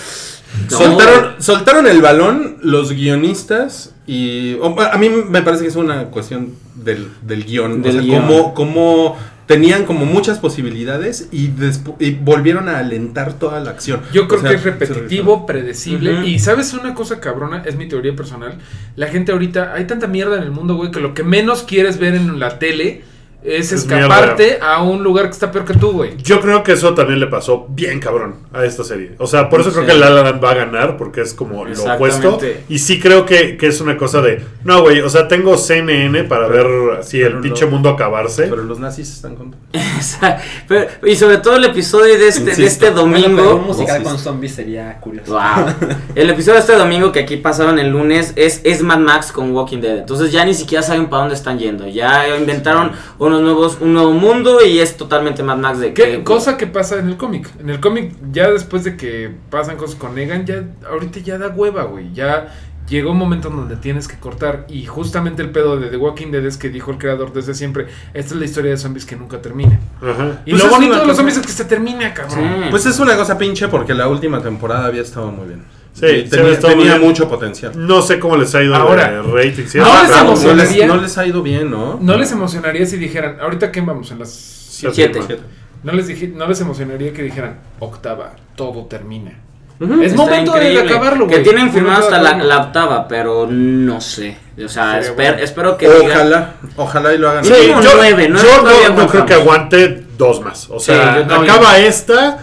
[SPEAKER 5] no,
[SPEAKER 3] Soltaron, soltaron el balón los guionistas y o- a mí me parece que es una cuestión del, del guión.
[SPEAKER 5] Del
[SPEAKER 3] o sea,
[SPEAKER 5] guión.
[SPEAKER 3] Como, como tenían como muchas posibilidades y, despu- y volvieron a alentar toda la acción.
[SPEAKER 4] Yo creo
[SPEAKER 3] O sea,
[SPEAKER 4] que es repetitivo, predecible.
[SPEAKER 5] Ujú.
[SPEAKER 4] Y sabes una cosa cabrona, es mi teoría personal. La gente ahorita, hay tanta mierda en el mundo, güey, que lo que menos quieres ver en la tele es
[SPEAKER 2] Es
[SPEAKER 4] escaparte a un lugar que está peor que tú, güey.
[SPEAKER 2] Yo creo que eso también le pasó bien cabrón a esta serie. O sea, por eso creo
[SPEAKER 5] Sí.
[SPEAKER 2] que La La Land va a ganar, porque es como lo opuesto.
[SPEAKER 5] Exactamente.
[SPEAKER 2] Y sí creo que, que es una cosa de, no, güey, o sea, tengo CNN para ver así el
[SPEAKER 3] pero
[SPEAKER 2] pinche
[SPEAKER 3] no.
[SPEAKER 2] mundo acabarse.
[SPEAKER 3] Pero los nazis están contra.
[SPEAKER 5] Esa- pero- y sobre todo el episodio de este, de
[SPEAKER 3] Insisto.
[SPEAKER 5] este domingo.
[SPEAKER 6] un musical
[SPEAKER 3] Sí, sí.
[SPEAKER 6] con zombies sería curioso.
[SPEAKER 5] Wow. El episodio de este domingo que aquí pasaron el lunes es, es Mad Max con Walking Dead. Entonces ya ni siquiera saben para dónde están yendo. Ya inventaron unos nuevos, un nuevo mundo y es totalmente Mad Max de
[SPEAKER 4] ¿Qué
[SPEAKER 5] que-
[SPEAKER 4] cosa que pasa en el cómic? En el cómic, ya después de que pasan cosas con Negan, ya ahorita ya da hueva, güey. Ya llegó un momento en donde tienes que cortar. Y justamente el pedo de The Walking Dead es que dijo el creador desde siempre: Esta es la historia de zombies que nunca termina.
[SPEAKER 2] Ajá.
[SPEAKER 4] Y
[SPEAKER 3] Pues
[SPEAKER 4] lo
[SPEAKER 3] es
[SPEAKER 4] bonito
[SPEAKER 3] una
[SPEAKER 4] de los
[SPEAKER 3] cosa-
[SPEAKER 4] zombies es que se termina, cabrón.
[SPEAKER 5] Sí.
[SPEAKER 3] Pues es una cosa pinche porque la última temporada había estado muy bien.
[SPEAKER 2] Sí,
[SPEAKER 3] Y
[SPEAKER 2] sí había
[SPEAKER 3] tenía,
[SPEAKER 2] estado
[SPEAKER 3] tenía
[SPEAKER 2] bien. Mm.
[SPEAKER 3] mucho potencial.
[SPEAKER 2] No sé cómo les ha ido
[SPEAKER 4] Ahora,
[SPEAKER 2] de rating. sí,
[SPEAKER 4] no
[SPEAKER 2] pero-
[SPEAKER 4] les
[SPEAKER 2] pero-
[SPEAKER 4] hemos-
[SPEAKER 3] no, les,
[SPEAKER 4] emocionaría?
[SPEAKER 3] no les ha ido bien, ¿no?
[SPEAKER 4] ¿No les emocionaría si dijeran, ahorita qué vamos? En las...
[SPEAKER 2] Sí,
[SPEAKER 5] Siete.
[SPEAKER 2] sí,
[SPEAKER 4] ¿No les, dije- ¿No les emocionaría que dijeran, octava, todo termina?
[SPEAKER 3] Ujú.
[SPEAKER 4] Es
[SPEAKER 5] Está
[SPEAKER 4] momento de
[SPEAKER 5] increíble.
[SPEAKER 4] acabarlo, güey.
[SPEAKER 5] Que tienen firmado
[SPEAKER 4] Momento de
[SPEAKER 5] hasta la,
[SPEAKER 4] acabarlo.
[SPEAKER 5] la octava, pero no sé. O sea,
[SPEAKER 4] Sería
[SPEAKER 5] esper-
[SPEAKER 4] bueno.
[SPEAKER 5] espero que digan.
[SPEAKER 3] Ojalá, ojalá y lo hagan.
[SPEAKER 5] Sí,
[SPEAKER 2] Sí,
[SPEAKER 5] Mínimo
[SPEAKER 2] yo
[SPEAKER 5] nueve, ¿no?
[SPEAKER 2] yo no-
[SPEAKER 5] Todavía
[SPEAKER 2] no, creo
[SPEAKER 5] aguantamos.
[SPEAKER 2] que aguante dos más. O sea,
[SPEAKER 5] Sí, yo también.
[SPEAKER 2] acaba esta.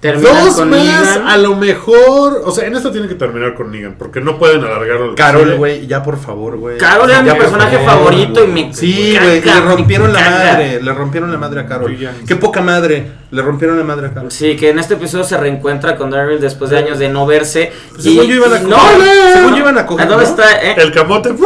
[SPEAKER 5] Terminan
[SPEAKER 2] dos
[SPEAKER 5] con
[SPEAKER 2] más,
[SPEAKER 5] Negan.
[SPEAKER 2] a lo mejor. O sea, en esta tienen que terminar con Negan, porque no pueden alargarlo. lo que
[SPEAKER 3] Carol,
[SPEAKER 2] sigue.
[SPEAKER 3] güey, ya por favor, güey.
[SPEAKER 5] Carol era mi
[SPEAKER 3] Ya, por
[SPEAKER 5] personaje
[SPEAKER 3] favor,
[SPEAKER 5] favorito
[SPEAKER 3] güey.
[SPEAKER 5] y me
[SPEAKER 3] Sí,
[SPEAKER 5] caga,
[SPEAKER 3] güey, le
[SPEAKER 5] me
[SPEAKER 3] rompieron la
[SPEAKER 5] caga.
[SPEAKER 3] madre, le rompieron la madre a Carol.
[SPEAKER 4] Yo ya ni
[SPEAKER 3] Qué poca madre, le rompieron la madre a Carol.
[SPEAKER 5] Sí, que en este episodio se reencuentra con Daryl después de años de no verse.
[SPEAKER 3] Pues según yo iban a
[SPEAKER 5] no,
[SPEAKER 3] coger, según
[SPEAKER 5] no.
[SPEAKER 3] yo iban a coger,
[SPEAKER 5] dónde
[SPEAKER 3] ¿no?
[SPEAKER 5] está? eh?
[SPEAKER 2] El camote.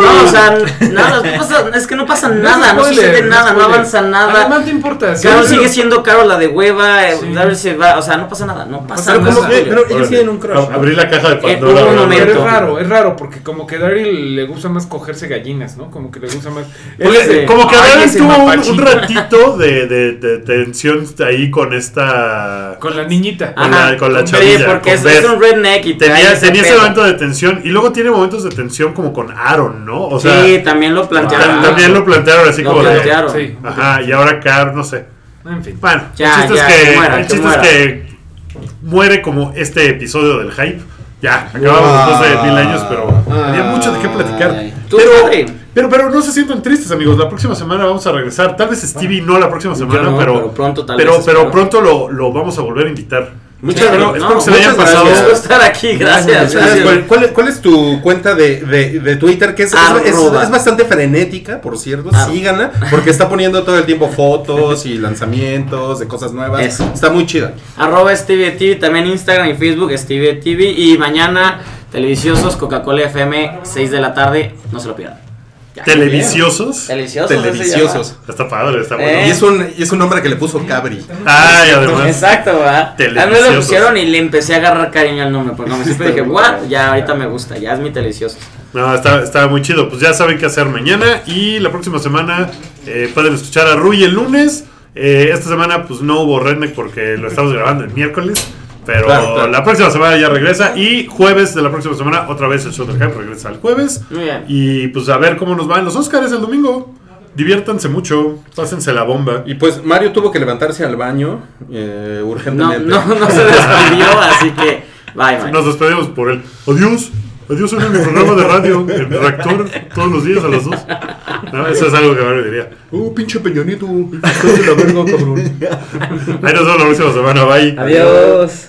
[SPEAKER 5] No, o sea, nada, no pasa- es que no pasa nada, no
[SPEAKER 4] Spoiler,
[SPEAKER 5] sucede nada, no
[SPEAKER 4] spoiler.
[SPEAKER 5] avanza nada.
[SPEAKER 4] Además, no importa. sí,
[SPEAKER 5] Carol
[SPEAKER 4] pero-
[SPEAKER 5] sigue siendo Carol la de hueva, eh,
[SPEAKER 4] Sí.
[SPEAKER 5] Daryl se va, o sea, no pasa nada, no pasa
[SPEAKER 4] Pero
[SPEAKER 5] nada.
[SPEAKER 4] como que-
[SPEAKER 3] pero- ellos
[SPEAKER 2] Órale.
[SPEAKER 3] tienen un crush,
[SPEAKER 2] Ab-
[SPEAKER 3] ¿no?
[SPEAKER 2] Abrí la caja de Pandora.
[SPEAKER 5] Eh, hubo un
[SPEAKER 2] ¿verdad?
[SPEAKER 4] Pero es
[SPEAKER 5] momento.
[SPEAKER 4] raro, es raro, porque como que Daryl le gusta más cogerse gallinas, ¿no? Como que le gusta más...
[SPEAKER 2] Porque,
[SPEAKER 5] Ese-
[SPEAKER 2] como que a
[SPEAKER 4] Ay,
[SPEAKER 2] ver,
[SPEAKER 4] ese
[SPEAKER 2] tuvo un,
[SPEAKER 4] mapache.
[SPEAKER 2] un ratito de, de- de tensión ahí con esta.
[SPEAKER 4] Con la niñita.
[SPEAKER 2] Ah, con la- con la
[SPEAKER 5] Sí,
[SPEAKER 2] chavilla,
[SPEAKER 5] porque
[SPEAKER 2] con
[SPEAKER 5] es,
[SPEAKER 2] Beth.
[SPEAKER 5] es un redneck y trae
[SPEAKER 2] tenía tenía ese
[SPEAKER 5] pedo.
[SPEAKER 2] momento de tensión. Y luego tiene momentos de tensión como con Aaron, ¿no? O sea,
[SPEAKER 5] sí, también lo plantearon.
[SPEAKER 2] tam- también lo plantearon así
[SPEAKER 5] Lo
[SPEAKER 2] como
[SPEAKER 5] plantearon.
[SPEAKER 4] Sí.
[SPEAKER 2] de. Ajá, y ahora Car, no sé.
[SPEAKER 4] En fin.
[SPEAKER 2] Bueno,
[SPEAKER 5] Ya,
[SPEAKER 2] el chiste,
[SPEAKER 5] ya,
[SPEAKER 2] es, que,
[SPEAKER 5] que muera,
[SPEAKER 2] el
[SPEAKER 5] que
[SPEAKER 2] chiste es
[SPEAKER 5] muera.
[SPEAKER 2] que muere como este episodio del hype. Ya, acabamos después de mil años, pero había mucho de qué platicar.
[SPEAKER 6] Ay.
[SPEAKER 5] Ah. Tú, padre.
[SPEAKER 2] Pero, pero, pero no se sientan tristes, amigos. La próxima semana vamos a regresar. Tal vez Stevie no la próxima semana,
[SPEAKER 5] no,
[SPEAKER 2] pero,
[SPEAKER 5] pero pronto tal
[SPEAKER 2] pero,
[SPEAKER 5] vez,
[SPEAKER 2] pero
[SPEAKER 5] espero.
[SPEAKER 2] pronto lo, lo vamos a volver a invitar.
[SPEAKER 3] Muchas
[SPEAKER 5] Claro,
[SPEAKER 3] gracias. espero
[SPEAKER 5] no,
[SPEAKER 3] que se le hayan
[SPEAKER 2] muchas
[SPEAKER 3] pasado.
[SPEAKER 5] gracias por estar aquí, gracias. gracias.
[SPEAKER 3] ¿Cuál, cuál, es- cuál es tu cuenta de, de, de Twitter? Que es, es- es-
[SPEAKER 5] Arroba. Ah.
[SPEAKER 3] es bastante frenética, por cierto.
[SPEAKER 5] Arroba.
[SPEAKER 3] Síganla, porque está poniendo todo el tiempo fotos y lanzamientos de cosas nuevas.
[SPEAKER 5] Eso.
[SPEAKER 3] Está muy chida.
[SPEAKER 5] Arroba Stevie TV, también Instagram y Facebook Stevie TV y mañana Televisiosos Coca-Cola FM 6 de la tarde, no se lo pierdan. Ya.
[SPEAKER 2] Televisiosos.
[SPEAKER 5] Deliciosos. ese
[SPEAKER 3] Deliciosos.
[SPEAKER 2] Está padre, está bueno.
[SPEAKER 5] Eh.
[SPEAKER 3] Y es un, y es un nombre que le puso Cabri.
[SPEAKER 2] Ay,
[SPEAKER 5] se llama.
[SPEAKER 2] además.
[SPEAKER 5] Exacto, ¿verdad? A mí me
[SPEAKER 2] Televisiosos.
[SPEAKER 5] lo pusieron y le empecé a agarrar cariño al nombre, porque como siempre dije, what, ya ahorita me gusta, ya es mi delicioso.
[SPEAKER 2] No, está, está muy chido. Pues ya saben qué hacer mañana. Y la próxima semana eh, pueden escuchar a Rui el lunes. Eh, esta semana pues no hubo Redneck porque lo estamos grabando el miércoles. Pero
[SPEAKER 3] Claro, claro.
[SPEAKER 2] la próxima semana ya regresa. Y jueves de la próxima semana otra vez el show del hype regresa el jueves.
[SPEAKER 5] Muy bien.
[SPEAKER 2] Y pues a ver cómo nos van los Oscars el domingo. Diviértanse mucho. Pásense la bomba.
[SPEAKER 3] Y pues Mario tuvo que levantarse al baño eh,
[SPEAKER 5] No,
[SPEAKER 3] urgentemente.
[SPEAKER 5] no, no se despidió, así que bye, bye.
[SPEAKER 2] Nos despedimos por él. Adiós. Adiós en mi programa de radio, el reactor, todos los días a las 2. eso es algo que Mario diría.
[SPEAKER 3] Uh, pinche peñonito. Estás de la verga, cabrón.
[SPEAKER 2] Ahí nos vemos la próxima semana. Bye.
[SPEAKER 6] Adiós.